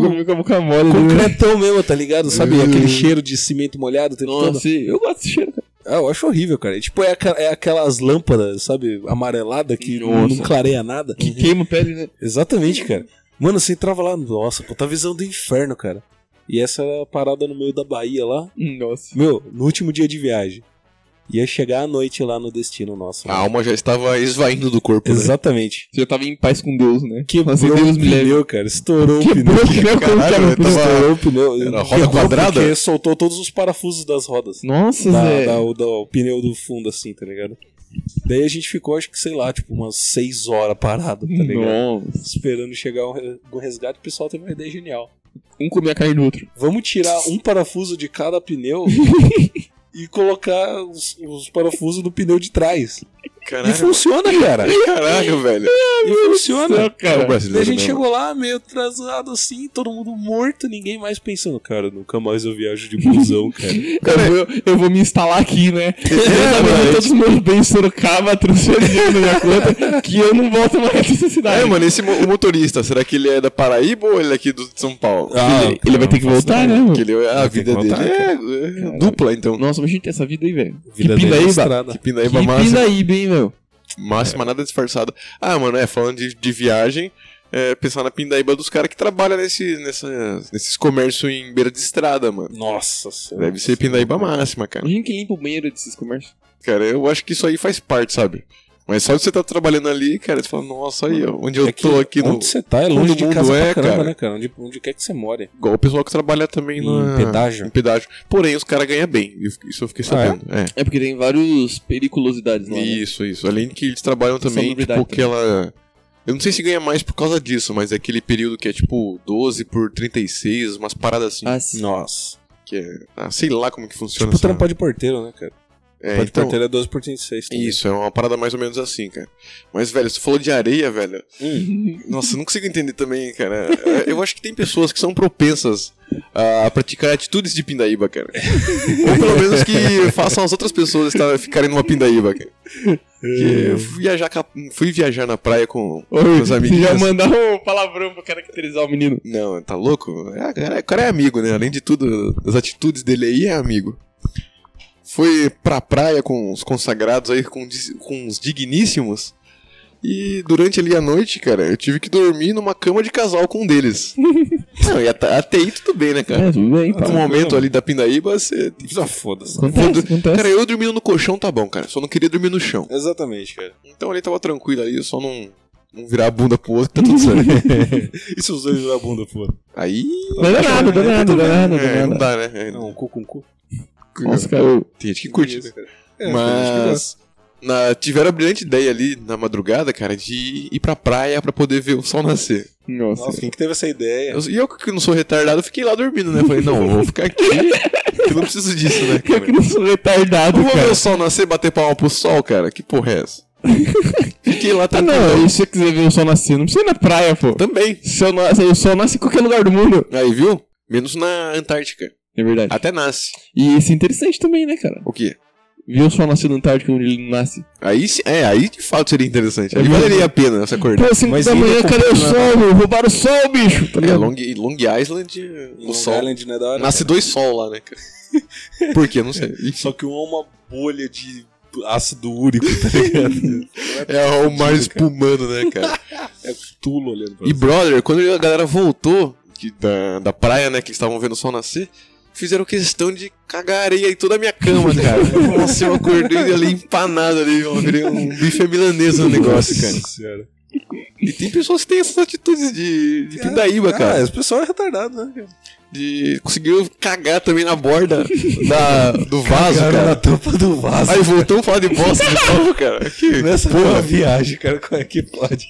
Speaker 3: no
Speaker 2: vi com a boca mole, né?
Speaker 3: concretão mesmo, tá ligado? Sabe aquele cheiro de cimento molhado? o tempo todo?
Speaker 2: Uhum. Nossa, eu gosto desse cheiro, cara.
Speaker 3: Ah, eu acho horrível, cara. E, tipo, é, aqua- é aquelas lâmpadas, sabe, amarelada que não-
Speaker 2: Nossa.
Speaker 3: não clareia nada.
Speaker 2: Que queima a pele, né?
Speaker 3: Exatamente, cara. Mano, você entrava lá, nossa, puta visão do inferno, cara. E essa era a parada no meio da Bahia lá.
Speaker 2: Hum, Nossa.
Speaker 3: Meu, no último dia de viagem. Ia chegar à noite lá no destino nosso. né?
Speaker 6: A alma já estava esvaindo do corpo. né?
Speaker 3: Exatamente.
Speaker 2: Você já tava em paz com Deus, né?
Speaker 3: Que
Speaker 2: Nossa, Deus me leve.
Speaker 3: pneu, cara. Estourou o pneu.
Speaker 2: Quebrou que pneu como
Speaker 6: Caralho, eu
Speaker 2: quebra o pneu.
Speaker 6: tava-
Speaker 3: (laughs) Estourou o pneu.
Speaker 6: Era roda
Speaker 3: Quebrou
Speaker 6: quadrada?
Speaker 3: Porque soltou todos os parafusos das rodas.
Speaker 2: Nossa,
Speaker 3: Da,
Speaker 2: Zé.
Speaker 3: da, o- da- o pneu do fundo, assim, tá ligado? Daí a gente ficou, acho que, sei lá, tipo, umas seis horas parado, tá ligado?
Speaker 2: Nossa.
Speaker 3: Esperando chegar um re- um resgate, o pessoal teve uma ideia genial.
Speaker 2: Um comia a carne do outro.
Speaker 3: Vamos tirar um parafuso de cada pneu e colocar os, os parafusos no pneu de trás. E
Speaker 6: Caralho,
Speaker 3: funciona, (laughs) cara.
Speaker 6: caralho, velho.
Speaker 3: E funciona.
Speaker 6: É o
Speaker 3: Daí a
Speaker 6: brasileiro
Speaker 3: gente
Speaker 6: mesmo.
Speaker 3: chegou lá meio atrasado assim, todo mundo morto, ninguém mais pensando, cara, nunca mais eu viajo de
Speaker 6: (laughs)
Speaker 3: busão, cara.
Speaker 2: Cara, eu, vou- eu vou me instalar aqui, né?
Speaker 6: É,
Speaker 2: Eu tava vendo todos os meus bens em Sorocaba, transferindo na minha conta, que eu não volto mais nessa cidade.
Speaker 6: É, mano, esse mo- o motorista, será que ele é da Paraíba ou ele é aqui do de São Paulo?
Speaker 3: Ah,
Speaker 2: ele, ele vai ter que voltar, né, mano?
Speaker 6: Que ele, a vida
Speaker 3: que
Speaker 6: dele
Speaker 3: voltar,
Speaker 6: é, é dupla, então.
Speaker 2: Nossa, mas a gente tem essa vida aí, velho.
Speaker 3: Vida dele
Speaker 2: que
Speaker 3: é
Speaker 2: pindaíba.
Speaker 3: estrada.
Speaker 6: Que Pindaíba
Speaker 2: Que
Speaker 6: máxima,
Speaker 2: pindaíba, hein, meu?
Speaker 3: É.
Speaker 6: máxima nada disfarçada. Ah, mano, é, falando de, de viagem, é, pensar na Pindaíba dos caras que trabalham nesse, nessas- nesses comércios em beira de estrada, mano.
Speaker 3: Nossa senhora.
Speaker 6: Deve ser Pindaíba máxima, cara.
Speaker 2: Imagina quem limpa o banheiro desses comércios.
Speaker 6: Cara, eu acho que isso aí faz parte, sabe? Mas só de você tá trabalhando ali, cara, você fala, nossa, aí, ó, onde eu
Speaker 3: É que
Speaker 6: tô aqui no.
Speaker 3: Onde você tá é longe
Speaker 6: Todo
Speaker 3: de
Speaker 6: mundo
Speaker 3: casa
Speaker 6: é,
Speaker 3: pra caramba,
Speaker 6: cara.
Speaker 3: né, cara? Onde, onde quer que você more.
Speaker 6: Igual o pessoal que trabalha também
Speaker 3: Em
Speaker 6: no.
Speaker 3: pedágio.
Speaker 6: Porém, os caras ganham bem. eu- Isso eu fiquei
Speaker 3: Ah, é?
Speaker 6: sabendo. é.
Speaker 2: É porque tem vários periculosidades lá, né?
Speaker 6: Isso, isso. Além de que eles trabalham também, tipo,
Speaker 2: Salubridade
Speaker 6: aquela. Eu não sei se ganha mais por causa disso, mas é aquele período que é tipo 12 por 36, umas paradas assim.
Speaker 2: Ah, sim.
Speaker 3: Nossa.
Speaker 6: Que é... ah, sei lá como que funciona
Speaker 3: Tipo
Speaker 6: essa-
Speaker 3: trampar de porteiro, né, cara?
Speaker 6: é,
Speaker 3: Trampar de
Speaker 6: então,
Speaker 3: porteiro é 12 por 36. também.
Speaker 6: Isso, é uma parada mais ou menos assim, cara. Mas, velho, você falou de areia, velho. (laughs) Nossa, eu não consigo entender também, cara. Eu acho que tem pessoas que são propensas a praticar atitudes de pindaíba, cara. Ou pelo menos que façam as outras pessoas estar, ficarem numa pindaíba, cara. Que eu fui viajar, com a- fui viajar na praia com
Speaker 2: Oi,
Speaker 6: meus amigos.
Speaker 2: você já mandar um palavrão pra caracterizar o menino.
Speaker 6: Não, tá louco? É, o cara- o cara é amigo, né? Além de tudo, as atitudes dele aí é amigo. Foi pra praia com os consagrados aí, com, dis- com os digníssimos. E durante ali a noite, cara, eu tive que dormir numa cama de casal com um
Speaker 2: (laughs)
Speaker 6: deles. Não, e at- até aí tudo bem, né, cara?
Speaker 2: É, tudo bem,
Speaker 6: No
Speaker 2: É. pá.
Speaker 6: momento ali da Pindaíba, você.
Speaker 3: Ah, foda-se.
Speaker 2: Acontece, acontece.
Speaker 6: Cara, eu dormindo no colchão tá bom, cara. Só não queria dormir no chão.
Speaker 3: Exatamente, cara.
Speaker 6: Então ali tava tranquilo ali, eu só não, não virar a bunda pro outro, tá
Speaker 2: (laughs)
Speaker 6: tudo certo. (laughs)
Speaker 3: E se os dois na bunda, foda?
Speaker 6: Aí.
Speaker 2: Não dá nada, dá nada, dá nada,
Speaker 6: É,
Speaker 2: dá
Speaker 6: não
Speaker 2: nada.
Speaker 6: dá, né? É,
Speaker 3: Não, cu um É, com cu.
Speaker 2: Nossa, cara, eu-
Speaker 6: né? Tem gente que curte.
Speaker 3: É,
Speaker 6: Mas na- tiveram a brilhante ideia ali na madrugada, cara, de ir pra praia pra poder ver o sol nascer. assim,
Speaker 2: Nossa.
Speaker 3: Nossa, quem que teve essa
Speaker 2: É.
Speaker 3: ideia?
Speaker 6: Eu- E eu que não sou retardado, fiquei lá dormindo, né? Falei, não, eu vou ficar aqui. Eu não preciso disso, né?
Speaker 2: (laughs) Eu
Speaker 6: Cara?
Speaker 2: que não sou retardado,
Speaker 6: Eu vou ver
Speaker 2: cara.
Speaker 6: o sol nascer, bater palma pro sol, cara. Que porra é
Speaker 2: (laughs)
Speaker 6: essa? Fiquei lá
Speaker 2: Ah, não, e se você quiser ver o sol nascer, não precisa ir na praia, pô.
Speaker 6: Também.
Speaker 2: Se eu na- se o sol nasce em qualquer lugar do mundo.
Speaker 6: Aí, viu? Menos na Antártica.
Speaker 2: É verdade.
Speaker 6: Até nasce.
Speaker 2: E isso é interessante também, né, cara?
Speaker 6: O quê?
Speaker 2: Ver o sol nascer na Antártica onde ele não nasce.
Speaker 6: Aí sim- é, aí de fato seria interessante. Aí
Speaker 2: É
Speaker 6: valeria a pena essa acordar.
Speaker 2: Pô, 5
Speaker 3: Mas
Speaker 2: da
Speaker 3: ainda
Speaker 2: manhã,
Speaker 3: com-
Speaker 2: cadê o sol, meu? Roubaram o sol, bicho. Tá
Speaker 6: É,
Speaker 2: ligado?
Speaker 6: Long, Long Island,
Speaker 3: Em
Speaker 6: o
Speaker 3: Long
Speaker 6: sol.
Speaker 3: Island, né, da hora?
Speaker 6: Nasce dois sol lá, né, cara? (laughs) Por quê? Não (laughs) sei.
Speaker 3: Só que um é uma bolha de ácido úrico, tá (laughs) ligado?
Speaker 6: É o mar espumando, né, cara?
Speaker 3: é tulo olhando pra
Speaker 6: E brother, quando a galera voltou que da, da praia, né, que estavam vendo o sol nascer, fizeram questão de cagar areia em toda a minha (laughs) cama, cara. Nossa, eu acordei ali empanado ali, eu virei um bife à milanesa no negócio, cara.
Speaker 3: Senhora.
Speaker 6: E tem pessoas que têm essas atitudes de, de pindaíba,
Speaker 3: Ah,
Speaker 6: cara.
Speaker 3: esse pessoal é retardado, né? cara?
Speaker 6: De conseguiu cagar também na borda da, do vaso,
Speaker 3: Cagaram na
Speaker 6: cara.
Speaker 3: tampa do vaso.
Speaker 6: Aí voltou a falar de bosta de novo, cara. Que
Speaker 3: Nessa foi uma é viagem, cara, como é que pode?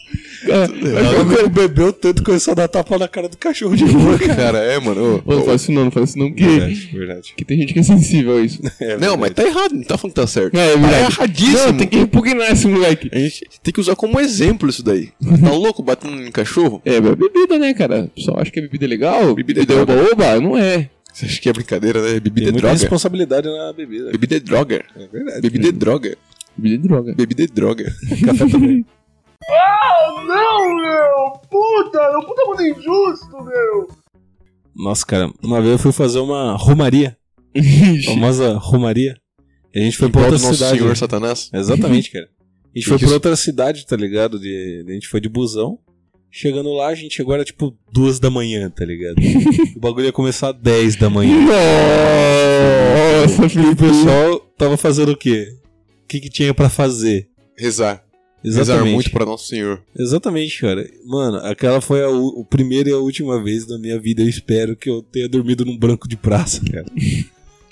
Speaker 3: É, Ele bebeu tanto que começou a dar tapa na cara do cachorro de rua, (laughs) cara.
Speaker 6: cara, é, mano.
Speaker 2: Ô, não faz isso não, não faz isso não, porque,
Speaker 3: É verdade.
Speaker 2: que tem gente que é sensível a isso.
Speaker 3: É
Speaker 6: não,
Speaker 3: verdade.
Speaker 6: mas tá errado, não tá falando que tá certo.
Speaker 2: (laughs) É, é
Speaker 6: Tá
Speaker 2: verdade.
Speaker 6: erradíssimo.
Speaker 2: Não, tem que repugnar esse moleque.
Speaker 6: A gente tem que usar como exemplo isso daí. Tá louco batendo em cachorro?
Speaker 2: É, mas bebida, né, cara? O pessoal acha que a bebida é legal,
Speaker 6: Bebida
Speaker 2: bebida
Speaker 6: é
Speaker 2: é oba-oba, não é.
Speaker 6: Você acha que é brincadeira, né? Bebida
Speaker 3: Tem
Speaker 6: é
Speaker 3: muita
Speaker 6: droga.
Speaker 3: responsabilidade na bebida.
Speaker 6: Bebida é droga.
Speaker 3: É verdade.
Speaker 6: Bebida é droga.
Speaker 2: Bebida é droga.
Speaker 6: Bebida é droga. (laughs)
Speaker 3: Café também.
Speaker 5: Não, meu! Puta, meu puta mundo injusto, meu!
Speaker 3: Nossa, cara, uma vez eu fui fazer uma (laughs) romaria. famosa romaria. E a gente foi pra
Speaker 6: Igual
Speaker 3: outra
Speaker 6: do nosso
Speaker 3: cidade. né?
Speaker 6: senhor Satanás.
Speaker 3: Exatamente, cara. A gente
Speaker 6: Que
Speaker 3: foi
Speaker 6: isso?
Speaker 3: pra outra cidade, tá ligado? De, a gente foi de busão. Chegando lá, a gente chegou era tipo duas da manhã, tá
Speaker 6: (laughs)
Speaker 3: ligado? o bagulho ia começar às 10 da manhã.
Speaker 2: Nossa,
Speaker 3: O
Speaker 2: Felipe.
Speaker 3: pessoal tava fazendo o quê? O que, que tinha pra fazer?
Speaker 6: Rezar. Rezar
Speaker 3: Exatamente.
Speaker 6: muito pra nosso senhor.
Speaker 3: Exatamente, cara. Mano, aquela foi a, u- o primeira e a última vez da minha vida. Eu espero que eu tenha dormido num branco de praça,
Speaker 6: (laughs)
Speaker 3: cara.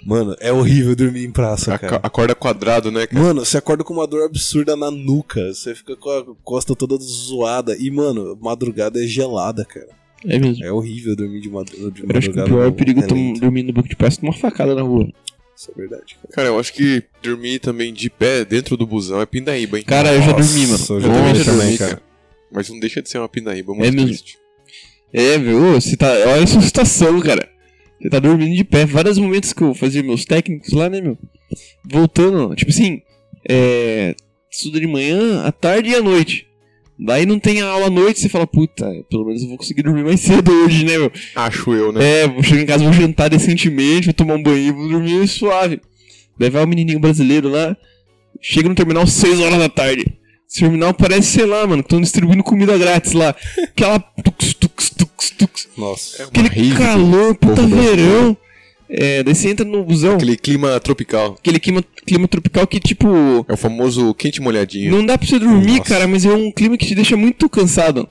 Speaker 3: Mano, é horrível dormir em praça,
Speaker 6: Aca-
Speaker 3: Tá, cara.
Speaker 6: Acorda quadrado, né, cara?
Speaker 3: Mano, você acorda com uma dor absurda na nuca. Você fica com a costa toda zoada. E, mano, madrugada é gelada, cara.
Speaker 2: É mesmo.
Speaker 3: É horrível dormir de, madru de
Speaker 2: Eu acho que o
Speaker 3: madrugada.
Speaker 2: pior
Speaker 3: não.
Speaker 2: perigo
Speaker 3: É
Speaker 2: é tom-
Speaker 3: lento.
Speaker 2: dormir no banco de praça numa facada na rua.
Speaker 3: Isso é verdade, cara.
Speaker 6: Cara, eu acho que dormir também de pé dentro do busão é pindaíba, hein?
Speaker 2: Cara, eu já dormi, mano.
Speaker 3: Nossa, eu
Speaker 6: Eu também
Speaker 3: dormi
Speaker 6: já
Speaker 3: também,
Speaker 6: dormi,
Speaker 3: cara.
Speaker 6: cara. Mas não deixa de ser uma pindaíba muito
Speaker 2: É mesmo.
Speaker 6: triste.
Speaker 2: É, meu, ô, você tá. Olha essa situação, cara. Você tá dormindo de pé. Vários momentos que eu fazia meus técnicos lá, né, meu? Voltando, tipo assim, é. Estuda de manhã, à tarde e à noite. Daí não tem a aula à noite, você fala, puta, pelo menos eu vou conseguir dormir mais (laughs) cedo hoje, né, meu?
Speaker 6: Acho eu, né?
Speaker 2: É, vou chegar em casa, vou jantar decentemente, vou tomar um banho, vou dormir suave. Daí vai o menininho brasileiro lá, chega no terminal 6 horas da tarde. Esse terminal parece, sei lá, mano, que estão distribuindo comida grátis lá. Aquela tux, tux, tux, tux.
Speaker 3: Nossa.
Speaker 6: É Uma
Speaker 2: Aquele
Speaker 6: rave,
Speaker 2: calor, puta
Speaker 6: povo brasileiro.
Speaker 2: verão. É, daí você entra no busão,
Speaker 6: Aquele clima tropical.
Speaker 2: aquele clima, clima tropical que, tipo,
Speaker 6: É o famoso quente molhadinho.
Speaker 2: não dá pra você dormir,
Speaker 3: Nossa.
Speaker 2: cara, mas é um clima que te deixa muito cansado.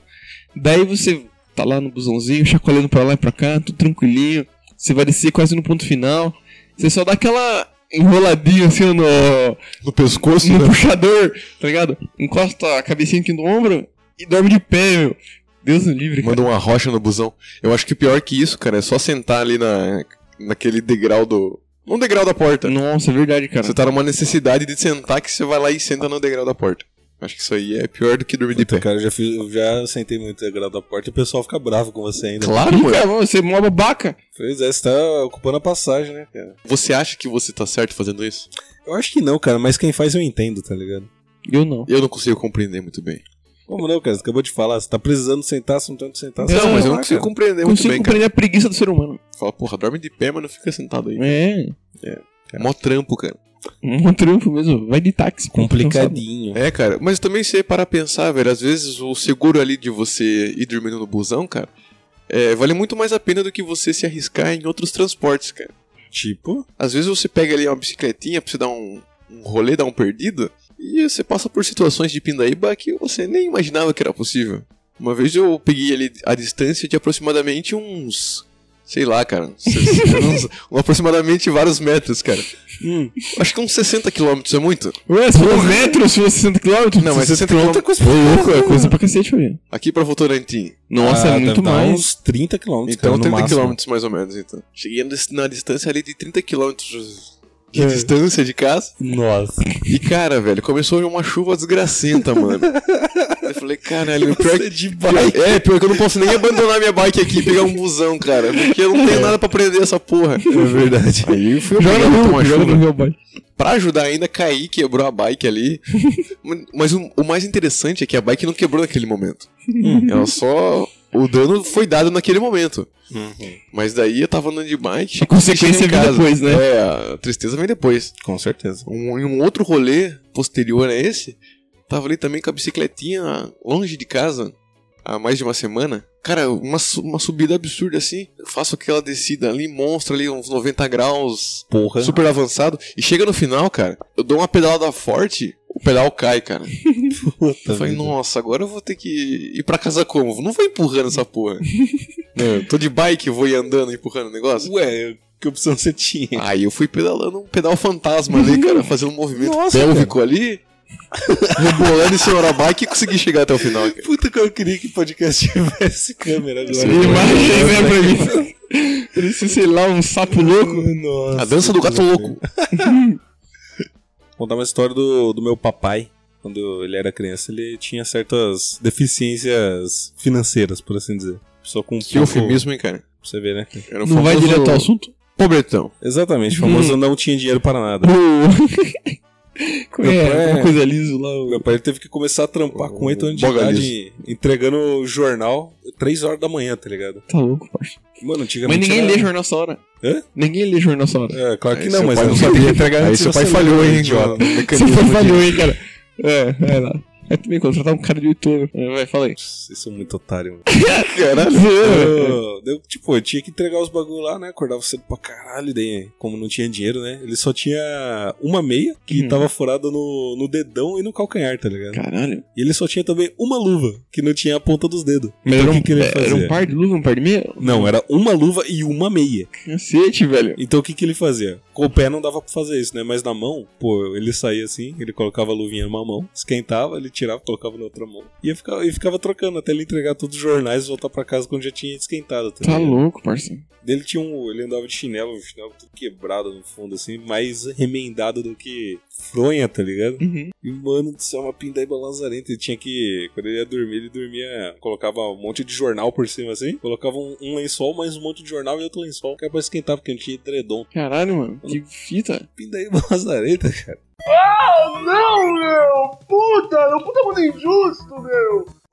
Speaker 2: Daí você tá lá no busãozinho, chacoalhando pra lá e pra cá, tudo tranquilinho. Você vai descer quase no ponto final. Você só dá aquela enroladinha assim ó, no,
Speaker 6: No pescoço, né?
Speaker 2: no puxador, tá ligado? Encosta a cabecinha aqui no ombro e dorme de pé, meu. Deus me livre, cara.
Speaker 6: Manda uma rocha no busão. Eu acho que pior que isso, cara, é só sentar ali na, naquele degrau do. Não degrau da porta.
Speaker 2: Nossa, é verdade, cara.
Speaker 6: Você tá numa necessidade de sentar que você vai lá e senta no degrau da porta. Acho que isso aí é pior do que dormir de
Speaker 3: Puta,
Speaker 6: pé.
Speaker 3: cara, eu já, fiz, eu já sentei muito grau da porta e o pessoal fica bravo com você ainda.
Speaker 6: Claro,
Speaker 2: Ih,
Speaker 6: mano.
Speaker 2: cara, você é mó babaca.
Speaker 3: Pois é, você tá ocupando a passagem, né, cara?
Speaker 6: Você acha que você tá certo fazendo isso?
Speaker 3: Eu acho que não, cara, mas quem faz eu entendo, tá ligado?
Speaker 2: Eu não.
Speaker 6: Eu não consigo compreender muito bem.
Speaker 3: Como não, cara? Você acabou de falar, você tá precisando sentar, você não tem onde sentar.
Speaker 2: Não,
Speaker 3: você
Speaker 2: mas
Speaker 3: vai
Speaker 2: eu
Speaker 3: lá, cara.
Speaker 6: compreender
Speaker 2: Consigo compreender a preguiça do ser humano.
Speaker 6: cara. Fala, porra, dorme de pé, mas não fica sentado aí.
Speaker 2: É,
Speaker 6: Mó trampo, cara.
Speaker 2: um trampo mesmo. Vai de táxi. pô, cansado.
Speaker 3: Complicadinho.
Speaker 6: É, cara. Mas também você para pensar, velho. Às vezes o seguro ali de você ir dormindo no busão, cara, é, vale muito mais a pena do que você se arriscar em outros transportes, cara.
Speaker 3: Tipo,
Speaker 6: Às vezes você pega ali uma bicicletinha pra você dar um, um rolê, dar um perdido, e você passa por situações de pindaíba que você nem imaginava que era possível. Uma vez eu peguei ali a distância de aproximadamente uns sei lá, cara, se- (laughs) uns- um- aproximadamente vários metros, cara.
Speaker 2: Hum.
Speaker 6: Acho que uns 60 quilômetros é muito.
Speaker 2: Ué, se for metros, se for 60 km?
Speaker 6: Não, mas 60
Speaker 2: km
Speaker 6: quilômetros é coisa pra
Speaker 2: louco, é coisa pra cacete, velho.
Speaker 6: Aqui pra Votorantim.
Speaker 2: Nossa,
Speaker 3: Ah,
Speaker 2: é
Speaker 3: deve
Speaker 2: muito
Speaker 3: dar
Speaker 2: mais.
Speaker 3: Uns 30 quilômetros.
Speaker 6: Então
Speaker 3: cara, no
Speaker 6: 30
Speaker 3: máximo.
Speaker 6: quilômetros mais ou menos, então. Cheguei na dis- na distância ali de 30 quilômetros de distância de casa.
Speaker 3: Nossa.
Speaker 6: E cara, velho, começou uma chuva desgracenta, mano. Eu falei, caralho, pior que...
Speaker 3: de bike.
Speaker 6: É, pior que eu não posso nem abandonar minha bike aqui e pegar um busão, cara. Porque eu não tenho nada pra prender essa porra. É verdade. Aí eu fui
Speaker 2: (laughs) Joga
Speaker 6: obrigado a
Speaker 2: no
Speaker 6: tomar
Speaker 2: Rio, joga
Speaker 6: chuva.
Speaker 2: no Rio, boy.
Speaker 6: Pra ajudar ainda, caí, quebrou a bike ali. Mas o, o mais interessante é que a bike não quebrou naquele momento. Ela só. O dano foi dado naquele momento. Mas daí eu tava andando de bike.
Speaker 2: A consequência
Speaker 6: cheguei em
Speaker 2: vem depois, né?
Speaker 6: É, a tristeza vem depois.
Speaker 3: Com certeza.
Speaker 6: Um, em um outro rolê posterior a esse, tava ali também com a bicicletinha longe de casa há mais de uma semana. Cara, uma, su- uma subida absurda assim. Eu faço aquela descida ali, monstro ali, uns 90 graus,
Speaker 3: Porra.
Speaker 6: super avançado. E chega no final, cara, eu dou uma pedalada forte, o pedal cai, cara.
Speaker 3: Tá
Speaker 6: Eu falei, nossa, agora eu vou ter que ir pra casa como? Não vou empurrando essa
Speaker 3: (laughs)
Speaker 6: porra. Não, tô de bike, vou ir andando, empurrando o negócio.
Speaker 3: Ué, que opção você tinha?
Speaker 6: Aí eu fui pedalando um pedal fantasma ali, cara, fazendo um movimento
Speaker 3: Nossa,
Speaker 6: pélvico ali, (laughs) rebolando em cima da bike e consegui chegar até o final. cara.
Speaker 3: Puta que eu queria que o podcast (laughs) tivesse câmera agora.
Speaker 2: Imagina, né, pra mim. (laughs) Parecia, sei lá, um sapo louco.
Speaker 3: Nossa.
Speaker 6: A dança do gato louco.
Speaker 3: Contar uma história do, do meu papai. Quando ele era criança, ele tinha certas deficiências financeiras, por assim dizer. Só com um
Speaker 6: Que
Speaker 3: pouco-
Speaker 6: eufemismo, hein, cara.
Speaker 3: Pra você ver, né?
Speaker 6: Era o
Speaker 2: Não vai
Speaker 6: famoso
Speaker 2: direto ao assunto?
Speaker 6: Pobretão.
Speaker 3: Exatamente, o
Speaker 6: (laughs)
Speaker 3: famoso não tinha dinheiro para nada.
Speaker 2: (laughs) Como é? Uma coisa liso lá.
Speaker 3: Meu pai teve que começar a trampar com 8 anos de
Speaker 6: Boga
Speaker 3: idade, entregando jornal 3 horas da manhã, tá ligado?
Speaker 2: Tá louco, parça.
Speaker 3: Mano,
Speaker 2: Mas
Speaker 3: antigamente.
Speaker 2: ninguém
Speaker 3: era-
Speaker 2: lê jornal essa hora.
Speaker 3: Hã?
Speaker 2: Ninguém lê jornal essa hora.
Speaker 3: É, claro que
Speaker 6: Aí
Speaker 3: não,
Speaker 6: seu
Speaker 3: mas
Speaker 6: pai
Speaker 3: eu
Speaker 6: não
Speaker 3: sabia entregar
Speaker 6: Aí
Speaker 3: antes
Speaker 6: seu
Speaker 3: de
Speaker 6: pai
Speaker 3: você
Speaker 6: falhou,
Speaker 3: ler,
Speaker 6: hein, idiota.
Speaker 2: Você foi falhou, hein, cara. É, vai lá. É também contratar um cara de 8 anos. É, vai, fala aí.
Speaker 3: Vocês são muito otários, mano.
Speaker 2: (laughs) Caralho.
Speaker 3: Eu, eu, tipo, eu tinha que entregar os bagulho lá, né? Acordava cedo pra caralho, daí, como não tinha dinheiro, né? Ele só tinha uma meia que
Speaker 2: Hum.
Speaker 3: tava furada no, no dedão e no calcanhar, tá ligado?
Speaker 2: Caralho.
Speaker 3: E ele só tinha também uma luva que não tinha a ponta dos dedos. Então,
Speaker 2: Mas era
Speaker 3: o
Speaker 2: um,
Speaker 3: que que ele ia
Speaker 2: era
Speaker 3: fazer?
Speaker 2: um par de luva, um par de meia?
Speaker 3: Não, era uma luva e uma meia.
Speaker 2: Um Cacete, velho.
Speaker 3: Então o que, que ele fazia? Com o pé não dava pra fazer isso, né? Mas na mão, pô, ele saía assim, ele colocava a luvinha numa mão, esquentava, ele tirava, colocava na outra mão. E ia ficar- e ficava trocando até ele entregar todos os jornais e voltar pra casa quando já tinha esquentado. Tá,
Speaker 2: Tá
Speaker 3: ligado?
Speaker 2: louco, parceiro.
Speaker 3: Ele tinha um. Ele andava de chinelo, um chinelo tudo quebrado no fundo, assim, mais remendado do que fronha, tá ligado?
Speaker 2: Uhum.
Speaker 3: E, mano do céu, uma pindaíba lazarenta. Ele tinha que. Quando ele ia dormir, ele dormia. Colocava um monte de jornal por cima, assim. Colocava um, um lençol, mais um monte de jornal e outro lençol. Que era pra esquentar, porque não tinha edredom.
Speaker 2: Caralho, mano. Que fita.
Speaker 3: (laughs) Pindaíba lazarenta, cara.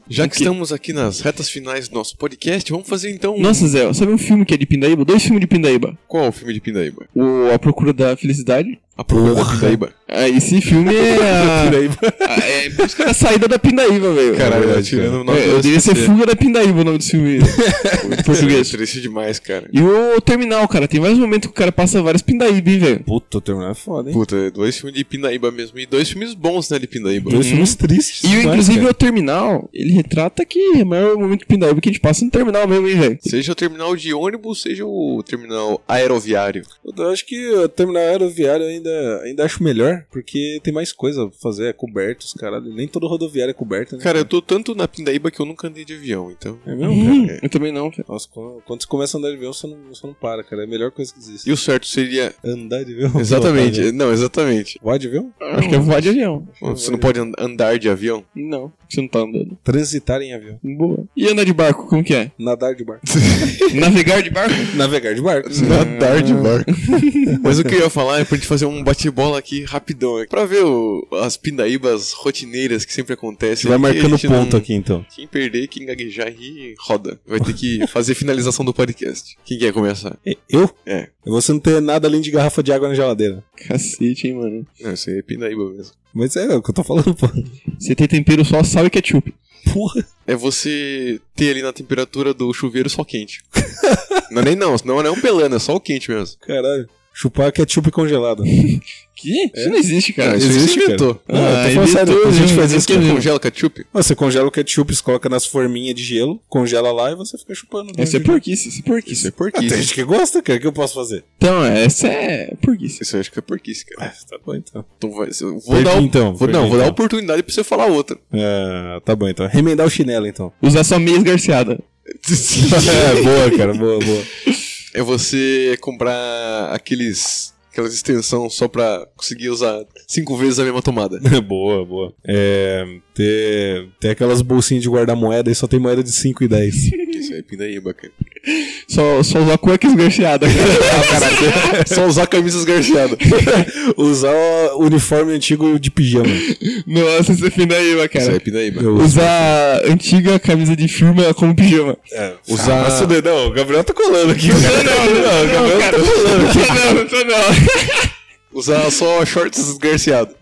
Speaker 6: Já que
Speaker 2: Ok.
Speaker 6: estamos aqui nas retas finais do nosso podcast, vamos fazer então. um-
Speaker 2: Nossa, Zé, sabe um filme que é de Pindaíba? Dois filmes de Pindaíba.
Speaker 6: Qual é o filme de Pindaíba?
Speaker 2: O A Procura da Felicidade.
Speaker 6: A Procura da Pindaíba.
Speaker 2: Ah, esse (laughs) filme é (laughs)
Speaker 3: Pindaíba.
Speaker 2: a, é por isso que é a saída da Pindaíba, velho.
Speaker 6: Caralho,
Speaker 3: verdade,
Speaker 6: tirando o nome
Speaker 2: É, eu devia ser Fuga da Pindaíba o nome do filme em português.
Speaker 6: Triste demais, cara.
Speaker 2: E o Terminal, cara, tem vários momentos que o cara passa vários Pindaíba, hein, velho.
Speaker 3: Puta, o terminal é foda, hein?
Speaker 6: Puta, dois filmes de Pindaíba mesmo. E dois filmes bons, né, de Pindaíba.
Speaker 3: Dois filmes tristes.
Speaker 2: E
Speaker 3: demais,
Speaker 2: inclusive
Speaker 3: cara.
Speaker 2: o Terminal, ele retrata que é o maior momento de Pindaíba que a gente passa no Terminal mesmo, hein, velho.
Speaker 6: Uhum. Seja o terminal de ônibus, seja o terminal aeroviário.
Speaker 3: Puta, Eu acho que o terminal aeroviário eu ainda, ainda acho melhor, porque tem mais coisa pra fazer, é coberto, os caralho. Nem todo rodoviário é coberto, né?
Speaker 6: Cara, eu tô tanto na Pindaíba que eu nunca andei de avião, então.
Speaker 3: É mesmo, cara?
Speaker 2: Eu também não, cara.
Speaker 3: Nossa, quando, quando você começa a andar de avião, você não, você não para, cara. É a melhor coisa que existe.
Speaker 6: E o certo seria.
Speaker 3: Andar de avião?
Speaker 6: Exatamente,
Speaker 3: (laughs)
Speaker 6: não, exatamente.
Speaker 3: Vai de avião?
Speaker 2: Acho que é voar de avião.
Speaker 6: Você não pode an- andar de avião?
Speaker 2: Não, você não tá andando.
Speaker 3: Transitar em avião.
Speaker 2: Boa. E andar de barco, como que
Speaker 6: (laughs)
Speaker 2: é?
Speaker 3: Nadar de barco.
Speaker 2: Navegar de barco?
Speaker 3: Navegar de barco.
Speaker 6: Nadar de barco. (laughs) Mas o que eu ia falar é pra gente fazer um bate-bola aqui rapidão. é Pra ver o- as pindaíbas rotineiras que sempre acontecem.
Speaker 3: Você vai
Speaker 6: aqui, a
Speaker 3: marcando
Speaker 6: gente não-
Speaker 3: ponto aqui, então.
Speaker 6: Quem perder, quem gaguejar e roda. Vai ter que (laughs) fazer finalização do podcast. Quem quer começar?
Speaker 3: Eu?
Speaker 6: É.
Speaker 3: Você não ter nada além de garrafa de água na geladeira.
Speaker 2: Cacete, hein, mano.
Speaker 6: Não, isso aí é pindaíba mesmo.
Speaker 3: Mas é o que eu tô falando,
Speaker 6: (laughs)
Speaker 3: pô.
Speaker 2: Você tem tempero só sal e ketchup.
Speaker 3: Porra.
Speaker 6: é você ter ali na (laughs) temperatura do chuveiro só quente. não é nem não, senão não é um pelando, é só o quente mesmo.
Speaker 3: Caralho. Chupar ketchup congelado.
Speaker 2: Que?
Speaker 6: É?
Speaker 2: Isso não existe, cara.
Speaker 3: Não,
Speaker 6: Ah, isso
Speaker 3: existe,
Speaker 6: você
Speaker 3: cara.
Speaker 6: inventou. Tá
Speaker 3: Não, eu tô falando
Speaker 6: inventou,
Speaker 3: sério,
Speaker 6: é a gente
Speaker 3: eu
Speaker 6: faz isso
Speaker 3: inventei
Speaker 6: que
Speaker 3: mesmo.
Speaker 6: congela ketchup.
Speaker 3: Mas Você congela o ketchup, coloca nas forminhas de gelo, congela lá e você fica chupando.
Speaker 2: Essa é porquice, isso é
Speaker 6: Isso
Speaker 2: porquice.
Speaker 6: é
Speaker 3: Ah, tem gente
Speaker 6: porquice.
Speaker 3: que gosta, cara. O que eu posso fazer?
Speaker 2: Então, essa é porquice.
Speaker 6: Isso eu acho que é porquice, cara.
Speaker 3: Ah, tá bom então.
Speaker 6: Então vai, eu vou
Speaker 3: Perdi,
Speaker 6: dar, o-
Speaker 3: então,
Speaker 6: vou,
Speaker 3: perdi,
Speaker 6: não, vou dar
Speaker 3: então.
Speaker 6: oportunidade pra você falar (laughs) outra.
Speaker 3: Ah, tá bom então. Remendar o
Speaker 6: (laughs)
Speaker 3: chinelo então.
Speaker 2: Usar só meias garceada.
Speaker 3: é, boa, cara. Boa, boa.
Speaker 6: (laughs) é você comprar aqueles aquelas extensão só pra conseguir usar cinco vezes a mesma tomada.
Speaker 3: boa, boa. É, ter, ter aquelas bolsinhas de guardar moeda e só tem moeda de 5 e 10.
Speaker 6: Isso aí, é pindaíba, cara.
Speaker 2: Só, só usar cuecas garceada,
Speaker 3: Ah,
Speaker 6: (laughs)
Speaker 3: (laughs)
Speaker 2: cara.
Speaker 6: Só usar camisas garceadas.
Speaker 3: Usar o uniforme antigo de pijama.
Speaker 2: Nossa, isso é pindaíba,
Speaker 6: Isso aí,
Speaker 2: cara.
Speaker 6: pindaíba.
Speaker 3: Eu-
Speaker 2: Usar antiga camisa de firma como pijama.
Speaker 3: Usar.
Speaker 6: não, o Gabriel tá colando aqui. (laughs)
Speaker 2: não, não, cara. Não, não,
Speaker 6: é
Speaker 2: tô não.
Speaker 6: tá- Usar só shorts garceado.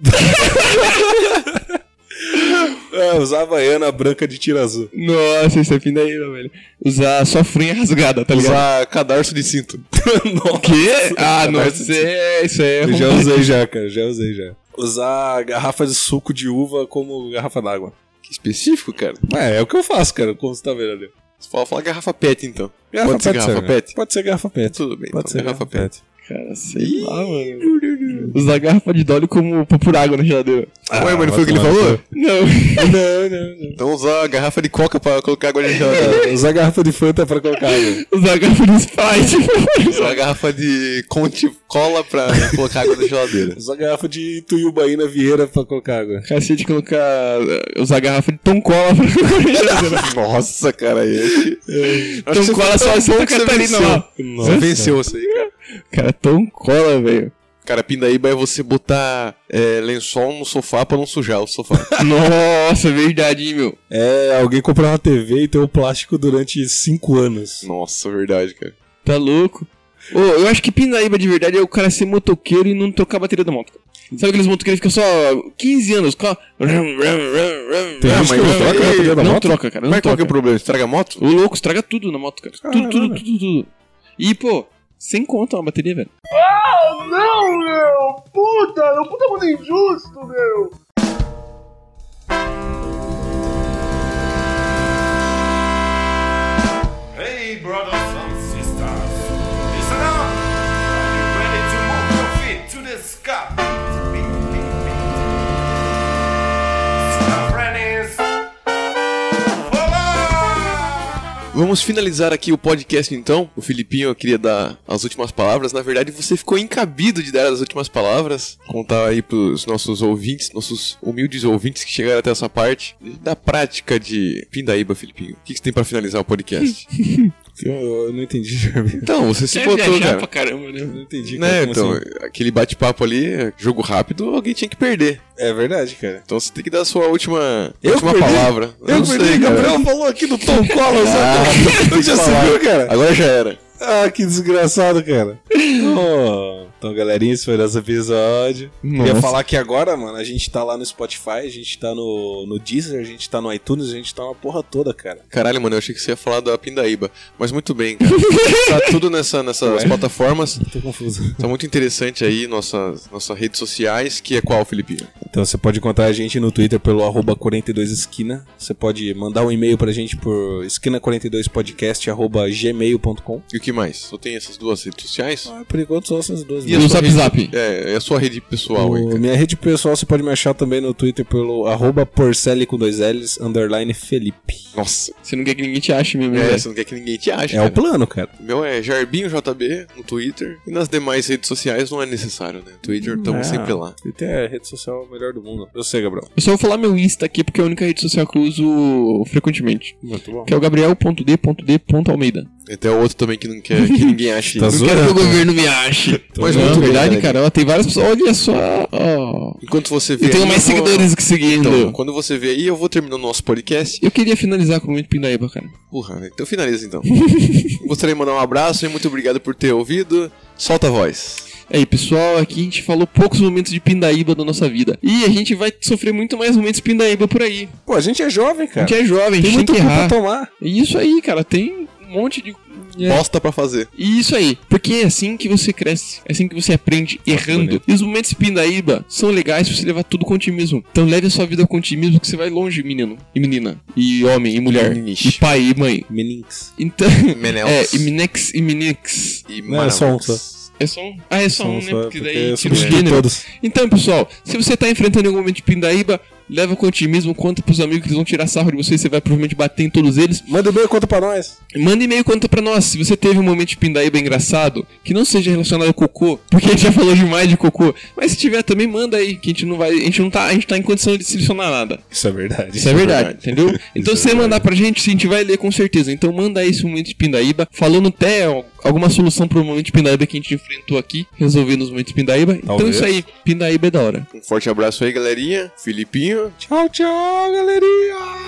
Speaker 3: É, usar a baiana branca de tira azul.
Speaker 2: Nossa, isso é pindaíba, velho. Usar só frinha rasgada, tá ligado?
Speaker 6: Usar cadarço de cinto. (laughs)
Speaker 2: O quê? Ah, nossa, isso é... Isso é...
Speaker 3: Eu já usei já, cara. Já usei já. Usar a garrafa de suco de uva como garrafa d'água.
Speaker 6: Que específico, cara.
Speaker 3: É, é o que eu faço, cara. Como você tá vendo ali.
Speaker 6: Você fala, fala garrafa pet, então. Pode ser garrafa
Speaker 3: né?
Speaker 6: pet?
Speaker 3: Pode ser garrafa pet.
Speaker 6: Tudo bem,
Speaker 3: Pode
Speaker 6: então,
Speaker 3: ser
Speaker 6: garrafa
Speaker 2: né?
Speaker 3: garrafa
Speaker 6: pet.
Speaker 3: pet. Ah,
Speaker 2: Cara, sei lá, mano. Usar garrafa de Dolly como pra por água na geladeira.
Speaker 6: Ué, Ah, mas não é. foi o que ele
Speaker 3: vai tomar
Speaker 6: falou?
Speaker 2: Não. (laughs)
Speaker 3: Não, não,
Speaker 2: É.
Speaker 3: não. É,
Speaker 6: Então usar a garrafa de coca pra colocar água na geladeira.
Speaker 3: Usar garrafa de Fanta pra colocar água.
Speaker 2: Usar garrafa de Sprite. (laughs)
Speaker 6: Usar a garrafa de Conte Cola pra colocar água na
Speaker 2: (laughs)
Speaker 6: geladeira.
Speaker 3: Usar garrafa de Tuiubaína Vieira pra colocar água.
Speaker 2: Cacete, colocar... Usar garrafa de Tom Cola pra (laughs) colocar na geladeira.
Speaker 6: Nossa, cara, é- esse. Acho que
Speaker 2: Tom
Speaker 6: você
Speaker 2: Cola
Speaker 6: foi tão
Speaker 2: só
Speaker 6: bom
Speaker 2: Santa
Speaker 6: que você
Speaker 2: Catarina
Speaker 6: venceu.
Speaker 2: lá.
Speaker 6: Você venceu isso aí, cara.
Speaker 2: Cara, Tom Cola, velho.
Speaker 6: Cara, pindaíba é você botar é, lençol no sofá pra não sujar o
Speaker 2: (laughs)
Speaker 6: sofá.
Speaker 2: Nossa, verdade, hein, meu.
Speaker 3: É, alguém comprar uma TV e ter o plástico durante 5 anos.
Speaker 6: Nossa, verdade, cara.
Speaker 2: Tá louco? Ô, eu acho que pindaíba de verdade é o cara ser motoqueiro e não trocar a bateria da moto. cara. Sabe aqueles motoqueiros que ficam só 15 anos? Com...
Speaker 3: Tem
Speaker 6: Ah,
Speaker 3: gente
Speaker 6: mas
Speaker 3: que
Speaker 6: não
Speaker 3: não troca a
Speaker 6: é-
Speaker 3: bateria da
Speaker 2: não
Speaker 3: moto?
Speaker 2: troca, cara. Não
Speaker 6: Mas qual que é
Speaker 2: troca.
Speaker 6: o problema? Estraga a moto?
Speaker 2: O louco estraga tudo na moto, cara. Tudo, tudo, tudo, tudo. E, pô, sem conta uma bateria, velho.
Speaker 5: Não, meu! Puta! Meu puta mundo injusto, meu!
Speaker 7: Hey, brothers and sisters, listen up. Are you ready to move your feet to the ska beat? Beat, beat, beat. Ska friends, follow!
Speaker 6: Vamos finalizar aqui o podcast então. O Filipinho eu queria dar as últimas palavras. Na verdade, você ficou encabido de dar as últimas palavras. Contar aí pros nossos ouvintes, nossos humildes ouvintes que chegaram até essa parte da prática de Pindaíba, Filipinho. O que que você tem pra finalizar o podcast?
Speaker 3: Eu, eu não entendi, (laughs) Jeremy.
Speaker 6: (laughs) então, você se
Speaker 2: Tipo,
Speaker 6: botou, cara.
Speaker 2: caramba, né?
Speaker 3: Eu não entendi. cara,
Speaker 6: Né,
Speaker 3: como
Speaker 6: então,
Speaker 3: assim?
Speaker 6: aquele bate-papo ali, jogo rápido, alguém tinha que perder.
Speaker 3: É verdade, cara.
Speaker 6: Então você tem que dar a sua última,
Speaker 3: Eu
Speaker 6: última
Speaker 3: perdi?
Speaker 6: palavra. Eu não sei, cara.
Speaker 3: falou aqui do Tom
Speaker 6: (laughs)
Speaker 3: Collins. Ah, já se viu, cara?
Speaker 6: Agora já era.
Speaker 3: Ah, que desgraçado, cara. Oh, Então, galerinha, esse foi nosso episódio. Queria falar que agora, mano, a gente tá lá no Spotify, a gente tá no, no Deezer, a gente tá no iTunes, a gente tá uma porra toda, cara.
Speaker 6: Caralho, mano, eu achei que você ia falar da Pindaíba. Mas muito bem, cara. (laughs) tá tudo nessa, nessas
Speaker 3: Ué?
Speaker 6: plataformas.
Speaker 3: Tô confuso.
Speaker 6: Tá muito interessante aí nossas, nossas redes sociais, que é qual, Felipe?
Speaker 3: Então você pode encontrar a gente no Twitter pelo arroba 42esquina. Você pode mandar um e-mail pra gente por esquina42podcast arroba gmail.com.
Speaker 6: E o que mais? Só tem essas duas redes sociais?
Speaker 3: Ah, por enquanto só essas duas.
Speaker 6: E
Speaker 2: E o zap zap?
Speaker 6: É, é a sua rede pessoal aí,
Speaker 3: O-
Speaker 6: cara.
Speaker 3: minha rede pessoal você pode me achar também no Twitter pelo arroba porcelli com dois L's underline Felipe.
Speaker 6: Nossa,
Speaker 2: Você não quer que ninguém te ache mesmo, né?
Speaker 6: é, você não quer que ninguém te ache,
Speaker 3: É o
Speaker 6: cara.
Speaker 3: plano, cara.
Speaker 6: O meu é JarbinhoJB no Twitter. E nas demais redes sociais não é necessário, né? Twitter, tamo
Speaker 3: É.
Speaker 6: sempre lá.
Speaker 3: Twitter é a rede social melhor do mundo. Eu sei, Gabriel.
Speaker 2: Eu só vou falar meu Insta aqui porque é a única rede social que eu uso frequentemente.
Speaker 3: Muito bom.
Speaker 2: Que é o gabriel.d.d.almeida.
Speaker 6: Até o outro também que não quer que ninguém ache.
Speaker 3: (laughs) Tá
Speaker 2: Não quero que o
Speaker 3: zoando?
Speaker 2: governo me ache.
Speaker 6: Mas
Speaker 2: não, é
Speaker 6: muito bem,
Speaker 2: verdade,
Speaker 6: né?
Speaker 2: cara. ó, tem várias pessoas. Olha só. ó.
Speaker 6: Enquanto você vê.
Speaker 2: Eu tenho
Speaker 6: aí,
Speaker 2: mais
Speaker 6: eu vou-
Speaker 2: seguidores que seguindo.
Speaker 6: Então, quando você vê aí, eu vou terminando o nosso podcast.
Speaker 2: Eu queria finalizar com o momento Pindaíba, cara.
Speaker 6: Porra, então finaliza então. Gostaria de mandar um abraço e muito obrigado por ter ouvido. Solta a voz.
Speaker 2: Aí, É pessoal, aqui a gente falou poucos momentos de Pindaíba da nossa vida. E a gente vai sofrer muito mais momentos Pindaíba por aí.
Speaker 3: Pô, a gente é jovem,
Speaker 2: A
Speaker 3: cara.
Speaker 2: gente é jovem,
Speaker 3: Tem
Speaker 2: a gente tem
Speaker 3: muito
Speaker 2: que
Speaker 3: tempo pra
Speaker 2: errar.
Speaker 3: tomar.
Speaker 2: E isso aí, cara, tem um monte de É.
Speaker 6: bosta pra fazer.
Speaker 2: E isso aí, porque é assim que você cresce, é assim que você aprende errando. E os momentos pindaíba são legais pra você levar tudo com otimismo. Então leve a sua vida com otimismo que você vai longe, menino e menina, e homem e mulher,
Speaker 6: Meniniche.
Speaker 2: e pai e mãe.
Speaker 3: Meninx.
Speaker 2: Então,
Speaker 6: Menel.
Speaker 2: é, e minex e minix.
Speaker 6: E
Speaker 3: Não, é só um só.
Speaker 2: É só um? Ah, é só, um, né?
Speaker 3: só, porque
Speaker 2: Porque daí
Speaker 3: eu
Speaker 2: tira o
Speaker 3: substituí
Speaker 2: gênero.
Speaker 3: todos.
Speaker 2: Então, pessoal, se você tá enfrentando algum momento de pindaíba, leva com otimismo, conta pros amigos que eles vão tirar sarro de você, você vai provavelmente bater em todos eles.
Speaker 3: Manda e-mail, conta pra nós.
Speaker 2: Manda e-mail e conta pra nós se você teve um momento de pindaíba engraçado que não seja relacionado ao cocô, porque a gente já falou demais de cocô. Mas se tiver também, manda aí, que a gente não vai. A gente não tá, a gente tá em condição de selecionar nada.
Speaker 3: Isso é verdade.
Speaker 2: Isso é verdade, entendeu? Então
Speaker 3: é
Speaker 2: se você mandar pra gente, a gente vai ler com certeza. Então manda aí esse momento de pindaíba, falando até al- alguma solução pro momento de pindaíba que a gente enfrentou aqui, resolvendo os momentos de pindaíba. Então é
Speaker 3: Talvez.
Speaker 2: isso aí, pindaíba é da hora.
Speaker 6: Um forte abraço aí, galerinha. Filipinho.
Speaker 3: Tchau, tchau, galerinha.